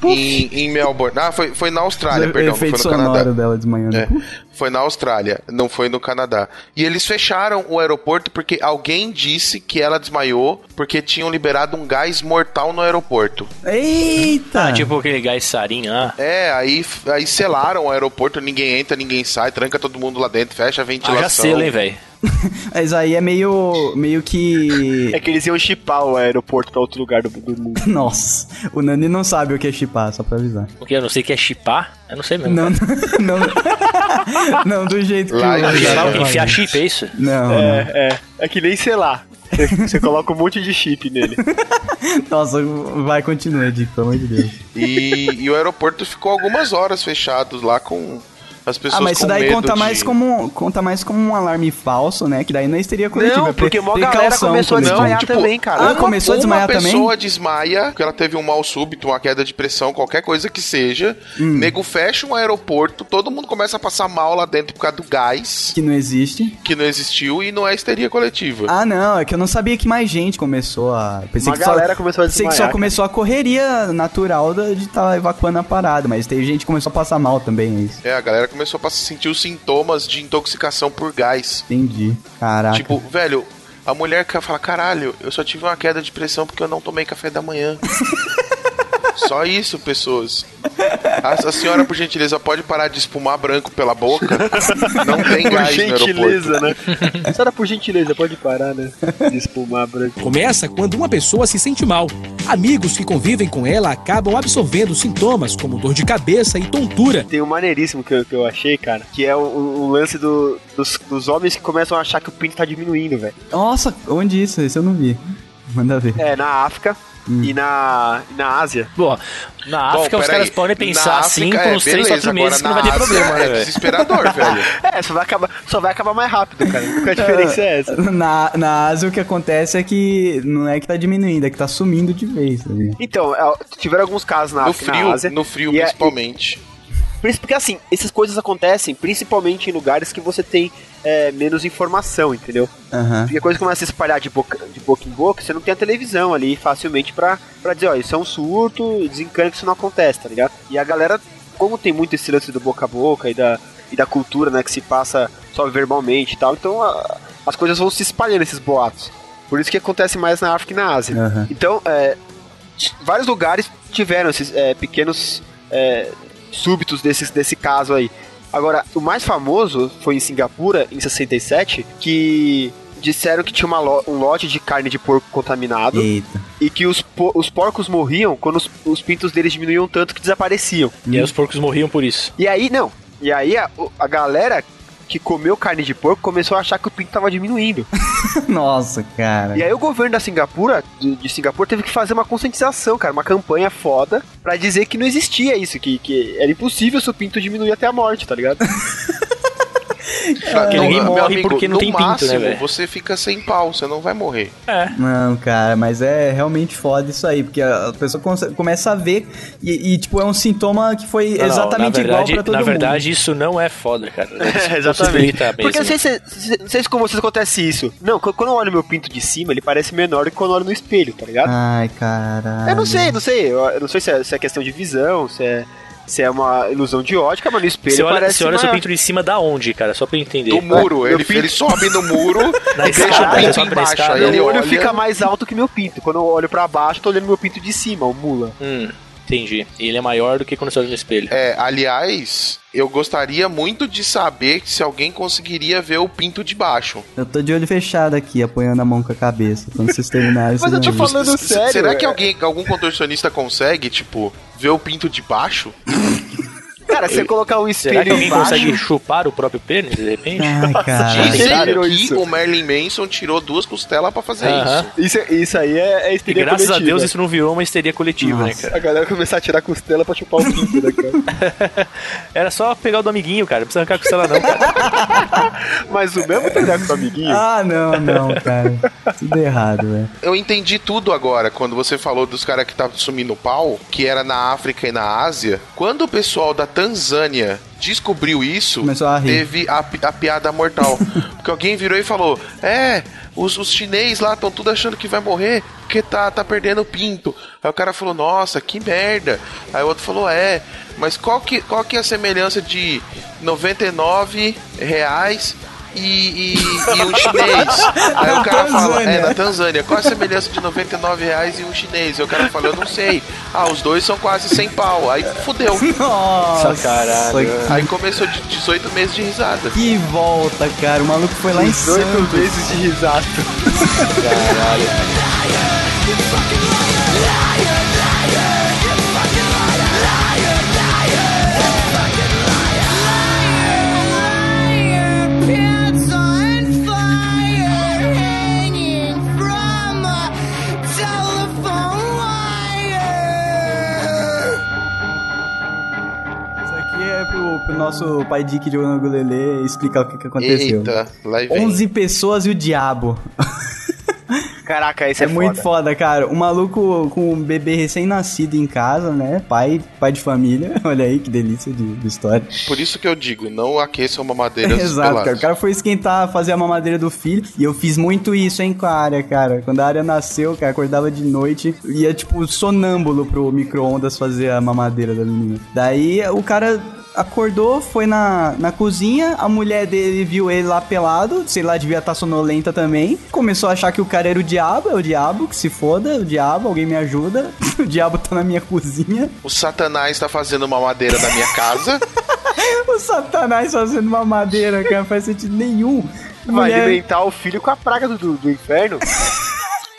Speaker 6: Em, em Melbourne. Ah, foi, foi na Austrália,
Speaker 1: O
Speaker 6: perdão, não foi
Speaker 1: efeito
Speaker 6: no
Speaker 1: sonoro
Speaker 6: Canadá.
Speaker 1: dela né? desmanhando.
Speaker 6: É, foi na Austrália, não foi no Canadá. E eles fecharam o aeroporto porque alguém disse que ela desmaiou porque tinham liberado um gás mortal no aeroporto.
Speaker 1: Eita!
Speaker 4: Ah, tipo aquele gás sarin lá.
Speaker 6: É, aí, aí selaram o aeroporto, ninguém entra, ninguém sai, tranca todo mundo lá dentro,
Speaker 1: Ah,
Speaker 6: fecha a ventilação.
Speaker 4: Haja selo, hein, velho.
Speaker 1: Mas aí é meio, meio que...
Speaker 2: É que eles iam chipar o aeroporto pra outro lugar do, do mundo.
Speaker 1: Nossa, o Nani não sabe o que é chipar, só pra avisar.
Speaker 4: Porque eu não sei o que é chipar. Eu não sei mesmo.
Speaker 1: Não,
Speaker 4: cara.
Speaker 1: não, não do jeito que
Speaker 6: Lá em
Speaker 1: o Thiago
Speaker 6: Geral,
Speaker 4: Chipar o que?
Speaker 1: fala.
Speaker 4: Enfiar chip, é isso?
Speaker 1: Não, não.
Speaker 2: É, é. É que nem sei lá. Você coloca um monte de chip nele.
Speaker 1: Nossa, vai, continua, Dick, pelo amor de Deus.
Speaker 6: E, e o aeroporto ficou algumas horas fechado lá com as pessoas
Speaker 1: Ah, mas
Speaker 6: com
Speaker 1: isso daí
Speaker 6: medo
Speaker 1: conta
Speaker 6: de-
Speaker 1: mais, como, conta mais como um alarme falso, né? Que daí não histeria coletiva. é pre- precaução coletiva.
Speaker 6: desmaiar também, tipo,
Speaker 1: cara. Ela começou a desmaiar
Speaker 6: uma
Speaker 1: também?
Speaker 6: pessoa desmaia, porque ela teve um mal súbito, uma queda de pressão, qualquer coisa que seja.
Speaker 1: Hum.
Speaker 6: Nego fecha um aeroporto, todo mundo começa a passar mal lá dentro por causa do gás,
Speaker 1: Que não existe.
Speaker 6: que não existiu e não é histeria coletiva.
Speaker 1: Ah, não, é que eu não sabia que mais gente começou a. Pensei
Speaker 2: Uma
Speaker 1: que
Speaker 2: galera
Speaker 1: só...
Speaker 2: começou a
Speaker 1: Pensei que só
Speaker 2: desmaiar,
Speaker 1: começou a correria natural da- de estar evacuando a parada, mas tem gente que começou a passar mal também, é isso.
Speaker 6: É, a galera começou a passar- sentir os sintomas de intoxicação por gás.
Speaker 1: Entendi. Caraca.
Speaker 6: Tipo, velho, a mulher ca- fala, caralho, eu só tive uma queda de pressão porque eu não tomei café da manhã. Só isso, pessoas. A, a senhora, por gentileza, pode parar de espumar branco pela boca? Não tem
Speaker 2: Por
Speaker 6: gás no aeroporto.
Speaker 2: gentileza, né? A senhora, por gentileza, pode parar, né? De espumar branco.
Speaker 9: Começa quando uma pessoa se sente mal. Amigos que convivem com ela acabam absorvendo sintomas como dor de cabeça e tontura.
Speaker 2: Tem um maneiríssimo que eu, que eu achei, cara, que é o, o lance do- dos, dos homens que começam a achar que o pinto tá diminuindo, velho.
Speaker 1: Nossa, onde isso? Isso eu não vi. Manda ver.
Speaker 2: É, na África
Speaker 6: Hum.
Speaker 2: e na, e na Ásia.
Speaker 4: Bom, na
Speaker 6: Bom,
Speaker 4: África os
Speaker 6: peraí.
Speaker 4: caras podem pensar
Speaker 6: Na
Speaker 4: assim
Speaker 6: África,
Speaker 4: por uns
Speaker 6: é,
Speaker 4: 3,
Speaker 6: beleza,
Speaker 4: 4 meses que não
Speaker 6: agora
Speaker 4: vai ter
Speaker 6: na Ásia
Speaker 4: problema, né,
Speaker 6: É
Speaker 4: velho?
Speaker 6: desesperador, velho.
Speaker 2: É, só vai acabar, só vai acabar mais rápido, cara. Qual a diferença é essa?
Speaker 1: Na, na Ásia o que acontece é que não é que tá diminuindo, é que tá sumindo de vez. Tá ligado?
Speaker 2: Então, é, tiveram alguns casos na,
Speaker 6: No
Speaker 2: África, na Ásia.
Speaker 6: frio, no frio
Speaker 2: E é-
Speaker 6: principalmente.
Speaker 2: Por isso, Porque assim, essas coisas acontecem principalmente em lugares que você tem é, menos informação, entendeu?
Speaker 1: Aham.
Speaker 2: E a coisa começa a se espalhar de boca, de boca em boca, você não tem a televisão ali facilmente pra, pra dizer, ó, isso é um surto, desencana que isso não acontece, tá ligado? E a galera, como tem muito esse lance do boca a boca e da, e da cultura, né, que se passa só verbalmente e tal, então a- as coisas vão se espalhando, esses boatos. Por isso que acontece mais na África e na Ásia.
Speaker 1: Aham.
Speaker 2: Então, é, t- vários lugares tiveram esses é, pequenos é, súbitos desses, desse caso aí. Agora, o mais famoso foi em Singapura, em 67, que disseram que tinha uma lo- um lote de carne de porco contaminado
Speaker 1: Eita.
Speaker 2: e que os, po- os porcos morriam quando os, os pintos deles diminuíam tanto que desapareciam.
Speaker 4: E aí os porcos morriam por isso.
Speaker 2: E aí, não. E aí a, o- a galera que comeu carne de porco começou a achar que o pinto tava diminuindo.
Speaker 1: Nossa, cara.
Speaker 2: E aí o governo da Singapura, de, de Singapura, teve que fazer uma conscientização, cara, uma campanha foda pra dizer que não existia isso, que, que era impossível se o pinto diminuir até a morte, tá ligado?
Speaker 6: Porque
Speaker 4: ninguém morre porque não tem pinto, né, velho?
Speaker 6: Você fica sem pau, você não vai morrer.
Speaker 1: Não, cara, mas é realmente foda isso aí, porque a a pessoa conce- começa a ver e, e, tipo, é um sintoma que foi
Speaker 4: Não, não,
Speaker 1: É exatamente
Speaker 4: na verdade,
Speaker 1: igual pra todo
Speaker 4: Na
Speaker 1: mundo.
Speaker 4: verdade, isso não é foda, cara. Isso possibilita mesmo.
Speaker 2: Porque eu não sei, se, se- não sei se com vocês acontece isso. Não, qu- quando eu olho meu pinto de cima, ele parece menor do que quando eu olho no espelho, tá ligado?
Speaker 1: Ai, caralho.
Speaker 6: Ah,
Speaker 2: eu não sei, não sei. Eu eu não sei se é, se é questão de visão, se é, se é uma ilusão de ótica, mas no espelho
Speaker 4: Você olha,
Speaker 2: parece
Speaker 4: você olha seu
Speaker 2: maior.
Speaker 4: pinto de cima da onde, cara? Só pra eu entender.
Speaker 6: Do muro, ele,
Speaker 2: pinto-
Speaker 6: ele sobe no muro e deixa o
Speaker 4: escada, ele
Speaker 6: pinto
Speaker 4: sobe na
Speaker 6: embaixo.
Speaker 4: escada.
Speaker 6: Aí
Speaker 2: Meu
Speaker 6: ele
Speaker 2: olho
Speaker 6: olha,
Speaker 2: fica mais alto que meu pinto. Quando eu olho pra baixo, eu tô olhando meu pinto de cima, o mula.
Speaker 4: Hum, entendi. Ele é maior do que quando você olha no espelho.
Speaker 6: É, aliás, eu gostaria muito de saber se alguém conseguiria ver o pinto de baixo.
Speaker 1: Eu tô de olho fechado aqui, apoiando a mão com a cabeça. Quando vocês terminarem,
Speaker 2: Mas eu
Speaker 1: vocês
Speaker 2: tô
Speaker 1: vão ver.
Speaker 2: falando
Speaker 6: S-
Speaker 2: sério.
Speaker 6: Será que
Speaker 2: é-
Speaker 6: alguém, algum contorcionista consegue, tipo, ver o pinto de baixo?
Speaker 2: Cara, você colocar um
Speaker 4: Será que
Speaker 2: espelho
Speaker 4: alguém
Speaker 2: embaixo.
Speaker 4: consegue chupar o próprio pênis, de repente?
Speaker 1: Ai, cara.
Speaker 2: gente.
Speaker 6: Dizem
Speaker 2: sério
Speaker 6: que
Speaker 2: isso?
Speaker 6: o Merlin Manson tirou duas costelas pra fazer
Speaker 4: Aham.
Speaker 6: isso.
Speaker 2: Isso, isso aí é, é
Speaker 4: E
Speaker 2: histeria
Speaker 4: graças a
Speaker 2: coletiva.
Speaker 4: Deus isso não virou uma histeria coletiva, né, cara?
Speaker 2: A galera começar a tirar costela pra chupar o pinto, né, cara?
Speaker 4: Era só pegar o do amiguinho, cara. Não precisa arrancar a costela, não, cara.
Speaker 2: Mas o mesmo pegar com o amiguinho.
Speaker 1: Ah, não, não, cara. Tudo errado, velho.
Speaker 6: Eu entendi tudo agora quando você falou dos caras que tá sumindo pau, que era na África e na Ásia. Quando o pessoal da Tanzânia descobriu isso,
Speaker 1: Começou a rir.
Speaker 6: teve a, pi- a piada mortal. porque alguém virou e falou: É, os, os chinês lá estão tudo achando que vai morrer porque tá, tá perdendo o pinto. Aí o cara falou: Nossa, que merda. Aí o outro falou: É, mas qual que, qual que é a semelhança de 99 reais? E, e, e um chinês. Aí o cara fala, é,
Speaker 1: Tanzânia.
Speaker 6: na Tanzânia, qual a semelhança de 99 reais e um chinês? E o cara fala, eu não sei. Ah, os dois são quase 100 pau. Aí fudeu.
Speaker 1: Nossa,
Speaker 4: caralho.
Speaker 6: Aí começou de 18 meses de risada.
Speaker 1: Que volta, cara. O maluco foi lá em
Speaker 2: Oito
Speaker 1: Santos.
Speaker 2: vezes de risada.
Speaker 1: Isso aqui é pro, pro nosso pai Dick de Onogulele explicar o que, que aconteceu.
Speaker 6: Eita, lá vem.
Speaker 1: 11 pessoas e o diabo.
Speaker 2: Caraca, esse
Speaker 1: É,
Speaker 2: é,
Speaker 1: muito foda, cara. Um maluco com um bebê recém-nascido em casa, né? Pai, pai de família. Olha aí que delícia de, de história.
Speaker 6: Por isso que eu digo, não aqueçam mamadeiras
Speaker 1: Exato, cara. O
Speaker 6: peladas.
Speaker 1: cara foi esquentar, fazer a mamadeira do filho. E eu fiz muito isso, hein, com a área, cara. Quando a área nasceu, cara, acordava de noite. Ia, tipo, sonâmbulo pro micro-ondas fazer a mamadeira da menina. Daí o cara. Acordou, foi na, na cozinha, a mulher dele viu ele lá pelado, sei lá, devia tá estar sonolenta também. Começou a achar que o cara era o diabo, é o diabo, que se foda, o diabo, é alguém me ajuda. que o diabo tá na minha cozinha.
Speaker 6: O Satanás tá fazendo uma madeira na minha casa.
Speaker 1: O Satanás fazendo uma madeira, cara, não faz sentido nenhum.
Speaker 2: Vai
Speaker 1: Mulher-
Speaker 2: alimentar o filho com a praga do, do, do inferno.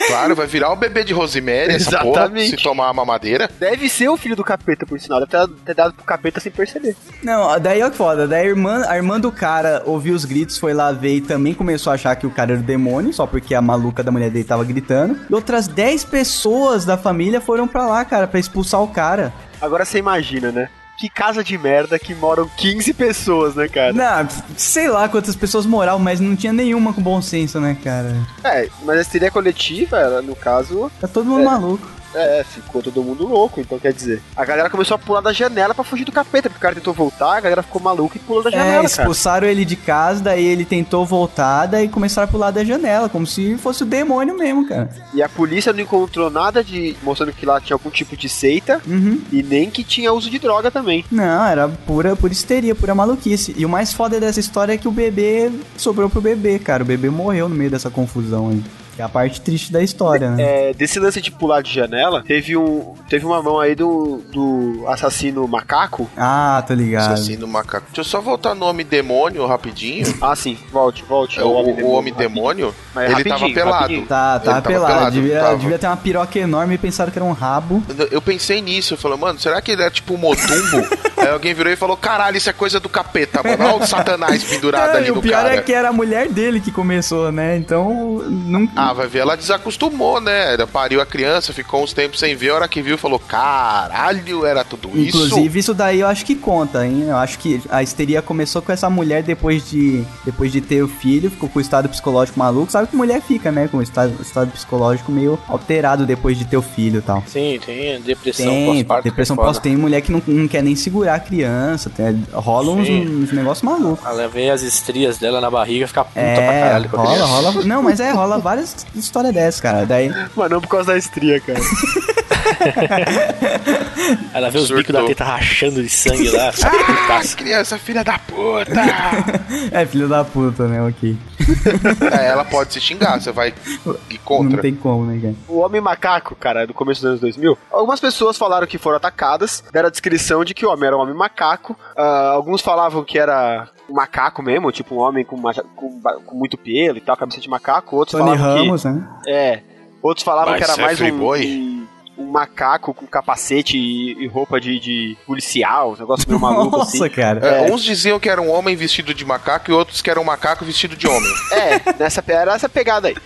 Speaker 6: Claro, vai virar o bebê de Rosemary, essa porra,
Speaker 2: Exatamente.
Speaker 6: se tomar a mamadeira.
Speaker 2: Deve ser o filho do capeta, por sinal. Deve ter, ter dado pro capeta sem perceber.
Speaker 1: Não, ó, daí é que foda. Daí a irmã, a irmã do cara ouviu os gritos, foi lá ver e também começou a achar que o cara era o demônio, só porque a maluca da mulher dele tava gritando. E outras 10 pessoas da família foram pra lá, cara, pra expulsar o cara.
Speaker 2: Agora você imagina, né? Que casa de merda que moram 15 pessoas, né, cara?
Speaker 1: Não, sei lá quantas pessoas moravam, mas não tinha nenhuma com bom senso, né, cara?
Speaker 2: É, mas a histeria coletiva, ela, no caso,
Speaker 1: Tá todo mundo maluco.
Speaker 2: é, ficou todo mundo louco, então quer dizer. A galera começou a pular da janela pra fugir do capeta, porque o cara tentou voltar, a galera ficou maluca e pulou da
Speaker 1: É,
Speaker 2: janela, cara.
Speaker 1: expulsaram ele de casa, daí ele tentou voltar, daí começaram a pular da janela, como se fosse o demônio mesmo, cara.
Speaker 2: E a polícia não encontrou nada de. mostrando que lá tinha algum tipo de seita
Speaker 1: Uhum.
Speaker 2: e nem que tinha uso de droga também.
Speaker 1: Não, era pura, pura histeria, pura maluquice. E o mais foda dessa história é que o bebê sobrou pro bebê, cara. O bebê morreu no meio dessa confusão aí. Que é a parte triste da história, né?
Speaker 2: É, desse lance de pular de janela, teve um. Teve uma mão aí do, do assassino macaco.
Speaker 1: Ah, tô ligado.
Speaker 6: Assassino macaco. assim Deixa eu só voltar no Homem Demônio rapidinho.
Speaker 2: Ah, sim, volte, volte.
Speaker 6: É, o, o Homem Demônio,
Speaker 2: Mas
Speaker 6: ele tava
Speaker 2: rapidinho,
Speaker 6: pelado.
Speaker 2: rapidinho.
Speaker 1: Tá,
Speaker 6: Ele
Speaker 1: tá
Speaker 6: tava
Speaker 1: pelado.
Speaker 6: pelado,
Speaker 1: Devia,
Speaker 6: tava.
Speaker 1: devia ter uma piroca enorme e pensaram que era um rabo.
Speaker 6: Eu pensei nisso, eu falei, mano, será que ele é tipo um motumbo? Aí alguém virou e falou, caralho, isso é coisa do capeta, mano. Olha o satanás pendurado
Speaker 1: É,
Speaker 6: ali
Speaker 1: e o
Speaker 6: no
Speaker 1: pior
Speaker 6: cara.
Speaker 1: é que era a mulher dele que começou, né? Então, não.
Speaker 6: Ah, vai ver, ela desacostumou, né? Ela pariu a criança, ficou uns tempos sem ver, a hora que viu, falou, caralho, era tudo isso?
Speaker 1: Inclusive, isso daí eu acho que conta, hein? Eu acho que a histeria começou com essa mulher depois de, depois de ter o filho, ficou com o estado psicológico maluco. Sabe que mulher fica, né? Com o estado, estado psicológico meio alterado depois de ter o filho e tal.
Speaker 4: Sim, tem depressão
Speaker 1: Tem,
Speaker 4: pós-parto. que é
Speaker 1: depressão
Speaker 4: foda.
Speaker 1: pós tem mulher que não, não quer nem segurar a criança, tem, rola uns,
Speaker 4: Sim.
Speaker 1: uns negócios malucos.
Speaker 4: Ela vê as estrias dela na barriga e fica puta pra
Speaker 1: É,
Speaker 4: caralho com a
Speaker 1: rola,
Speaker 4: criança.
Speaker 1: rola. Não, mas é, rola várias histórias dessas, cara. Daí,
Speaker 2: Mas não por causa da estria, cara.
Speaker 4: Ela vê os
Speaker 6: Surtou.
Speaker 4: bicos da teta rachando de sangue lá.
Speaker 6: Ah, criança, filha da puta!
Speaker 1: é filho da puta, né? Ok.
Speaker 6: é, ela pode se xingar, você vai e
Speaker 1: Não
Speaker 6: contra.
Speaker 1: tem como, né, cara?
Speaker 2: O Homem Macaco, cara, do começo dos anos 2000, algumas pessoas falaram que foram atacadas, deram a descrição de que o homem era um homem macaco, ah, alguns falavam que era um macaco mesmo, tipo um homem com, macha- com ba- com muito pelo e tal, cabeça de macaco, outros
Speaker 1: Tony
Speaker 2: falavam
Speaker 1: Ramos, né?
Speaker 2: que... É, outros falavam
Speaker 6: Mas
Speaker 2: que era
Speaker 6: é
Speaker 2: mais um,
Speaker 6: Free
Speaker 2: um- um macaco com capacete e, e roupa de, de policial, um negócio meio maluco
Speaker 1: Nossa,
Speaker 2: assim.
Speaker 1: cara.
Speaker 6: É, Uns diziam que era um homem vestido de macaco e outros que era um macaco vestido de homem.
Speaker 2: É, nessa, pe- era essa pegada aí.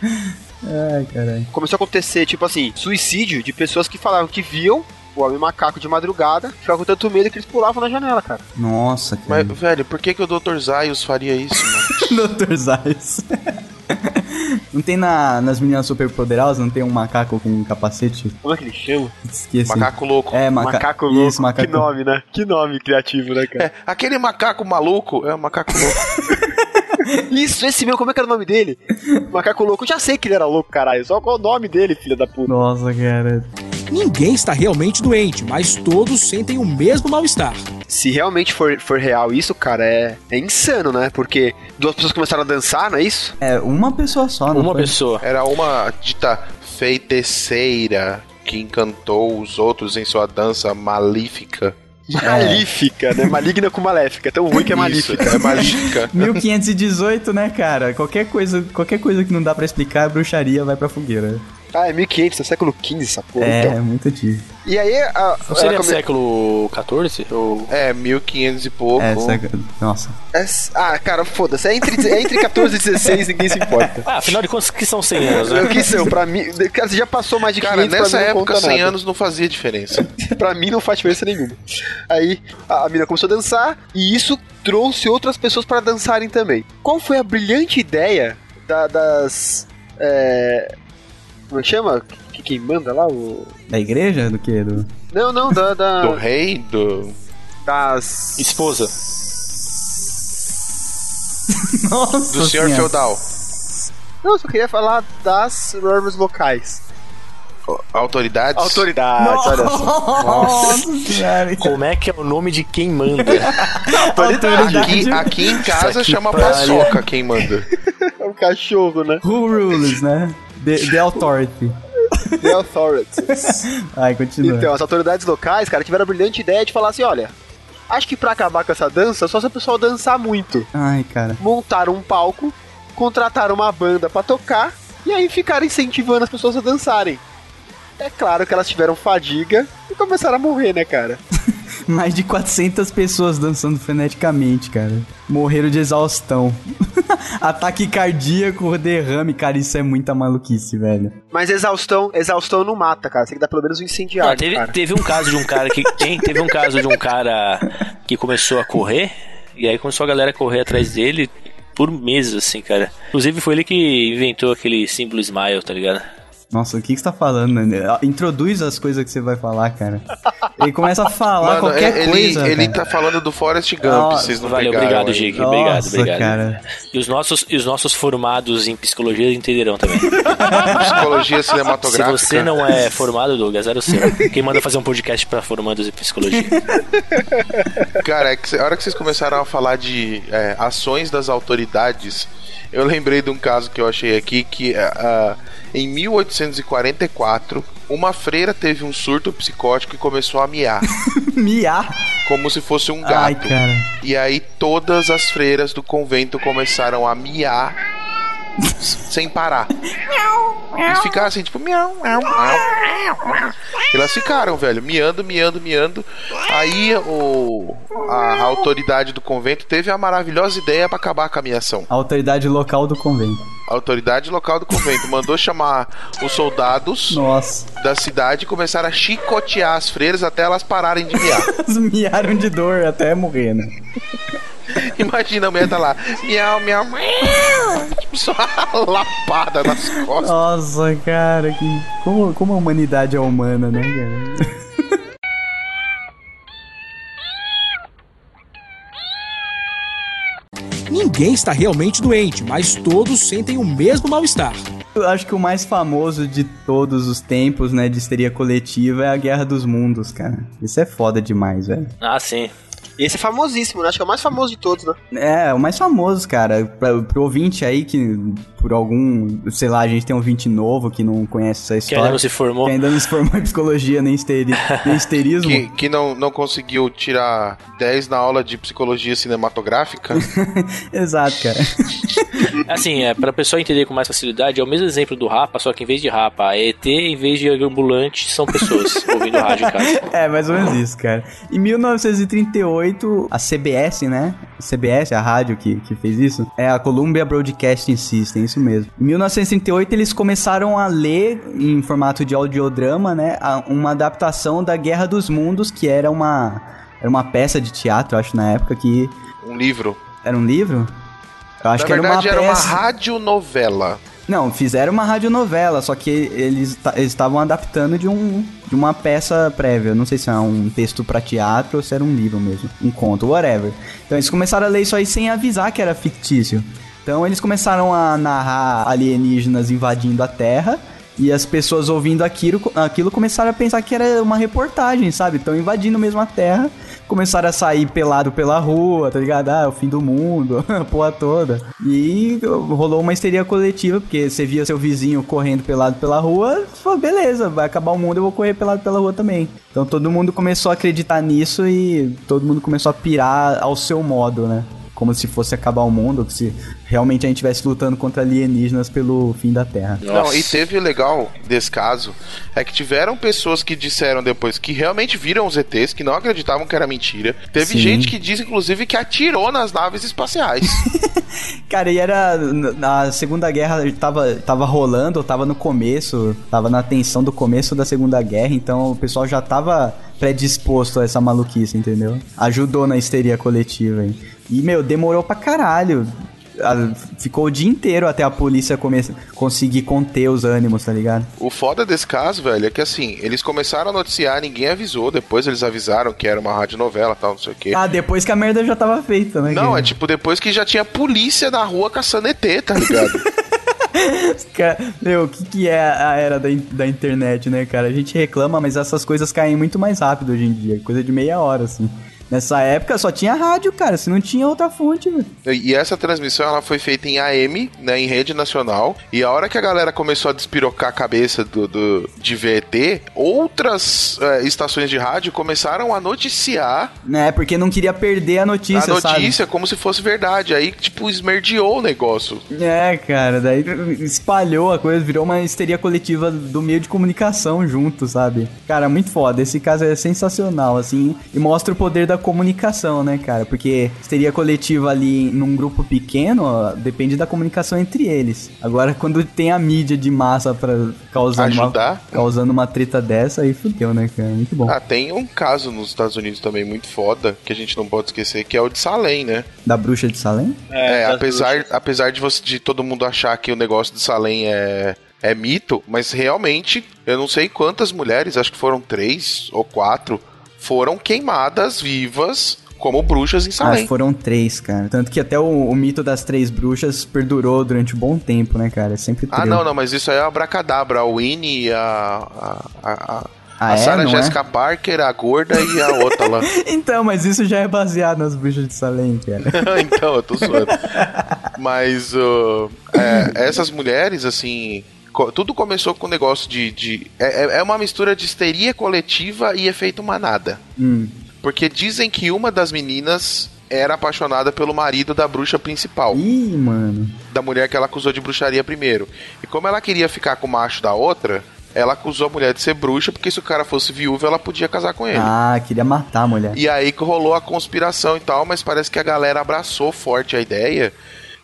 Speaker 1: Ai, caralho.
Speaker 2: começou a acontecer, tipo assim, suicídio de pessoas que falavam que viam o homem macaco de madrugada, ficavam com tanto medo que eles pulavam na janela, cara.
Speaker 1: Nossa, cara.
Speaker 6: Mas, velho, por que, que o Dr. Zaius faria isso, mano?
Speaker 1: Dr. Zayas. Não tem na, nas meninas superpoderosas, não tem um macaco com um capacete?
Speaker 2: Como é que ele chama?
Speaker 1: Esqueci.
Speaker 6: Macaco louco.
Speaker 1: É, maca...
Speaker 2: macaco louco.
Speaker 1: Isso, macaco.
Speaker 2: Que nome, né? Que nome criativo, né, cara?
Speaker 6: É, aquele macaco maluco é um macaco louco.
Speaker 2: Isso, esse meu, como é que era o nome dele? macaco louco. Eu já sei que ele era louco, caralho. Só qual o nome dele, filha da puta.
Speaker 1: Nossa, cara.
Speaker 9: Ninguém está realmente doente, mas todos sentem o mesmo mal-estar.
Speaker 2: Se realmente for, for real isso, cara, é, é insano, né? Porque duas pessoas começaram a dançar, não é isso?
Speaker 1: É, uma pessoa só, não
Speaker 4: Uma
Speaker 1: foi?
Speaker 4: pessoa.
Speaker 6: Era uma dita feiticeira que encantou os outros em sua dança malífica.
Speaker 2: Malífica, né? Maligna com maléfica. Tão ruim que é
Speaker 6: Isso,
Speaker 2: malífica.
Speaker 6: é malífica.
Speaker 1: 1518, né, cara? Qualquer coisa, qualquer coisa que não dá pra explicar, a bruxaria vai pra fogueira.
Speaker 2: Ah, é 1500, é século XV essa porra.
Speaker 1: é,
Speaker 2: então.
Speaker 1: é muito antigo.
Speaker 2: E aí... A,
Speaker 4: Não seria
Speaker 2: ela come-
Speaker 4: século XIV? Ou...
Speaker 6: É, 1500 e pouco.
Speaker 1: É, saca... Nossa.
Speaker 2: É s- Ah, cara, foda-se. É entre, é entre 14 e 16, ninguém se importa.
Speaker 4: Ah, afinal de contas, que são 100 anos, né?
Speaker 2: Eu que sou, pra mim. Cara, você já passou mais de
Speaker 6: Cara,
Speaker 2: 500,
Speaker 6: nessa
Speaker 2: pra mim não
Speaker 6: época,
Speaker 2: conta
Speaker 6: 100
Speaker 2: nada.
Speaker 6: anos não fazia diferença.
Speaker 2: Pra mim não faz diferença nenhuma. Aí a, a mina começou a dançar e isso trouxe outras pessoas pra dançarem também. Qual foi a brilhante ideia da- das. É, como é que chama? Que, quem manda lá? O...
Speaker 1: Da igreja? Do quê? Do...
Speaker 2: Não, não, da. da-
Speaker 6: Do rei, do.
Speaker 2: das.
Speaker 4: Esposa.
Speaker 1: Nossa
Speaker 6: Do senhor
Speaker 1: senhora.
Speaker 6: feudal.
Speaker 2: Não, eu só queria falar das normas locais.
Speaker 6: Autoridades.
Speaker 2: Autoridades, olha só.
Speaker 1: Nossa senhora.
Speaker 4: Como é que é o nome de quem manda?
Speaker 6: Aqui, aqui em casa
Speaker 4: aqui
Speaker 6: chama
Speaker 4: pariu.
Speaker 6: paçoca quem manda.
Speaker 2: É um cachorro, né?
Speaker 1: Who rules, né? The, the authority.
Speaker 2: The authorities.
Speaker 1: Ai, continua.
Speaker 2: Então, as autoridades locais, cara, tiveram a brilhante ideia de falar assim, olha, acho que pra acabar com essa dança, só se o pessoal dançar muito.
Speaker 1: Ai, cara.
Speaker 2: Montaram um palco, contrataram uma banda pra tocar, e aí ficaram incentivando as pessoas a dançarem. É claro que elas tiveram fadiga e começaram a morrer, né, cara?
Speaker 1: Mais de 400 pessoas dançando freneticamente, cara. Morreram de exaustão. Ataque cardíaco, derrame, cara, isso é muita maluquice, velho.
Speaker 2: Mas exaustão, exaustão não mata, cara. Tem que dar pelo menos um incendiário,
Speaker 4: Não, teve,
Speaker 2: cara.
Speaker 4: teve um caso de um cara que. Tem, teve um caso de um cara que começou a correr. E aí começou a galera a correr atrás dele por meses, assim, cara. Inclusive foi ele que inventou aquele símbolo smile, tá ligado?
Speaker 1: Nossa, o que, que você tá falando, né? Introduz as coisas que você vai falar, cara. Ele começa a falar
Speaker 6: Mano,
Speaker 1: qualquer
Speaker 6: ele,
Speaker 1: coisa.
Speaker 6: ele
Speaker 1: cara.
Speaker 6: tá falando do Forest Gump,
Speaker 1: Ó,
Speaker 6: vocês não
Speaker 4: Valeu,
Speaker 6: pegaram.
Speaker 4: obrigado,
Speaker 6: aí.
Speaker 4: Jake.
Speaker 1: Nossa,
Speaker 4: Obrigado, obrigado.
Speaker 1: cara.
Speaker 4: E os nossos, e os nossos formados em psicologia entenderão também.
Speaker 6: Psicologia
Speaker 4: Se
Speaker 6: cinematográfica.
Speaker 4: você não é formado, Douglas, era o seu. Quem manda fazer um podcast pra formandos em psicologia?
Speaker 6: Cara, é que cê- a hora que vocês começaram a falar de é, ações das autoridades, eu lembrei de um caso que eu achei aqui que ah, ah, em 1844 uma freira teve um surto psicótico e começou a miar,
Speaker 1: Miar.
Speaker 6: como se fosse um gato.
Speaker 1: Ai, cara.
Speaker 6: E aí todas as freiras do convento começaram a miar s- sem parar. Eles ficaram assim, tipo, miau, miau, miau. Elas ficaram, velho, miando, miando, miando. Aí o, a, a autoridade do convento teve a maravilhosa ideia pra acabar com a miação.
Speaker 1: Autoridade local do convento.
Speaker 6: A autoridade local do convento mandou chamar os soldados
Speaker 1: Nossa.
Speaker 6: da cidade e começaram a chicotear as freiras até elas pararem de miar.
Speaker 1: Elas miaram de dor até morrer, né?
Speaker 6: Imagina a mulher tá lá, miau, miau, miau. Tipo, só uma lapada nas costas.
Speaker 1: Nossa, cara, que. Como, como a humanidade é humana, né, cara?
Speaker 9: Ninguém está realmente doente, mas todos sentem o mesmo mal-estar.
Speaker 1: Eu acho que o mais famoso de todos os tempos, né, de histeria coletiva é a Guerra dos Mundos, cara. Isso é foda demais, velho.
Speaker 4: Ah, sim.
Speaker 2: Esse é famosíssimo, né? Acho que é o mais famoso de todos, né?
Speaker 1: É, o mais famoso, cara. Pra, pro ouvinte aí que, por algum. Sei lá, a gente tem um ouvinte novo que não conhece essa
Speaker 4: Que
Speaker 1: história.
Speaker 4: ainda não se formou.
Speaker 1: que ainda não se formou em psicologia nem, histeri, nem histerismo.
Speaker 6: Que, que não, não conseguiu tirar 10 na aula de psicologia cinematográfica.
Speaker 1: Exato, cara.
Speaker 4: Assim, é, pra pessoa entender com mais facilidade, é o mesmo exemplo do Rapa, só que em vez de Rapa, a ET, em vez de ambulante, são pessoas ouvindo rádio em casa.
Speaker 1: É, mais ou menos isso, cara. Em 1938, a CBS, né? CBS, a rádio que, que fez isso, é a Columbia Broadcasting System, isso mesmo. Em 1938, eles começaram a ler, em formato de audiodrama, né? a- Uma adaptação da Guerra dos Mundos, que era uma, era uma peça de teatro, eu acho, na época, que
Speaker 6: Um livro.
Speaker 1: era um livro? Eu acho
Speaker 6: na
Speaker 1: que era uma
Speaker 6: verdade,
Speaker 1: peça.
Speaker 6: era uma radionovela.
Speaker 1: Não, fizeram uma radionovela, só que eles ta- eles estavam adaptando de, um, de uma peça prévia. Eu Não sei se é um texto pra teatro ou se era um livro mesmo, um conto, whatever. Então eles começaram a ler isso aí sem avisar que era fictício. Então eles começaram a narrar alienígenas invadindo a Terra. E as pessoas ouvindo aquilo, aquilo começaram a pensar que era uma reportagem, sabe? Estão invadindo mesmo a Terra. Começaram a sair pelado pela rua, tá ligado? Ah, é o fim do mundo, a porra toda. E rolou uma histeria coletiva, porque você via seu vizinho correndo pelado pela rua, você falou, beleza, vai acabar o mundo, eu vou correr pelado pela rua também. Então todo mundo começou a acreditar nisso e todo mundo começou a pirar ao seu modo, né? Como se fosse acabar o mundo, que se realmente a gente estivesse lutando contra alienígenas pelo fim da Terra.
Speaker 6: Não, e teve o legal desse caso é que tiveram pessoas que disseram depois que realmente viram os ETs, que não acreditavam que era mentira. Teve
Speaker 1: Sim.
Speaker 6: gente que diz, inclusive, que atirou nas naves espaciais.
Speaker 1: Cara, e era. na- Na Segunda Guerra tava, tava rolando, tava no começo, tava na tensão do começo da Segunda Guerra, então o pessoal já tava predisposto a essa maluquice, entendeu? Ajudou na histeria coletiva, hein? E, meu, demorou pra caralho. Ah, Ficou o dia inteiro até a polícia come- conseguir conter os ânimos, tá ligado?
Speaker 6: O foda desse caso, velho, é que assim, eles começaram a noticiar, ninguém avisou, depois eles avisaram que era uma radionovela e tal, não sei o quê.
Speaker 1: Ah, depois que a merda já tava feita, né?
Speaker 6: não,
Speaker 1: cara?
Speaker 6: é tipo, depois que já tinha polícia na rua caçando ET, tá ligado?
Speaker 1: Cara, meu, o que, que é a era da, in- da internet, né, cara? A gente reclama, mas essas coisas caem muito mais rápido hoje em dia. Coisa de meia hora, assim. Nessa época só tinha rádio, cara. Se não tinha outra fonte, né? velho.
Speaker 6: E essa transmissão ela foi feita em AM, né, em rede nacional. E a hora que a galera começou a despirocar a cabeça do, do- de VET, outras eh, estações de rádio começaram a noticiar
Speaker 1: Né? Porque não queria perder a notícia,
Speaker 6: a
Speaker 1: sabe?
Speaker 6: notícia como se fosse verdade. Aí, tipo, esmerdeou o negócio.
Speaker 1: É, cara, daí espalhou a coisa, virou uma histeria coletiva do meio de comunicação junto, sabe? Cara, muito foda. Esse caso é sensacional, assim, e mostra o poder da comunicação, né, cara? Porque histeria coletiva ali num grupo pequeno ó, depende da comunicação entre eles. Agora, quando tem a mídia de massa pra causando, uma,
Speaker 6: Ajudar.
Speaker 1: causando uma treta dessa, aí fudeu, né, cara? Muito bom.
Speaker 6: Ah, tem um caso nos Estados Unidos também muito foda, que a gente não pode esquecer, que é o de Salem, né?
Speaker 1: Da bruxa de Salem?
Speaker 6: É,
Speaker 4: das
Speaker 6: apesar, apesar de, você, de todo mundo achar que o negócio de Salem é, é mito, mas realmente, eu não sei quantas mulheres, acho que foram três ou quatro, foram queimadas vivas como bruxas em
Speaker 1: Ah,
Speaker 6: Salem.
Speaker 1: foram três, cara. Tanto que até o, o mito das três bruxas perdurou durante um bom tempo, né, cara? É Sempre
Speaker 6: Ah,
Speaker 1: trio.
Speaker 6: não, não, mas isso aí é o Abracadabra, a Winnie, a. a, a, a
Speaker 1: Ah,
Speaker 6: a
Speaker 1: é?
Speaker 6: Sarah
Speaker 1: Não é?
Speaker 6: Jessica Parker, a gorda e a outra lá.
Speaker 1: Então, mas isso já é baseado nas bruxas de Salem, cara.
Speaker 6: então, eu tô zoando. Mas ô, é, essas mulheres, assim. co- Tudo começou com o negócio de. de- é, é- é uma mistura de histeria coletiva e efeito manada.
Speaker 1: Hum.
Speaker 6: Porque dizem que uma das meninas era apaixonada pelo marido da bruxa principal,
Speaker 1: Ih, mano.
Speaker 6: da mulher que ela acusou de bruxaria primeiro. E como ela queria ficar com o macho da outra, ela acusou a mulher de ser bruxa, porque se o cara fosse viúvo, ela podia casar com ele.
Speaker 1: Ah, queria matar a mulher.
Speaker 6: E aí que rolou a conspiração e tal, mas parece que a galera abraçou forte a ideia.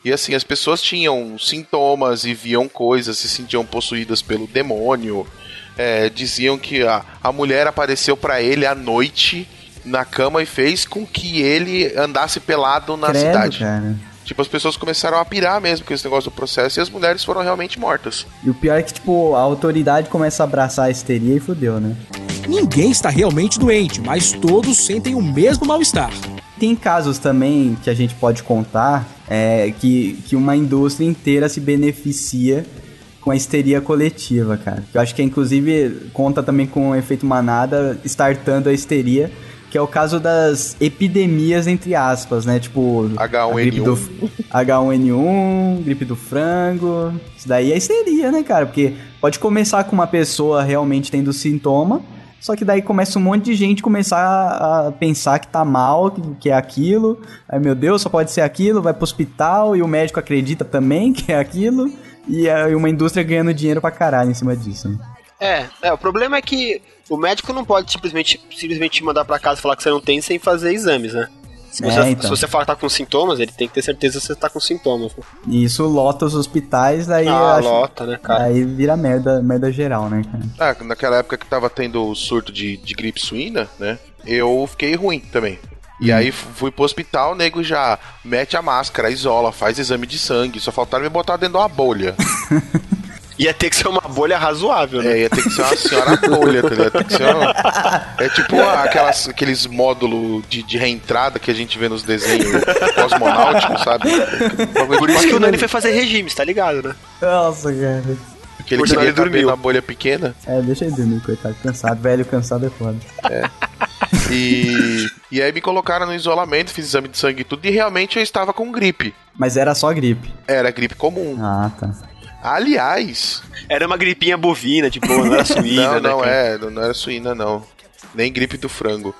Speaker 6: E assim, as pessoas tinham sintomas e viam coisas, se sentiam possuídas pelo demônio. É, diziam que a, a mulher apareceu pra ele à noite na cama e fez com que ele andasse pelado na
Speaker 1: Credo,
Speaker 6: cidade.
Speaker 1: cara.
Speaker 6: Tipo, as pessoas começaram a pirar mesmo com esse negócio do processo e as mulheres foram realmente mortas.
Speaker 1: E o pior é que, tipo, a autoridade começa a abraçar a histeria e fudeu, né?
Speaker 9: Ninguém está realmente doente, mas todos sentem o mesmo mal-estar.
Speaker 1: Tem casos também que a gente pode contar é, que, que uma indústria inteira se beneficia com a histeria coletiva, cara. Eu acho que inclusive conta também com o efeito manada, startando a histeria, que é o caso das epidemias entre aspas, né? Tipo
Speaker 6: H1N1.
Speaker 1: a gripe do- H1N1, gripe do frango. Isso daí é histeria, né, cara? Porque pode começar com uma pessoa realmente tendo sintoma, só que daí começa um monte de gente começar a a pensar que tá mal, que- que é aquilo. Aí, meu Deus, só pode ser aquilo, vai pro hospital e o médico acredita também que é aquilo. E aí uma indústria ganhando dinheiro pra caralho em cima disso. né?
Speaker 2: É, é, o problema é que o médico não pode simplesmente, simplesmente te mandar pra casa e falar que você não tem sem fazer exames, né? Se
Speaker 1: É,
Speaker 2: você,
Speaker 1: então.
Speaker 2: se você falar que tá com sintomas, ele tem que ter certeza que você tá com sintomas.
Speaker 1: E isso lota os hospitais, daí eu
Speaker 2: ah,
Speaker 1: acho-
Speaker 2: lota, né, cara?
Speaker 1: Aí vira merda, merda geral, né, cara?
Speaker 6: Ah, naquela época que tava tendo o surto de, de gripe suína, né? Eu fiquei ruim também.
Speaker 2: Hum.
Speaker 6: E aí f- fui pro hospital, o nego já mete a máscara, isola, faz exame de sangue. Só faltaram me botar dentro de uma bolha.
Speaker 2: Ia ter que ser uma bolha razoável, né?
Speaker 6: É, ia ter que ser uma senhora bolha, tá ligado? Tem que ser uma- É tipo aquelas, aqueles módulos de, de reentrada que a gente vê nos desenhos cosmonáuticos, sabe? Um
Speaker 2: Por isso que o Nani foi fazer regime, tá ligado, né?
Speaker 1: Nossa, cara.
Speaker 6: Porque
Speaker 2: Por isso que
Speaker 6: ele queria
Speaker 2: ele
Speaker 6: caber
Speaker 2: dormiu.
Speaker 6: na bolha pequena.
Speaker 1: É, deixa ele dormir, coitado. Cansado, velho, cansado é foda.
Speaker 6: E, e aí me colocaram no isolamento, fiz exame de sangue e tudo. E realmente eu estava com gripe.
Speaker 1: Mas era só gripe.
Speaker 6: Era gripe comum.
Speaker 1: Ah, tá.
Speaker 6: Aliás,
Speaker 2: Era uma gripinha bovina, de boa, não era suína,
Speaker 6: não,
Speaker 2: né?
Speaker 6: não
Speaker 2: cara?
Speaker 6: é, não era suína não. Nem gripe do frango.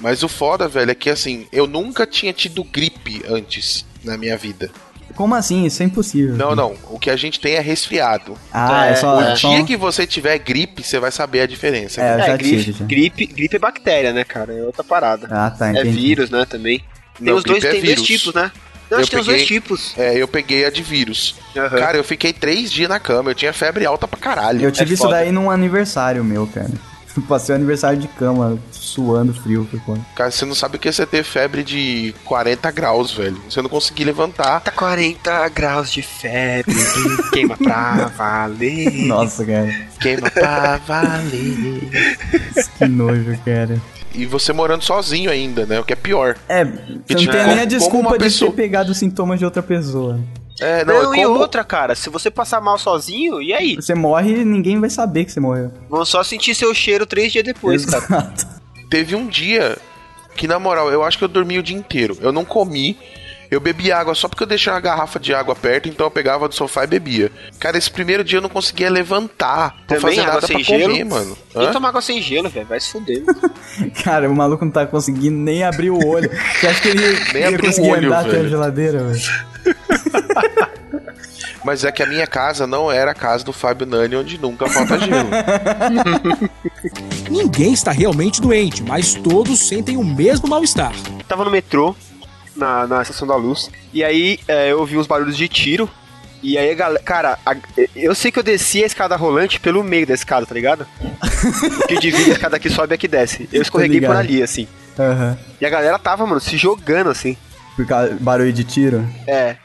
Speaker 6: Mas o foda, velho, é que assim, eu nunca tinha tido gripe antes na minha vida.
Speaker 1: Como assim? Isso é impossível.
Speaker 6: Não, não, o que a gente tem é resfriado.
Speaker 1: Ah, é, só.
Speaker 6: O
Speaker 1: só
Speaker 6: dia que você tiver gripe, você vai saber a diferença.
Speaker 1: É, eu
Speaker 6: cara.
Speaker 1: já
Speaker 2: É, gripe,
Speaker 1: tive. já.
Speaker 2: gripe, gripe é bactéria, né, cara? É outra parada.
Speaker 1: Ah, tá,
Speaker 2: é
Speaker 1: entendi.
Speaker 2: vírus, né, também. Tem
Speaker 6: Não,
Speaker 2: os dois,
Speaker 6: gripe é
Speaker 2: tem dois
Speaker 6: vírus.
Speaker 2: tipos, né? Eu
Speaker 6: Eu
Speaker 2: acho que tem os dois
Speaker 6: peguei-
Speaker 2: tipos.
Speaker 6: É, eu peguei a de vírus.
Speaker 2: Aham.
Speaker 6: Cara, eu fiquei três dias na cama, eu tinha febre alta pra caralho.
Speaker 1: É. Eu tive
Speaker 2: É
Speaker 1: isso
Speaker 2: foda.
Speaker 1: daí num aniversário meu, cara. Eu Passei o aniversário de cama, suando frio, por conta.
Speaker 6: Cara, você não sabe o que é você ter febre de 40 graus, velho. Você não conseguir levantar.
Speaker 2: Tá 40 graus de febre, queima pra valer.
Speaker 1: Nossa, cara.
Speaker 6: Queima pra valer.
Speaker 1: Que nojo, cara.
Speaker 6: E você morando sozinho ainda, né? O que é pior.
Speaker 1: É, você não
Speaker 6: tipo,
Speaker 1: tem nem a
Speaker 6: como- como
Speaker 1: desculpa
Speaker 6: uma
Speaker 1: de
Speaker 6: pessoa-
Speaker 1: ter pegado os sintomas de outra pessoa.
Speaker 6: É,
Speaker 2: Não,
Speaker 6: não, é
Speaker 2: e
Speaker 6: como-
Speaker 2: outra, cara, se você passar mal sozinho, e aí?
Speaker 1: Você morre e ninguém vai saber que você morreu.
Speaker 2: Vão só sentir seu cheiro três dias depois, cara.
Speaker 1: Exato.
Speaker 6: Teve um dia Que na moral, eu acho que eu dormi o dia inteiro. Eu não comi. Eu bebi água só porque eu deixei uma garrafa de água perto, então eu pegava do sofá e bebia. Cara, esse primeiro dia eu não conseguia levantar pra
Speaker 2: Também
Speaker 6: fazer
Speaker 2: água
Speaker 6: nada
Speaker 2: sem
Speaker 6: pra
Speaker 2: gelo. Então-
Speaker 6: comer, mano.
Speaker 2: Nem
Speaker 6: Hã?
Speaker 2: tomar água sem gelo, velho. Vai se fuder.
Speaker 1: Cara, o maluco não tá conseguindo nem abrir o olho. Você acha que ele
Speaker 6: Nem
Speaker 1: ia
Speaker 6: abrir o
Speaker 1: conseguir
Speaker 6: olho,
Speaker 1: andar até a
Speaker 6: velho.
Speaker 1: geladeira, velho?
Speaker 6: Mas é que a minha casa não era a casa do Fábio Nani, onde nunca falta gelo.
Speaker 9: Ninguém está realmente doente, mas todos sentem o mesmo mal-estar.
Speaker 2: Tava no metrô, na, na Estação da Luz, e aí é, eu ouvi uns barulhos de tiro. E aí, a galera, cara, a- eu sei que eu desci a escada rolante pelo meio da escada, tá ligado? que divide a escada que sobe e a que desce. Eu escorreguei por
Speaker 1: ligado.
Speaker 2: ali, assim.
Speaker 1: Aham.
Speaker 2: E a galera tava, mano, se jogando, assim.
Speaker 1: Por causa barulho de tiro.
Speaker 2: É.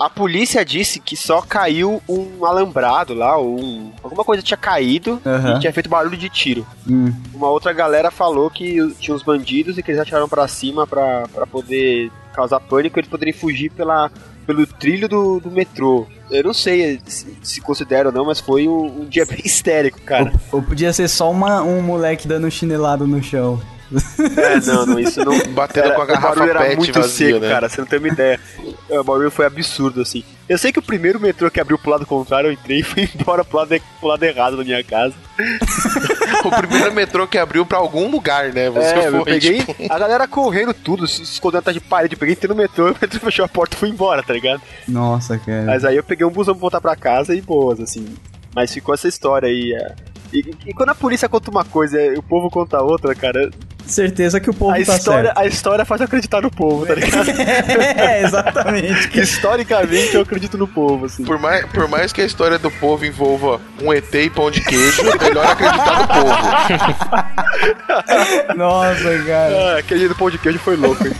Speaker 2: A polícia disse que só caiu um alambrado lá, ou um, alguma coisa tinha caído
Speaker 1: Aham.
Speaker 2: e tinha feito barulho de tiro.
Speaker 1: Hum.
Speaker 2: Uma outra galera falou que tinha uns bandidos e que eles atiraram pra cima pra, pra poder causar pânico e eles poderiam fugir pela, pelo trilho do, do metrô. Eu não sei se, se considera ou não, mas foi um, um dia bem histérico, cara.
Speaker 1: Ou, ou podia ser só uma, um moleque dando chinelado no chão.
Speaker 2: É, não, não, isso não.
Speaker 6: Batendo com a
Speaker 2: o
Speaker 6: garrafa
Speaker 2: barulho era
Speaker 6: pet
Speaker 2: muito
Speaker 6: vazia,
Speaker 2: seco,
Speaker 6: né?
Speaker 2: cara, você não tem uma ideia. É, O barulho foi absurdo, assim. Eu sei que o primeiro metrô que abriu pro lado contrário, eu entrei e fui embora pro lado, pro lado errado da minha casa.
Speaker 6: o primeiro metrô que abriu pra algum lugar, né? Você
Speaker 2: é, eu
Speaker 6: foi,
Speaker 2: peguei
Speaker 6: tipo,
Speaker 2: a galera correndo tudo, se escondendo atrás de parede, eu peguei entrei no metrô, o metrô fechou a porta e fui embora, tá ligado?
Speaker 6: Uhum.
Speaker 1: Nossa, cara.
Speaker 2: Mas aí eu peguei um busão pra voltar pra casa e boas, assim. Mas ficou essa história aí. é. E, e quando a polícia conta uma coisa e o povo conta outra, cara,
Speaker 1: Certeza que o povo
Speaker 2: a,
Speaker 1: tá
Speaker 2: história, a história faz eu acreditar no povo, tá ligado?
Speaker 1: certo. é, exatamente. cara.
Speaker 2: Historicamente eu acredito no povo, assim.
Speaker 6: por, mais, por mais que a história do povo envolva um ET e pão de queijo, é melhor acreditar no povo.
Speaker 1: Nossa, cara.
Speaker 2: Ah, aquele dia do pão de queijo foi louco. hein?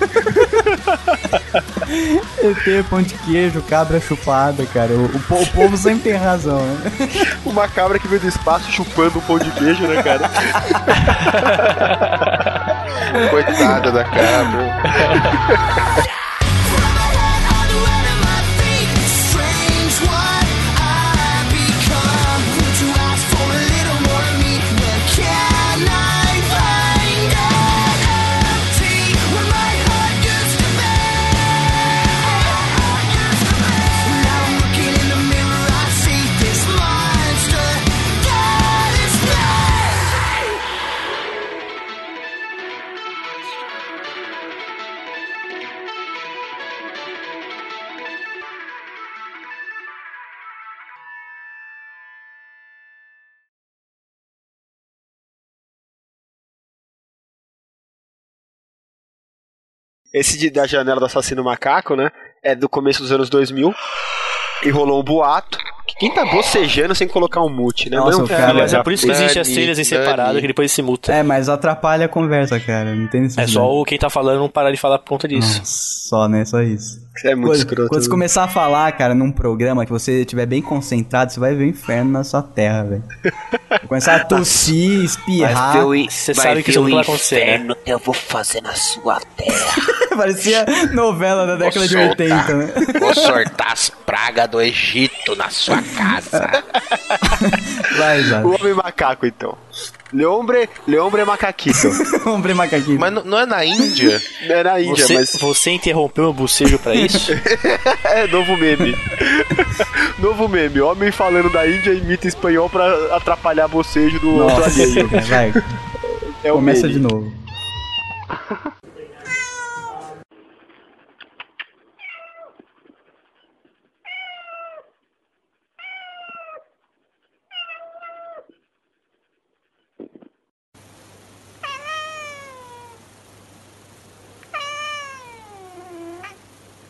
Speaker 1: ET, pão de queijo, cabra chupada, cara. O, o po- o povo sempre tem razão, né?
Speaker 2: Uma cabra que veio do espaço chupando um pão de queijo, né, cara?
Speaker 6: Coitada da cabra.
Speaker 2: Esse de- da janela do assassino macaco, né? É do começo dos anos 2000. E rolou um boato. que Quem tá bocejando sem colocar um mute, né?
Speaker 1: Nossa,
Speaker 2: Não,
Speaker 1: o cara-
Speaker 4: mas é por isso que existe as
Speaker 6: Dani,
Speaker 4: trilhas em
Speaker 6: Dani.
Speaker 4: separado que depois se multa.
Speaker 1: É, mas atrapalha a conversa, cara. Não tem
Speaker 4: É
Speaker 1: necessidade.
Speaker 4: só o quem tá falando não parar de falar por conta disso.
Speaker 1: Nossa, Só, né? Só isso.
Speaker 2: é muito
Speaker 1: quando,
Speaker 2: escroto.
Speaker 1: quando você
Speaker 2: né?
Speaker 1: começar a falar, cara, num programa que você estiver bem concentrado, você vai ver o inferno na sua terra, velho. Vai Começar a tossir, espirrar.
Speaker 6: Hum.
Speaker 4: Você sabe que isso
Speaker 6: um
Speaker 4: não vai acontecer, né?
Speaker 11: eu vou fazer na sua terra.
Speaker 1: Parecia novela da década de
Speaker 6: soltar.
Speaker 1: 80, né?
Speaker 6: Vou sortar as
Speaker 11: Praga do Egito na sua casa.
Speaker 1: Vai, já.
Speaker 2: O homem macaco, então. Leombre, Leombre é macaquito.
Speaker 1: Comprei macaquinho.
Speaker 6: Mas não- não é na Índia?
Speaker 2: É na Índia,
Speaker 4: Você,
Speaker 2: mas
Speaker 4: você interrompeu o bocejo pra isso?
Speaker 2: é novo meme. novo meme. Homem falando da Índia imita espanhol pra atrapalhar bocejo do outro
Speaker 1: Nossa,
Speaker 2: alheio.
Speaker 1: cara, vai.
Speaker 2: É o
Speaker 1: Começa
Speaker 2: meme.
Speaker 1: de novo.